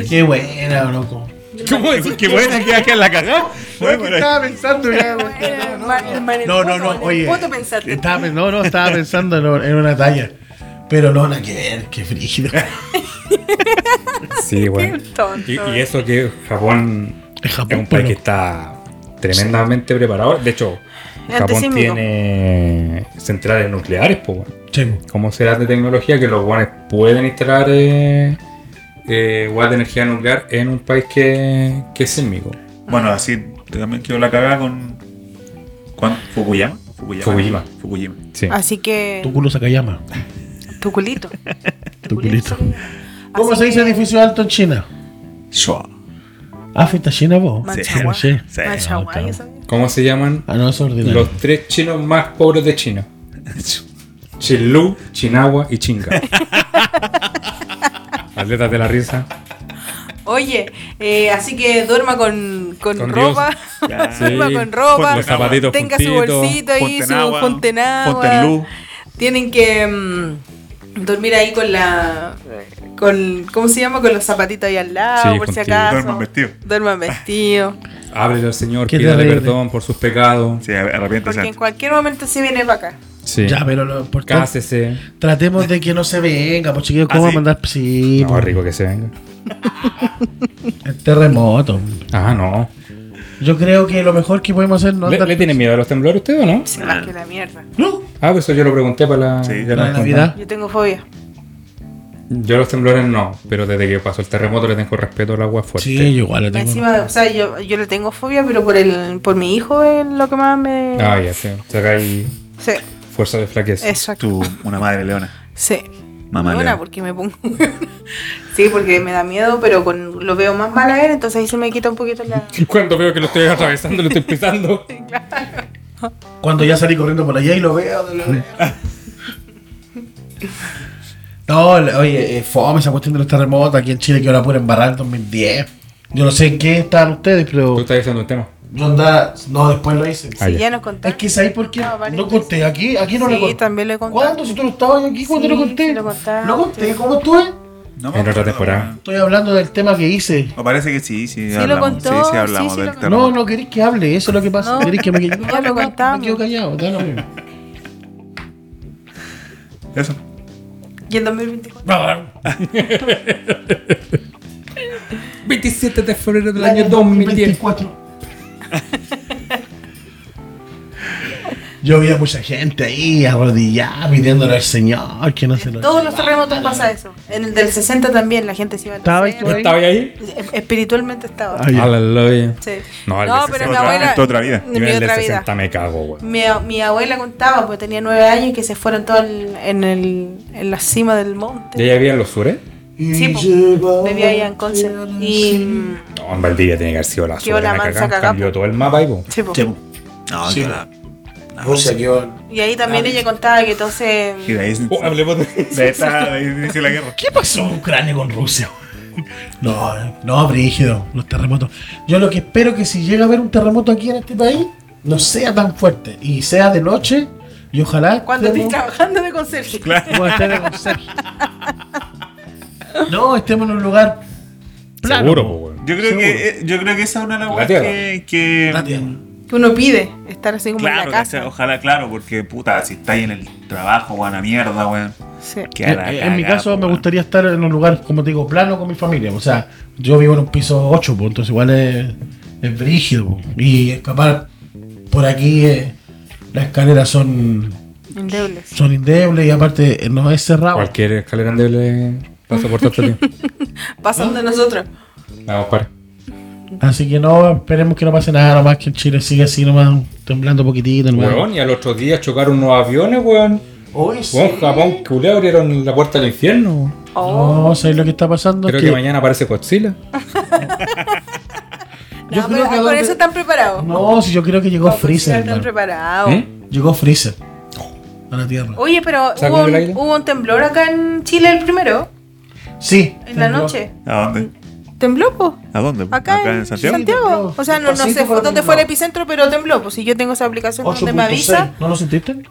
Speaker 1: Qué buena, loco.
Speaker 3: ¿Cómo decir que buena que acá en la cagada?
Speaker 1: Bueno, estaba pensando ya, [laughs] weón. No, no, no, oye.
Speaker 4: ¿Puedo pensaste?
Speaker 1: Estaba, pe- no, no, estaba pensando en, en una talla. Pero no, nada que ver, qué [laughs] frígido.
Speaker 3: Sí, bueno.
Speaker 4: tonto.
Speaker 3: Y, y eso que Japón
Speaker 1: En
Speaker 3: es
Speaker 1: Japón,
Speaker 3: un país que
Speaker 1: pero.
Speaker 3: está tremendamente preparado. De hecho,
Speaker 4: este
Speaker 3: Japón
Speaker 4: Antisísmico.
Speaker 3: tiene centrales nucleares, pues, bueno.
Speaker 1: Che,
Speaker 3: ¿Cómo será de tecnología que los guanes pueden instalar eh, eh, weas de energía nuclear en un país que, que es sísmico?
Speaker 2: Bueno, así también quedó la cagada con. ¿Cuán? ¿Fukuyama? Fukuyama.
Speaker 3: Fukuyama.
Speaker 2: Fukuyama.
Speaker 3: Sí.
Speaker 4: Así que
Speaker 1: Tu culo Sakayama.
Speaker 4: tu culito.
Speaker 1: Tu culito.
Speaker 4: Así
Speaker 1: ¿Cómo se dice
Speaker 4: que-
Speaker 1: edificio alto en China?
Speaker 2: Shua.
Speaker 1: Ah, fuiste a China vos.
Speaker 4: Manchagua.
Speaker 1: Sí, no sé.
Speaker 2: Sí.
Speaker 4: Manchagua,
Speaker 1: No,
Speaker 4: ya
Speaker 1: está
Speaker 4: sabía.
Speaker 3: ¿Cómo se llaman
Speaker 1: Ah, no, es ordinario.
Speaker 3: los tres chinos más pobres de China? Chinlu, Chinagua y
Speaker 1: [laughs]
Speaker 3: Chinga. Atletas de la risa.
Speaker 4: Oye, eh, así que duerma con, con,
Speaker 3: Con
Speaker 4: ropa. [laughs]
Speaker 2: Ya.
Speaker 4: duerma
Speaker 3: Sí.
Speaker 4: con ropa.
Speaker 3: Los zapatitos
Speaker 4: tenga su
Speaker 3: juntitos,
Speaker 4: bolsito ahí,
Speaker 2: ponte en
Speaker 4: su
Speaker 2: agua,
Speaker 4: ponte en agua.
Speaker 2: ponte en luz.
Speaker 4: Tienen que mm, dormir ahí con la. Con, ¿Cómo se llama? Con los zapatitos ahí al lado,
Speaker 3: Sí,
Speaker 4: por si
Speaker 3: contigo.
Speaker 4: acaso.
Speaker 2: Duerman vestido.
Speaker 4: Duerman vestido.
Speaker 3: Ábrele al Señor,
Speaker 1: Qué eh?
Speaker 3: pídale
Speaker 1: terrible.
Speaker 3: perdón por sus pecados.
Speaker 2: Sí, arrepiéntese.
Speaker 4: Porque en cualquier momento se viene para acá.
Speaker 3: Sí.
Speaker 1: Ya, pero lo importante.
Speaker 3: Cásese.
Speaker 1: Tratemos de que no se venga, pues chiquillos, ¿cómo
Speaker 2: Ah,
Speaker 1: va a
Speaker 2: sí.
Speaker 1: mandar? Sí,
Speaker 3: No,
Speaker 1: pues,
Speaker 3: rico que se venga.
Speaker 1: el terremoto.
Speaker 3: Ah, no.
Speaker 1: Yo creo que lo mejor que podemos hacer no
Speaker 3: ¿Le,
Speaker 1: andar.
Speaker 3: le tiene miedo a los temblores usted o no?
Speaker 4: Se más que la mierda.
Speaker 1: No,
Speaker 3: Ah, pues eso yo lo pregunté para la,
Speaker 2: Sí,
Speaker 1: la
Speaker 3: ya lo respondí.
Speaker 1: Navidad.
Speaker 4: Yo tengo fobia.
Speaker 3: Yo a los temblores no, pero desde que pasó el terremoto le tengo respeto al agua fuerte.
Speaker 1: Sí, yo igual lo tengo.
Speaker 4: Encima, o sea, yo, yo le tengo fobia, pero por el, por mi hijo es lo que más me.
Speaker 3: Ah, ya, sí. Sacáis
Speaker 4: Sí,
Speaker 3: fuerza de flaqueza.
Speaker 4: exacto.
Speaker 2: Tú, una madre leona.
Speaker 4: Sí.
Speaker 2: Mamá
Speaker 4: Bueno,
Speaker 2: leona.
Speaker 4: porque me pongo. [laughs] sí, porque me da miedo, pero con lo veo más mal a él, entonces ahí se me quita un poquito la.
Speaker 3: Y [laughs] Cuando veo que lo estoy atravesando, lo estoy pisando.
Speaker 1: Cuando ya salí corriendo por allá y lo veo, lo veo. [laughs] No, le- oye, eh, fome esa cuestión de los terremotos aquí en Chile que la pura embarrada en 2010. Yo no sé en qué estaban ustedes,
Speaker 3: Tú
Speaker 1: pero
Speaker 3: estás diciendo un tema.
Speaker 1: yo andaba. No, después lo hice.
Speaker 3: Ah,
Speaker 4: Sí,
Speaker 3: ya.
Speaker 4: ya nos contaste.
Speaker 1: Es que ¿sabes por qué?
Speaker 4: Ah, vale,
Speaker 1: No conté, aquí, aquí no
Speaker 4: Sí,
Speaker 1: lo conté.
Speaker 4: también lo he contado.
Speaker 1: ¿Cuándo? Si tú no estabas aquí, ¿cuándo
Speaker 4: Sí,
Speaker 1: lo conté?
Speaker 4: sí lo contaste.
Speaker 1: ¿Lo conté? ¿Cómo estuve?
Speaker 2: No me
Speaker 3: En otra
Speaker 2: acuerdo,
Speaker 3: temporada.
Speaker 1: Estoy hablando del tema que hice.
Speaker 2: O parece que sí, sí,
Speaker 4: Sí, lo
Speaker 2: hablamos.
Speaker 4: contó,
Speaker 2: sí,
Speaker 4: sí,
Speaker 2: sí, hablamos
Speaker 4: sí,
Speaker 2: del
Speaker 4: lo contó.
Speaker 1: No,
Speaker 2: terremoto.
Speaker 1: no queréis que hable, eso es lo que pasa.
Speaker 4: No.
Speaker 1: queréis que me quede
Speaker 4: [laughs] Ya lo contamos.
Speaker 1: Me quedo callado, da lo mismo.
Speaker 2: Eso.
Speaker 4: Y en 2024.
Speaker 3: 27 de febrero del
Speaker 1: El año 2024. Yo vi a mucha gente ahí arrodillada pidiéndole al Señor que no se lo
Speaker 4: Todos los terremotos pasa eso. En el del 60 también la gente se iba a
Speaker 1: ¿Estabas tú ahí?
Speaker 3: ¿Estaba ahí?
Speaker 4: Espiritualmente estaba.
Speaker 1: Ay,
Speaker 3: Aleluya.
Speaker 4: Sí.
Speaker 3: No, el del 60
Speaker 4: pero mi abuela.
Speaker 2: en tu otra vida.
Speaker 4: en
Speaker 3: Yo en
Speaker 4: mi
Speaker 3: el del
Speaker 4: otra vida.
Speaker 3: 60 me cago, weón.
Speaker 4: Mi, mi abuela contaba, porque tenía nueve años, que se fueron todos en, en el, en la cima del
Speaker 3: ¿Ya
Speaker 4: monte.
Speaker 3: ya había en los sures?
Speaker 4: Sí, po. vivía ahí en Conce. Y. mm,
Speaker 3: No, en Valdivia tiene que haber sido la
Speaker 4: Quedó
Speaker 3: sures.
Speaker 4: la
Speaker 3: la
Speaker 4: mansa
Speaker 3: cagán,
Speaker 4: cagá,
Speaker 3: Cambió
Speaker 4: po.
Speaker 3: todo el mapa y po.
Speaker 4: sí, pues. po.
Speaker 2: Sí, po. No,
Speaker 1: Sí,
Speaker 2: que
Speaker 1: po.
Speaker 2: la- no,
Speaker 1: Rusia
Speaker 2: sí.
Speaker 1: quedó.
Speaker 4: Y ahí
Speaker 2: Ah,
Speaker 4: también ella contaba que entonces.
Speaker 2: Y de ahí se-
Speaker 3: Oh, hablemos de
Speaker 2: de ahí está, de ahí inició la guerra.
Speaker 1: ¿Qué pasó en Ucrania con Rusia? [laughs] No, no, brígido, los terremotos. Yo lo que espero que si llega a haber un terremoto aquí en este país, no sea tan fuerte y sea de noche y ojalá.
Speaker 4: Cuando
Speaker 1: estemos-
Speaker 4: estoy trabajando
Speaker 2: [laughs]
Speaker 4: de conserje.
Speaker 1: Como este estar en un ser. No, estemos en un lugar plano.
Speaker 3: Seguro, po, weón.
Speaker 2: Yo creo,
Speaker 1: Seguro.
Speaker 2: que, eh, yo creo que esa es una de las
Speaker 3: La
Speaker 2: weas
Speaker 3: tierra.
Speaker 2: que, que-
Speaker 1: La tierra.
Speaker 4: Que uno pide estar así como en
Speaker 2: Claro,
Speaker 4: la
Speaker 2: que sea-
Speaker 4: casa.
Speaker 2: ojalá, claro, porque puta, si estáis en el trabajo, weón, a mierda, weón.
Speaker 4: Sí.
Speaker 2: queda la
Speaker 1: Eh, en en mi
Speaker 2: cagada,
Speaker 1: caso, me
Speaker 3: pues.
Speaker 2: weón.
Speaker 1: gustaría estar en un lugar, como te digo, plano con mi familia. O sea, yo vivo en un piso 8, pues, entonces igual es, es brígido. po. Y escapar por aquí, eh, las escaleras son,
Speaker 4: Endebles.
Speaker 1: son indebles y aparte eh, no es cerrado.
Speaker 3: Cualquier escalera endeble pasa por todo el tiempo.
Speaker 4: [laughs] Pasan de nosotros.
Speaker 3: Vamos, para.
Speaker 1: Así que no, esperemos que no pase nada, nomás que el Chile sigue así, nomás temblando poquitito. nomás.
Speaker 3: Weón, y al otro día chocaron unos aviones, weón.
Speaker 1: Hoy sí.
Speaker 3: Weón, Japón, culé, abrieron la puerta del infierno. weón.
Speaker 4: Oh.
Speaker 1: No, ¿sabes lo que está pasando?
Speaker 3: Creo
Speaker 1: Que-
Speaker 3: que mañana aparece Godzilla.
Speaker 1: yo creo
Speaker 4: No, pero
Speaker 1: que
Speaker 4: por
Speaker 1: donde-
Speaker 4: eso están preparados.
Speaker 1: No, si yo creo que llegó
Speaker 4: Para
Speaker 1: Freezer.
Speaker 4: cocinar Están
Speaker 1: hermano.
Speaker 4: preparados.
Speaker 2: ¿Eh?
Speaker 3: ¿Mm?
Speaker 1: Llegó Freezer a la Tierra.
Speaker 4: Oye, pero
Speaker 3: ¿Sacó
Speaker 4: hubo
Speaker 3: el
Speaker 4: un,
Speaker 3: aire?
Speaker 4: hubo un temblor acá en Chile el primero,
Speaker 1: Sí.
Speaker 4: en la
Speaker 1: tembló.
Speaker 4: noche.
Speaker 2: ¿A dónde?
Speaker 4: ¿Tembló, po?
Speaker 2: ¿A dónde?
Speaker 4: Acá, en Santiago.
Speaker 1: tembló.
Speaker 4: O sea, no, no sé
Speaker 1: Pacífico
Speaker 4: fue- dónde
Speaker 1: tembló.
Speaker 4: fue el epicentro, pero tembló. Pues si yo tengo esa aplicación donde me
Speaker 1: 8.6.
Speaker 4: avisa.
Speaker 1: ¿No lo sentiste? En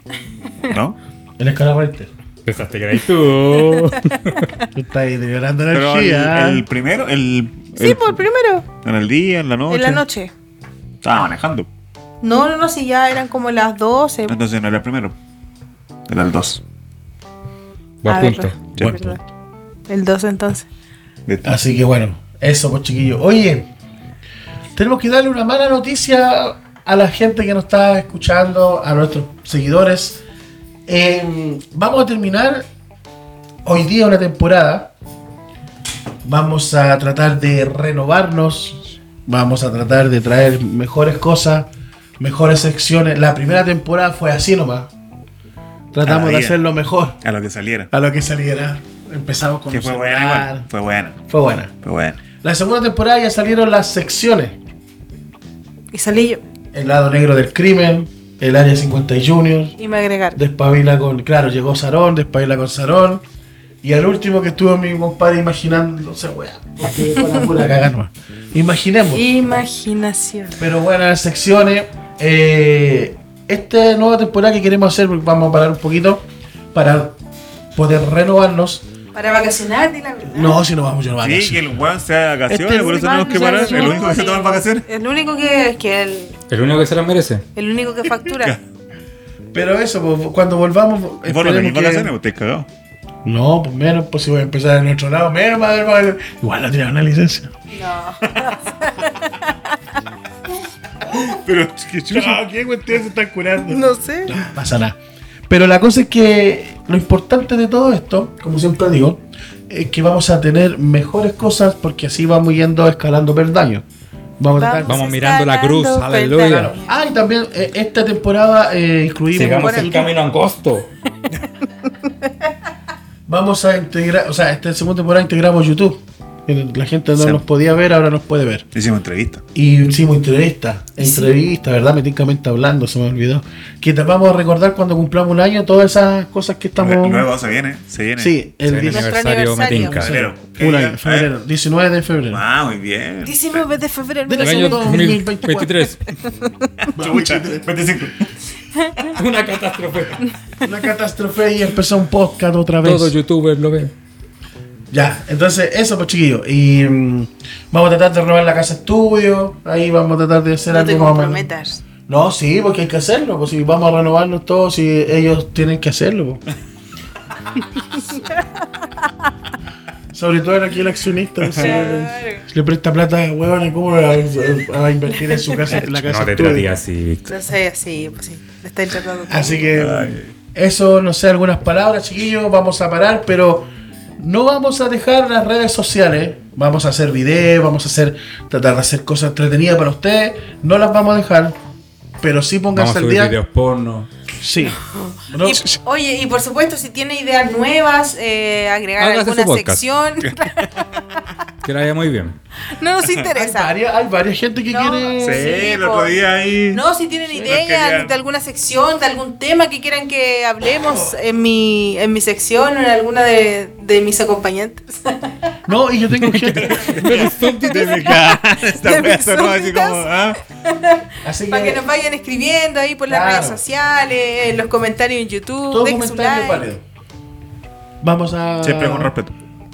Speaker 2: ¿No?
Speaker 1: la escala Richter.
Speaker 3: Pensaste que erais tú.
Speaker 1: Tú estás ahí liberando
Speaker 2: Pero el,
Speaker 1: energía.
Speaker 2: el primero, el,
Speaker 4: Sí,
Speaker 2: el-
Speaker 4: por primero,
Speaker 2: en el día, en la noche.
Speaker 4: en la noche.
Speaker 2: Estaba manejando.
Speaker 4: No, no, no, si ya eran como las 12.
Speaker 2: Entonces Ah, no era el primero. Era el 2.
Speaker 3: Buen
Speaker 4: A ver,
Speaker 3: punto.
Speaker 4: re-
Speaker 1: Buen
Speaker 4: verdad. El 12 entonces.
Speaker 1: Así que bueno, eso pues chiquillos. Oye, tenemos que darle una mala noticia a la gente que nos está escuchando, a nuestros seguidores. Eh, vamos a terminar hoy día una temporada. Vamos a tratar de renovarnos. Vamos a tratar de traer mejores cosas, mejores secciones. La primera temporada fue así nomás. Tratamos de
Speaker 2: vida.
Speaker 1: hacerlo mejor
Speaker 2: A lo que saliera.
Speaker 1: a lo que saliera. Empezamos con
Speaker 2: Que
Speaker 1: un
Speaker 2: fue buena
Speaker 1: celular.
Speaker 2: igual. Fue buena.
Speaker 1: Fue buena.
Speaker 2: Fue buena.
Speaker 1: La segunda temporada ya salieron las secciones.
Speaker 4: Y salí yo.
Speaker 1: El lado negro del crimen, el área 50 Junior,
Speaker 4: Y me agregaron.
Speaker 1: despabila con... Claro, llegó Sarón, despabila con Sarón. Y al último que estuvo mi compadre imaginándose, weá. porque fue [laughs] la pura cagada nomás. Imaginemos.
Speaker 4: Imaginación.
Speaker 1: Pero bueno, las secciones. eh, esta nueva temporada que queremos hacer, porque vamos a parar un poquito para poder renovarnos.
Speaker 4: Para vacacionar, di la verdad.
Speaker 1: No, si no vamos, yo no voy a
Speaker 2: Sí, que el weón sea de vacaciones,
Speaker 1: Este
Speaker 2: por eso
Speaker 1: weón
Speaker 2: tenemos que
Speaker 1: ya
Speaker 2: parar.
Speaker 1: llegó,
Speaker 2: El único que se
Speaker 4: sí.
Speaker 2: toma vacaciones.
Speaker 4: El único que es que el,
Speaker 3: El único que se las merece.
Speaker 4: el único que
Speaker 2: [laughs]
Speaker 4: factura.
Speaker 1: Pero eso, pues, cuando volvamos,
Speaker 2: Vos no
Speaker 1: esperemos
Speaker 2: tenés
Speaker 1: que-
Speaker 2: vacaciones, vos te
Speaker 1: [laughs]
Speaker 2: has cagado.
Speaker 1: No, pues menos, pues si voy a empezar en otro lado, menos, madre, madre. Igual no tiene una licencia.
Speaker 4: No.
Speaker 2: Pero qué chucha.
Speaker 1: ¿qué cuestiones se están curando? No
Speaker 4: No sé.
Speaker 1: pasa nada. Pero la cosa es que lo importante de todo esto, como siempre digo, es que vamos a tener mejores cosas porque así vamos yendo escalando peldaños. Vamos a tratar.
Speaker 3: Vamos mirando la cruz,
Speaker 4: escalando
Speaker 3: aleluya.
Speaker 4: peldaños.
Speaker 1: Ah, y también eh, esta temporada eh, incluimos.
Speaker 3: Sigamos el
Speaker 1: Sí.
Speaker 3: camino angosto.
Speaker 1: Vamos a integrar, o sea, esta segunda temporada integramos YouTube. Eh, La gente no
Speaker 2: Sí.
Speaker 1: nos podía ver, ahora nos puede ver.
Speaker 2: Hicimos entrevista.
Speaker 1: Y hicimos entrevistas, entrevistas, ¿verdad? Meticamente hablando, se me olvidó. Que te vamos a recordar cuando cumplamos un año todas esas cosas que estamos.
Speaker 2: Luego se viene, se viene.
Speaker 1: Sí, el
Speaker 3: Se viene
Speaker 1: 10
Speaker 4: Nuestro
Speaker 3: aniversario
Speaker 4: aniversario.
Speaker 3: Metinca.
Speaker 1: sí,
Speaker 2: febrero.
Speaker 1: un
Speaker 2: ¿Qué
Speaker 1: año,
Speaker 2: día? ¿Eh?
Speaker 1: febrero, 19 de febrero.
Speaker 2: Ah,
Speaker 1: [laughs]
Speaker 2: muy bien.
Speaker 4: 19 de febrero.
Speaker 1: De
Speaker 3: El
Speaker 1: la-
Speaker 3: año
Speaker 1: Segundo
Speaker 3: 2023.
Speaker 2: Chucha, 25.
Speaker 3: Una catástrofe.
Speaker 1: Una catástrofe y empezó un podcast otra vez.
Speaker 3: Todo youtuber lo ve.
Speaker 1: Ya, entonces eso pues chiquillos. Y mm, vamos a tratar de robar la casa estudio. Ahí vamos a tratar de hacer
Speaker 4: No
Speaker 1: algo
Speaker 4: te
Speaker 1: más o menos.
Speaker 4: comprometas.
Speaker 1: No, sí, porque hay que hacerlo. Pues si vamos a renovarnos todos, si ellos tienen que hacerlo. pues. Sobre todo era aquí el accionista. pues,
Speaker 4: Claro.
Speaker 1: si le presta plata a huevona, ¿cómo va a, a invertir en su casa? En la casa
Speaker 3: No te
Speaker 1: estudio?
Speaker 3: traté así, Víctor.
Speaker 4: No sé, sí, pues sí. Me estáis tratando.
Speaker 1: Así que eso, no sé, algunas palabras, chiquillos, vamos a parar, pero no vamos a dejar las redes sociales. Vamos a hacer videos, vamos a hacer tratar de hacer cosas entretenidas para ustedes. No las vamos a dejar, pero sí
Speaker 3: Vamos
Speaker 1: pónganse
Speaker 3: a
Speaker 1: al
Speaker 3: subir
Speaker 1: día.
Speaker 3: videos porno.
Speaker 1: Sí. No, [laughs]
Speaker 4: Y- oye, y por supuesto, si tiene ideas nuevas, eh, agregar
Speaker 3: Hágase su
Speaker 4: alguna
Speaker 3: podcast.
Speaker 4: sección,
Speaker 3: Que la vea muy bien.
Speaker 4: [laughs] no nos
Speaker 1: hay,
Speaker 4: interesa.
Speaker 1: varias, hay varias gente que
Speaker 4: No,
Speaker 1: quiere.
Speaker 2: Sí,
Speaker 4: Sí,
Speaker 2: el
Speaker 4: po.
Speaker 2: otro día ahí. [laughs]
Speaker 4: No, si tienen
Speaker 2: Sí,
Speaker 4: ideas
Speaker 2: nos querían.
Speaker 4: de alguna sección, de algún tema que quieran que hablemos en mi, en mi sección o en alguna de, de mis acompañantes.
Speaker 1: No, y yo tengo [laughs] gente.
Speaker 2: Desde acá, esta
Speaker 4: De
Speaker 2: wea
Speaker 4: mis
Speaker 2: sonó así
Speaker 4: súbditas.
Speaker 2: como. ¿ah?
Speaker 1: Así
Speaker 4: Para que
Speaker 1: que
Speaker 4: nos vayan escribiendo ahí por las
Speaker 1: Claro.
Speaker 4: redes sociales, en los comentarios en YouTube.
Speaker 1: todo
Speaker 4: dejen su
Speaker 1: comentario es
Speaker 4: like.
Speaker 1: válido. Vamos a.
Speaker 2: Siempre con respeto.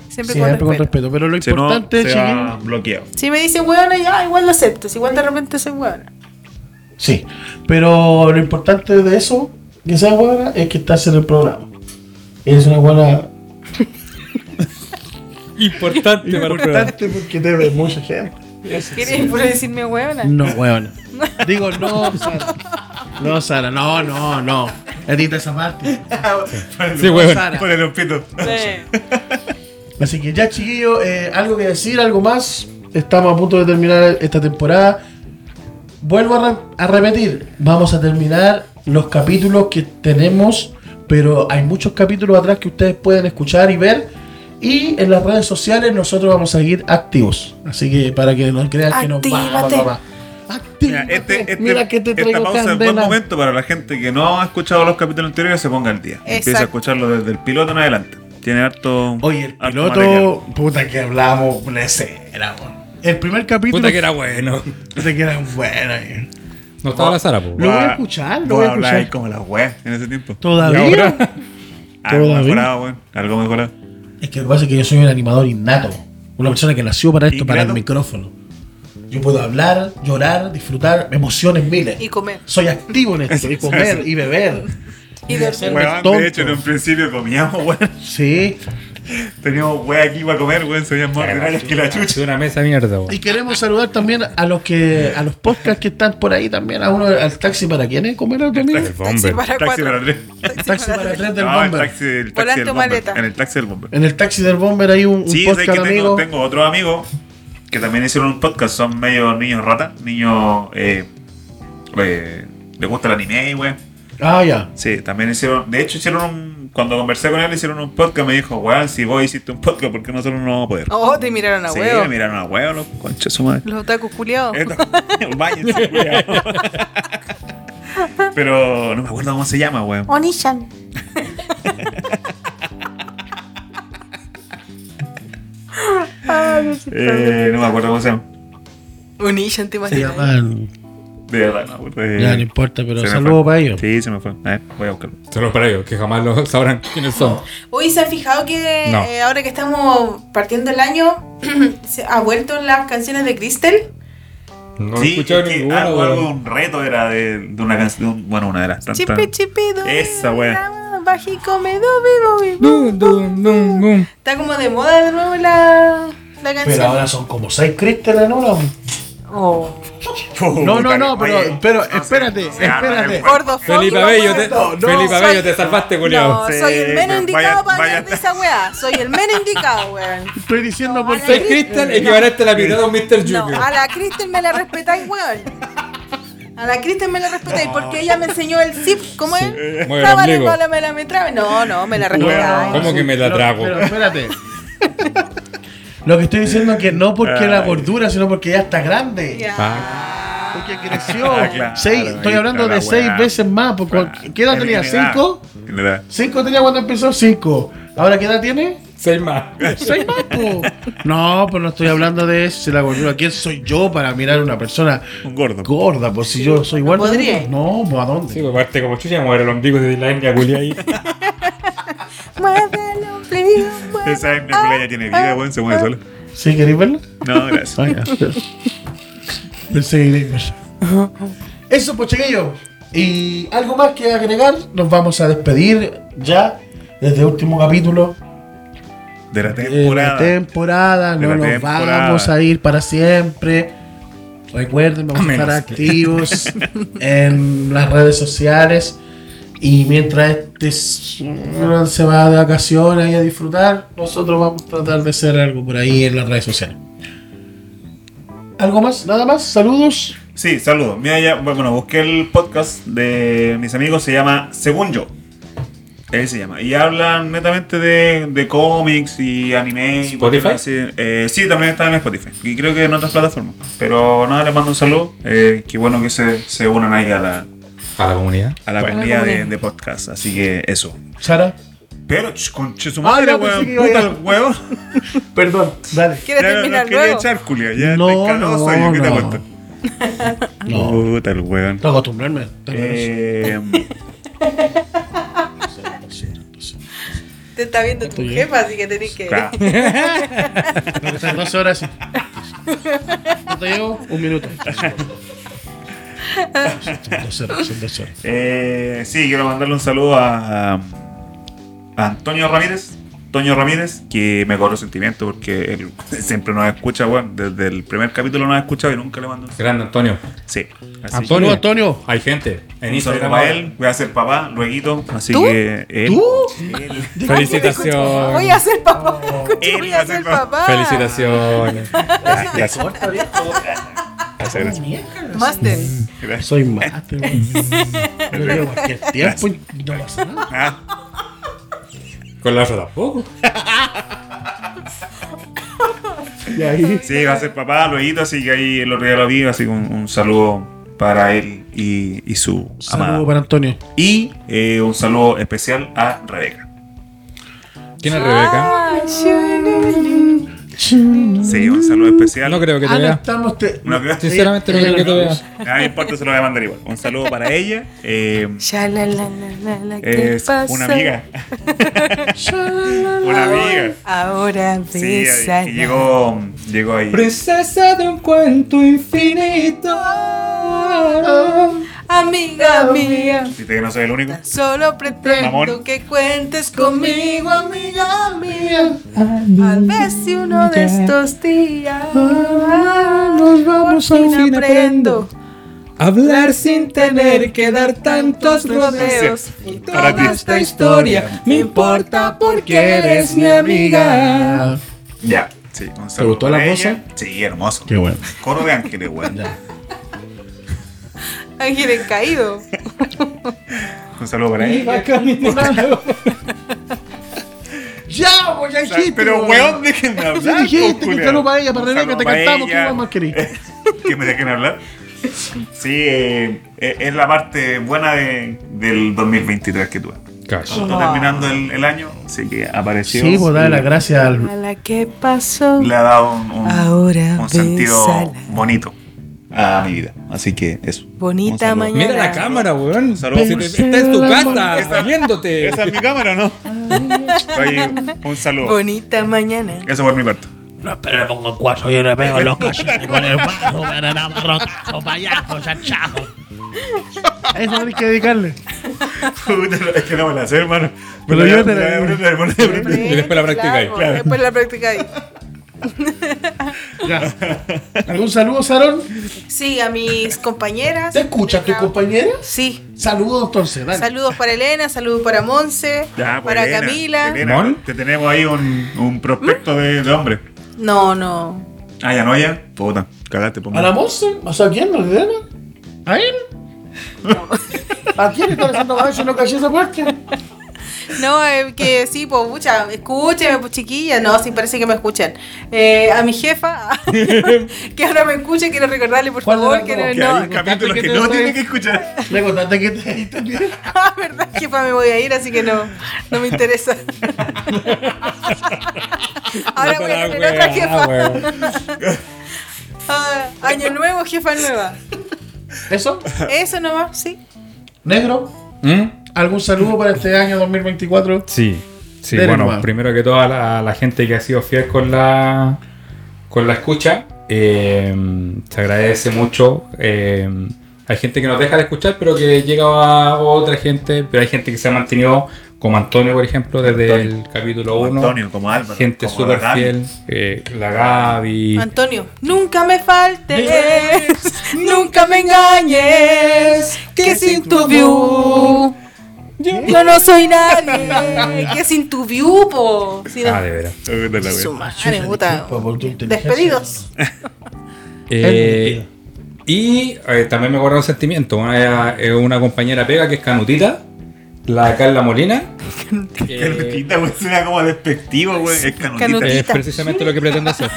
Speaker 4: Siempre,
Speaker 1: Siempre
Speaker 4: con
Speaker 1: con
Speaker 4: respeto.
Speaker 1: respeto. Pero lo
Speaker 2: Si no,
Speaker 1: importante,
Speaker 2: se va
Speaker 1: chiquillos.
Speaker 2: bloqueado.
Speaker 4: Si me dicen hueona, ya igual lo acepto. Si igual de repente soy hueona.
Speaker 1: Sí, pero lo importante de eso, que sea buena, es que estás en el programa. Eres una buena.
Speaker 3: Importante para el programa.
Speaker 1: Importante porque te ve mucha gente.
Speaker 4: ¿Quieres por decirme hueona?
Speaker 1: No, huevona. Digo, no, Sara. No, Sara, no, no, no. Edita esa parte.
Speaker 2: [laughs]
Speaker 3: Sí, huevón.
Speaker 1: Sara.
Speaker 2: Por el hospito.
Speaker 4: Sí.
Speaker 1: Así que ya, chiquillo, eh, algo que decir, algo más. Estamos a punto de terminar esta temporada. Vuelvo a, re- a repetir, vamos a terminar los capítulos que tenemos, pero hay muchos capítulos atrás que ustedes pueden escuchar y ver. Y en las redes sociales nosotros vamos a seguir activos. Así que para que no crean que nos
Speaker 4: Actívate.
Speaker 1: vamos.
Speaker 2: Mira, este, este-
Speaker 1: Mira que te
Speaker 2: esta
Speaker 1: traigo
Speaker 2: pausa es buen
Speaker 1: candela.
Speaker 2: momento para la gente que no ha escuchado los capítulos anteriores se ponga al día. Empieza a
Speaker 4: Exacto.
Speaker 2: escucharlo desde el piloto en adelante. Tiene harto.
Speaker 1: Oye, el
Speaker 2: harto material.
Speaker 1: piloto, puta que hablamos, lesera, po. El primer capítulo,
Speaker 3: Puta que era bueno.
Speaker 1: puta que era bueno. eh.
Speaker 3: No estaba la Sara, po.
Speaker 1: Lo voy a escuchar, lo
Speaker 2: Vos
Speaker 1: voy a
Speaker 2: hablabas
Speaker 1: escuchar.
Speaker 2: ahí como la web en ese tiempo.
Speaker 1: ¿Todavía?
Speaker 3: Y ahora,
Speaker 2: Algo
Speaker 1: Todavía.
Speaker 2: mejorado, weón. Algo mejorado.
Speaker 1: Es que lo que pasa es que yo soy un animador innato. Una persona que nació para esto, para el
Speaker 2: Ingrato.
Speaker 1: micrófono. Yo puedo hablar, llorar, disfrutar, emociones miles.
Speaker 4: Y comer.
Speaker 1: Soy activo en esto, y comer, y beber.
Speaker 4: Y
Speaker 1: de
Speaker 4: dormir.
Speaker 1: hacerme
Speaker 2: Weón,
Speaker 1: tonto.
Speaker 2: de hecho, en un principio comíamos, weón.
Speaker 1: Sí.
Speaker 2: Teníamos weón aquí para comer, weón. Se veían más ordinarias que la
Speaker 3: es
Speaker 2: chucha.
Speaker 3: una mesa de mierda, po.
Speaker 1: Y queremos saludar también a los que, a los podcasts que están por ahí también, a uno al taxi para quién es comer al domingo.
Speaker 3: El bomber.
Speaker 4: para
Speaker 2: Taxi
Speaker 4: cuatro.
Speaker 2: para tres.
Speaker 4: Taxi
Speaker 1: Taxi
Speaker 4: para
Speaker 1: para
Speaker 4: tres.
Speaker 1: atrás del
Speaker 2: No, el
Speaker 1: bomber.
Speaker 2: taxi, el taxi
Speaker 4: Volante
Speaker 2: del
Speaker 4: o
Speaker 2: bomber.
Speaker 4: maleta.
Speaker 2: En el taxi del bomber.
Speaker 1: En el taxi del bomber hay un, un
Speaker 2: Sí, sé que
Speaker 1: podcast
Speaker 2: tengo,
Speaker 1: amigo.
Speaker 2: tengo otro amigo que también hicieron un podcast, son medio niños rata, niños eh, eh, les gusta el anime, güey.
Speaker 1: Ah, ya.
Speaker 2: Sí, también hicieron, de hecho hicieron un, cuando conversé con él hicieron un podcast, me dijo, weón, si vos hiciste un podcast, ¿por qué nosotros no vamos a poder?
Speaker 4: Oh, te miraron a
Speaker 2: sí,
Speaker 4: huevo.
Speaker 2: me miraron a huevo, los conchas su madre.
Speaker 4: Los otakus culiados.
Speaker 2: Esto, [laughs] váyanse, culiao. [laughs] Pero no me acuerdo cómo se llama, weón.
Speaker 4: Onishan.
Speaker 2: Eh, no me acuerdo cómo se llama.
Speaker 4: Onishan, te
Speaker 1: Se
Speaker 4: imaginas.
Speaker 1: llaman.
Speaker 2: De verdad, no me acuerdo. Eh,
Speaker 1: Ya, no importa, pero
Speaker 2: se me
Speaker 1: saludo
Speaker 2: fue.
Speaker 1: para ellos.
Speaker 2: Sí, se me fue. A ver, voy a buscarlo.
Speaker 3: Solo para ellos, que jamás lo [laughs] sabrán quiénes son.
Speaker 4: Hoy se han fijado que
Speaker 3: No.
Speaker 4: eh, ahora que estamos partiendo el año, [clears throat] se ha vuelto las canciones de Crystal.
Speaker 3: No he
Speaker 2: sí,
Speaker 3: escuchado
Speaker 2: es que
Speaker 3: ninguno,
Speaker 2: algo, algo,
Speaker 3: weón.
Speaker 2: un reto era de, de una canción, de un- bueno, una de las tantas.
Speaker 4: Chipi,
Speaker 2: [laughs]
Speaker 4: chipi, do,
Speaker 2: Esa, wea.
Speaker 4: Bajico, me do, vivo, vivo.
Speaker 3: Dum, dum, dum, dum.
Speaker 4: Está como de moda de nuevo la, la canción.
Speaker 1: Pero ahora son como seis cristales, ¿no?
Speaker 4: Oh.
Speaker 2: Puta,
Speaker 1: No, no, no,
Speaker 2: oye,
Speaker 1: pero, pero
Speaker 2: no sé,
Speaker 1: espérate,
Speaker 2: no sé, no,
Speaker 1: espérate.
Speaker 2: no, no,
Speaker 4: Gordo,
Speaker 3: Felipe
Speaker 4: fucking
Speaker 3: Abello, te,
Speaker 4: gordo.
Speaker 1: no,
Speaker 3: Felipe
Speaker 4: soy-
Speaker 3: Abello, te salvaste, culiao.
Speaker 4: No, soy el menos
Speaker 2: Sí, vaya-
Speaker 4: indicado para
Speaker 2: vaya-
Speaker 4: hablar de esa weá. Soy el menos indicado, weón.
Speaker 1: Estoy diciendo por
Speaker 3: Soy Crystal, equivalente a la mitad de un Mr.
Speaker 4: No,
Speaker 3: Junior.
Speaker 4: a la Kristen me la respetáis, weón. A la Kristen me la respetáis porque ella me enseñó el zip, ¿cómo es?
Speaker 3: Mueve el
Speaker 4: Traba,
Speaker 3: ombligo.
Speaker 4: recola, me la me trabe. No, no, me la
Speaker 1: Bueno,
Speaker 4: respetáis.
Speaker 3: ¿Cómo que me la
Speaker 1: no,
Speaker 3: trago?
Speaker 1: Pero espérate. Lo que estoy diciendo es que no porque la gordura, sino porque ya está grande.
Speaker 4: Ya.
Speaker 3: Ah,
Speaker 1: Porque creció.
Speaker 2: Ah, claro,
Speaker 1: Seis-
Speaker 2: ahí
Speaker 1: estoy
Speaker 2: está
Speaker 1: hablando
Speaker 2: la
Speaker 1: de seis
Speaker 2: weá.
Speaker 1: veces más. Porque,
Speaker 2: Claro.
Speaker 1: ¿Qué edad
Speaker 2: En-
Speaker 1: tenía?
Speaker 2: en edad,
Speaker 1: ¿Cinco?
Speaker 2: en edad.
Speaker 1: ¿Cinco tenía cuando empezó? Cinco. ¿Ahora qué edad tiene?
Speaker 3: Seis más.
Speaker 1: Seis más. po. No, pues no estoy hablando de eso, si la gordura. ¿Quién soy yo para mirar a una persona
Speaker 2: Un gordo.
Speaker 1: gorda? Pues si yo soy igual. de
Speaker 4: podría.
Speaker 1: gordo. No, pues a dónde.
Speaker 3: Sí, pues parte como chucha, mover el ombligo de la etnia, culia ahí.
Speaker 4: Mueve el ombligo, mueve.
Speaker 2: Esa es ya tiene vida, weón, se mueve sola.
Speaker 1: ¿Sí queréis verla?
Speaker 2: No, gracias.
Speaker 1: Ah, ya. [laughs] Pensé que iba a ir. Eso, pues chiquillos. Y algo más que agregar, nos vamos a despedir ya desde el último capítulo.
Speaker 2: De la
Speaker 1: de la
Speaker 2: temporada.
Speaker 1: temporada,
Speaker 2: De
Speaker 1: no
Speaker 2: la
Speaker 1: nos
Speaker 2: temporada.
Speaker 1: vamos a ir para siempre. Recuerden, vamos
Speaker 3: A
Speaker 1: a, estar
Speaker 3: menos que-
Speaker 1: activos
Speaker 2: [laughs]
Speaker 1: en las redes sociales. Y mientras este s- se va de vacaciones y a disfrutar, nosotros vamos a tratar de hacer algo por ahí en las redes sociales. ¿Algo más? ¿Nada más? ¿Saludos?
Speaker 2: Sí, saludos. Mira, ya, bueno, busqué el podcast de mis amigos, se llama Según Yo. Ahí se llama. Y hablan netamente de, de cómics y anime. y
Speaker 3: ¿Spotify?
Speaker 2: cosas así. Eh, sí, también está en Spotify. Y creo que en otras plataformas. Pero nada, les mando un saludo. Eh, qué bueno que se, se unan ahí a la,
Speaker 3: A la comunidad.
Speaker 2: a la
Speaker 1: Bueno.
Speaker 2: comunidad de,
Speaker 4: Comunidad.
Speaker 2: de podcast. Así que eso.
Speaker 1: ¿Sara?
Speaker 2: Pero, ch, conche su
Speaker 1: Ah,
Speaker 2: madre,
Speaker 1: ya pensé
Speaker 2: weón.
Speaker 1: que iba a
Speaker 2: Puta
Speaker 1: ir. [laughs]
Speaker 2: el weón.
Speaker 1: Perdón, dale.
Speaker 4: ¿Quiere
Speaker 2: Ya no-
Speaker 4: terminar
Speaker 2: no quería
Speaker 4: luego?
Speaker 2: echar, culia. Ya
Speaker 1: No,
Speaker 2: estoy canoso,
Speaker 1: no,
Speaker 2: yo qué te
Speaker 1: no.
Speaker 2: cuento.
Speaker 1: No,
Speaker 2: Puta el weón.
Speaker 1: no acostumbrarme. [laughs]
Speaker 2: Eh,
Speaker 4: Te está viendo tu
Speaker 1: Estoy bien.
Speaker 4: jefa, así que tenés que.
Speaker 2: claro.
Speaker 1: Tengo que estar 12 horas. ¿Cuánto llevo? Un minuto. Son 12 horas, son 12 horas.
Speaker 2: Eh, sí, quiero mandarle un saludo a, a Antonio Ramírez. Toño Ramírez, que me cobró sentimiento porque él [laughs] siempre nos escucha, weón. desde el primer capítulo nos ha escuchado y nunca le mando un saludo.
Speaker 3: Grande Antonio.
Speaker 2: Sí. Así
Speaker 3: Antonio.
Speaker 1: Saludos, Antonio.
Speaker 3: Hay gente.
Speaker 2: que
Speaker 3: En
Speaker 2: un saludo
Speaker 3: Instagram.
Speaker 2: para él, voy a ser papá, luego. Así
Speaker 4: ¿Tú?
Speaker 2: que él,
Speaker 1: ¿Tú?
Speaker 4: [laughs]
Speaker 2: él-
Speaker 3: Felicitaciones.
Speaker 4: Voy a ser papá.
Speaker 2: Él
Speaker 4: Voy
Speaker 2: va
Speaker 4: a
Speaker 2: [laughs]
Speaker 4: ser papá.
Speaker 3: Felicitaciones.
Speaker 2: Gracias, gracias, gracias.
Speaker 4: Master.
Speaker 2: Gracias.
Speaker 1: Soy mate, güey. Yo llevo cualquier tiempo y no pasa nada.
Speaker 2: Ah,
Speaker 3: Con la otra tampoco.
Speaker 1: Y ahí.
Speaker 2: sí, va a ser papá, luego, así que ahí el otro día lo vi, así que un, un saludo para él y, y su amada.
Speaker 1: Saludos para Antonio.
Speaker 2: Y eh, un saludo especial a Rebeca.
Speaker 3: ¿Quién es Rebeca?
Speaker 2: Sí, un saludo especial.
Speaker 3: No creo que te
Speaker 1: Ana,
Speaker 3: vea.
Speaker 1: estamos. Te...
Speaker 2: No creo-
Speaker 3: Sinceramente no
Speaker 1: Ella-
Speaker 3: creo que
Speaker 1: ella
Speaker 3: te
Speaker 1: no
Speaker 2: [laughs]
Speaker 3: vea.
Speaker 2: Ah, no importa, se lo voy a mandar igual. Un saludo para ella. eh,
Speaker 4: Ya la la la la la. ¿qué
Speaker 2: es
Speaker 4: pasó?
Speaker 2: una
Speaker 4: [laughs]
Speaker 2: amiga. una amiga.
Speaker 4: Ahora
Speaker 2: Sí,
Speaker 4: besa.
Speaker 2: que llegó, llegó ahí.
Speaker 3: Princesa de un cuento infinito.
Speaker 4: Amiga mía.
Speaker 2: Viste que no soy el único.
Speaker 4: Solo pretendo
Speaker 2: Mamón.
Speaker 4: que cuentes conmigo, amiga mía. Al ver si uno de estos días nos
Speaker 3: vamos a Ah, fin aprendo Hablar sin tener que dar tantos
Speaker 4: rodeos. Y
Speaker 2: Para ti.
Speaker 4: toda esta historia me importa porque eres mi amiga.
Speaker 1: Ah,
Speaker 2: Ya. Sí, un saludo
Speaker 1: gustó
Speaker 2: para
Speaker 1: la
Speaker 2: ella.
Speaker 1: moza?
Speaker 2: Sí, hermoso.
Speaker 1: Qué bueno.
Speaker 2: Coro de ángeles, weón.
Speaker 1: Ya.
Speaker 4: Ángeles caído.
Speaker 2: Un saludo para ella.
Speaker 1: Ya, pues ya
Speaker 2: O sea,
Speaker 1: dijiste.
Speaker 2: Pero,
Speaker 1: güey.
Speaker 2: weón, déjenme hablar. pues,
Speaker 1: Ya dijiste que un saludo para ella, para
Speaker 2: Un
Speaker 1: Rebeca, te
Speaker 2: saludo para
Speaker 1: cantamos. ¿Qué
Speaker 2: ella.
Speaker 1: más querís?
Speaker 2: [laughs] que me dejen hablar. Sí, eh, eh, es la parte buena de- del 2023 que tuve.
Speaker 3: Cash.
Speaker 2: Está terminando el, el año, así que apareció.
Speaker 1: Sí, pues dale las gracias al,
Speaker 4: A la que pasó.
Speaker 2: Le ha dado un, un-
Speaker 4: Ahora
Speaker 2: un sentido
Speaker 4: bésala.
Speaker 2: bonito a mi vida. Así que eso. Un
Speaker 4: Bonita
Speaker 2: saludo.
Speaker 4: mañana.
Speaker 3: Mira la cámara, weón. Si
Speaker 2: Saludos.
Speaker 3: te- Está en tu casa, viéndote.
Speaker 2: ¿Esa es mi cámara o no? Oye, un saludo.
Speaker 4: Bonita mañana.
Speaker 2: Eso por mi parte. [laughs]
Speaker 6: No, pero le pongo cuatro y le pego en los cachetes con el bajo, pero no, rotazo, payaso, chachajo.
Speaker 1: A eso hay que dedicarle.
Speaker 2: Puta, es que no me la sé, hermano.
Speaker 1: Pero yo te la digo.
Speaker 3: Y después la practicáis.
Speaker 4: Claro, Después la practicáis.
Speaker 1: Ya. ¿Algún saludo, Sarón?
Speaker 4: Sí, a mis compañeras.
Speaker 1: ¿Te escucha tu
Speaker 4: Claro.
Speaker 1: compañera?
Speaker 4: Sí.
Speaker 1: Saludos entonces, dale.
Speaker 4: Saludos para Elena, saludos para Monse,
Speaker 2: Ya, pues,
Speaker 4: para
Speaker 2: Elena,
Speaker 4: Camila.
Speaker 2: Elena,
Speaker 3: Mon.
Speaker 2: Te tenemos ahí un, un prospecto de, de hombre.
Speaker 4: No, no.
Speaker 2: Ah, ya no, ya. Puta, cagaste, pues, por
Speaker 1: ¿A la Monse? ¿O sea, ¿A quién? ¿A la Elena? ¿A él? ¿A quién está haciendo más? Yo no caché esa parte.
Speaker 4: No, eh, que sí, pues, mucha, escúcheme, pues, chiquilla. No, sí, parece que me escuchan. Eh, a mi jefa, [laughs] que ahora me escuche, quiero recordarle, por
Speaker 1: ¿Cuál de
Speaker 4: favor,
Speaker 1: las
Speaker 4: que
Speaker 1: dos?
Speaker 4: no,
Speaker 2: Que hay
Speaker 4: no.
Speaker 2: un capítulo
Speaker 1: que
Speaker 2: que
Speaker 1: te
Speaker 2: no
Speaker 1: doy.
Speaker 2: tiene que escuchar.
Speaker 1: Le contaste que te ahí también.
Speaker 4: [laughs] Ah, verdad, jefa, me voy a ir, así que no, no me interesa. [laughs] Ahora voy a tener otra jefa. Ah, [laughs] año nuevo, jefa nueva.
Speaker 1: ¿Eso?
Speaker 4: Eso nomás, sí.
Speaker 1: ¿Negro?
Speaker 3: ¿Mm?
Speaker 1: ¿Algún saludo para este año 2024?
Speaker 3: Sí. Sí,
Speaker 1: Dele
Speaker 3: bueno,
Speaker 1: nomás.
Speaker 3: primero que todo a la, a la gente que ha sido fiel con la con la escucha. eh, se agradece mucho. eh, hay gente que nos deja de escuchar, pero que llega a otra gente. Pero hay gente que se ha mantenido como Antonio, por ejemplo, desde
Speaker 2: Antonio.
Speaker 3: el capítulo
Speaker 2: Como
Speaker 3: 1.
Speaker 2: Antonio, como Álvaro,
Speaker 3: Gente
Speaker 2: como
Speaker 3: súper
Speaker 2: la Gaby.
Speaker 3: fiel. eh, la Gaby.
Speaker 4: Antonio, nunca me faltes, nunca me engañes, que sin tu view yo no soy [laughs] nadie, que sin tu view, po. Si no-
Speaker 3: Ah, de veras.
Speaker 2: Eh, de la wea.
Speaker 4: su madre, puta.
Speaker 1: Disculpa por tu inteligencia.
Speaker 4: Ah, Despedidos.
Speaker 3: Eh, y eh, también me acuerdo un sentimiento. Una, era- era una compañera pega que es Canutita, la
Speaker 1: [laughs]
Speaker 3: Carla Molina. que
Speaker 2: Canutita, güey, suena como despectivo, güey. Es canutita.
Speaker 4: Canutita.
Speaker 3: es precisamente lo que pretendo hacer.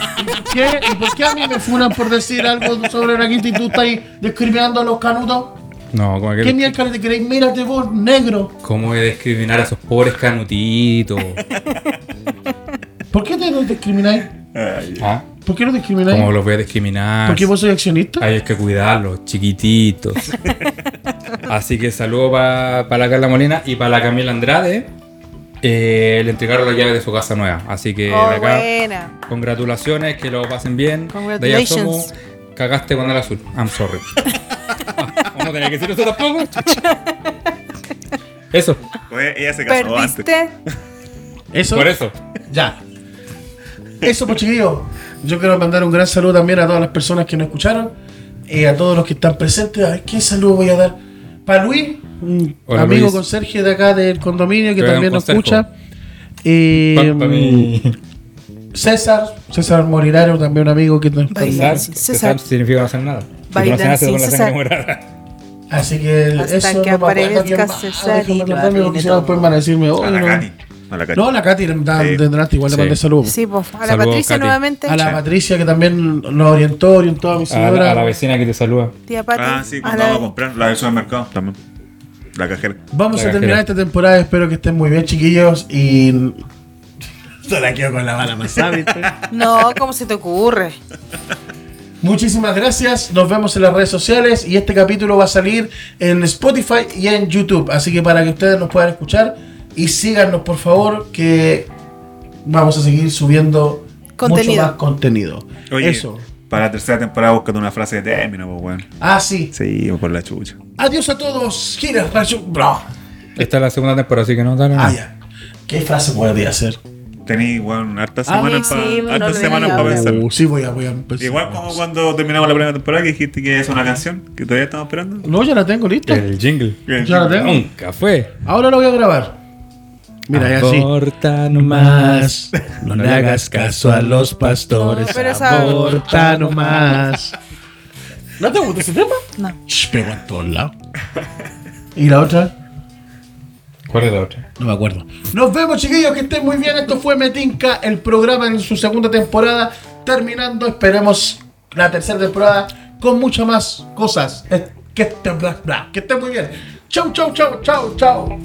Speaker 1: ¿Qué? ¿Y por qué a mí me funan por decir algo sobre la quinta y tú estás discriminando a los canutos?
Speaker 3: No, como
Speaker 1: ¿Qué
Speaker 3: que,
Speaker 1: mierda te creéis? Mírate vos, negro.
Speaker 3: ¿Cómo voy a discriminar a esos pobres canutitos?
Speaker 1: ¿Por qué te discrimináis?
Speaker 2: Ay,
Speaker 3: ¿Ah?
Speaker 1: [laughs] ¿Por qué no discrimináis?
Speaker 3: ¿Cómo los voy a discriminar?
Speaker 1: ¿Por qué vos sois accionista?
Speaker 3: Hay que
Speaker 1: [laughs]
Speaker 3: cuidarlos, chiquititos. Así que saludo para la Carla Molina y para la Camila Andrade. Eh, le entregaron las llaves de su casa nueva. Así que Eh, de
Speaker 4: Oh,
Speaker 3: acá,
Speaker 4: buena.
Speaker 3: congratulaciones, que lo pasen bien. De allá
Speaker 4: Congratulations.
Speaker 3: somos, cagaste con el azul.
Speaker 1: [laughs]
Speaker 3: I'm sorry. Ah, ¿Vamos a tener que decir eso tampoco? Eso,
Speaker 2: güey, ella se casó antes.
Speaker 4: Perdiste.
Speaker 1: Eso.
Speaker 3: por eso.
Speaker 1: Ya. Eso, pues chiquillos. Yo quiero mandar un gran saludo también a todas las personas que nos escucharon y a todos los que están presentes. A ver, ¿qué saludo voy a dar? Para Luis, un
Speaker 3: Hola,
Speaker 1: amigo
Speaker 3: Luis.
Speaker 1: conserje de acá del condominio que
Speaker 3: Te voy a dar
Speaker 1: también
Speaker 3: un
Speaker 1: nos
Speaker 3: consejo.
Speaker 1: escucha. Eh,
Speaker 3: Pa- pa' mí.
Speaker 1: César, César Moriraro, también un amigo que nos
Speaker 3: Cesar,
Speaker 4: Bailar sin cesar.
Speaker 3: cesar significa no hacer nada. Si no
Speaker 4: Bailar
Speaker 3: hace nada, se
Speaker 4: sin
Speaker 3: pone la
Speaker 4: cesar.
Speaker 3: sangre morada.
Speaker 1: Así que
Speaker 4: Hasta
Speaker 1: eso
Speaker 4: que
Speaker 1: no me acuerdo
Speaker 4: aparezca
Speaker 1: quién más. Ah,
Speaker 4: César
Speaker 1: Déjame
Speaker 4: y lo
Speaker 1: acordarme, porque
Speaker 4: arruine
Speaker 1: si no,
Speaker 4: todo.
Speaker 1: después van a decirme,
Speaker 2: A
Speaker 1: "Oye,
Speaker 2: la
Speaker 1: no".
Speaker 2: Cati. A la Cati.
Speaker 1: Oh, No, la Katy
Speaker 2: Sí.
Speaker 1: tendrás igual le
Speaker 3: Sí.
Speaker 1: mandé saludos.
Speaker 4: Sí, po. A la
Speaker 3: Saludos,
Speaker 4: Patricia
Speaker 3: Katy.
Speaker 4: nuevamente.
Speaker 1: A la Patricia que también nos orientó, orientó a mi
Speaker 3: A la,
Speaker 1: señora.
Speaker 3: a la vecina que te saluda.
Speaker 4: Tía Pati.
Speaker 2: Ah, sí,
Speaker 4: a
Speaker 2: cuando
Speaker 4: la-
Speaker 2: vamos a comprar la del supermercado también. La cajera.
Speaker 1: Vamos
Speaker 3: La
Speaker 1: a terminar
Speaker 3: cajera.
Speaker 1: esta temporada, espero que estén muy bien, chiquillos. Y. [laughs] Se la quedo con la bala más hábil, pues.
Speaker 4: No, ¿cómo se te ocurre?
Speaker 1: Muchísimas gracias, nos vemos en las redes sociales y este capítulo va a salir en Spotify y en YouTube, así que para que ustedes nos puedan escuchar y síganos por favor que vamos a seguir subiendo mucho
Speaker 4: Contenido.
Speaker 1: más contenido.
Speaker 2: Oye,
Speaker 1: Eso.
Speaker 2: para la tercera temporada búscate una frase de término, pues, weón.
Speaker 1: Ah, sí.
Speaker 2: Sí, pues, por la chucha.
Speaker 1: Adiós a todos. Gira, rayo, bro.
Speaker 3: Esta es la segunda temporada, así que no dale nada.
Speaker 1: Ah, ya. ¿Qué frase podría hacer?
Speaker 2: Tení, weón, hartas
Speaker 1: Ah,
Speaker 2: semanas
Speaker 4: sí, no
Speaker 2: para
Speaker 4: lo había hablado.
Speaker 2: pensar.
Speaker 1: Uh, sí, voy a, voy a empezar.
Speaker 2: Igual como cuando terminamos la primera temporada que dijiste que es una canción que todavía estamos esperando.
Speaker 1: No, ya la tengo lista.
Speaker 3: El jingle.
Speaker 1: Ya la tengo.
Speaker 3: Nunca fue.
Speaker 1: Ahora lo voy a grabar. Mira, ya sí.
Speaker 3: Aborta
Speaker 1: más. [laughs] No le hagas caso a los pastores.
Speaker 4: No, pero esa-
Speaker 1: Aborta nomás. ¿No te gusta ese tema?
Speaker 4: No.
Speaker 1: Ch, Pegó a todos lados. ¿Y la otra?
Speaker 3: ¿Cuál es la otra?
Speaker 1: No me acuerdo. Nos vemos, chiquillos. Que estén muy bien. Esto fue Metinca, el programa en su segunda temporada. Terminando, esperemos la tercera temporada con muchas más cosas. Eh, Que estén, bla, bla. Que estén muy bien. Chau, chau, chau, chau, chau.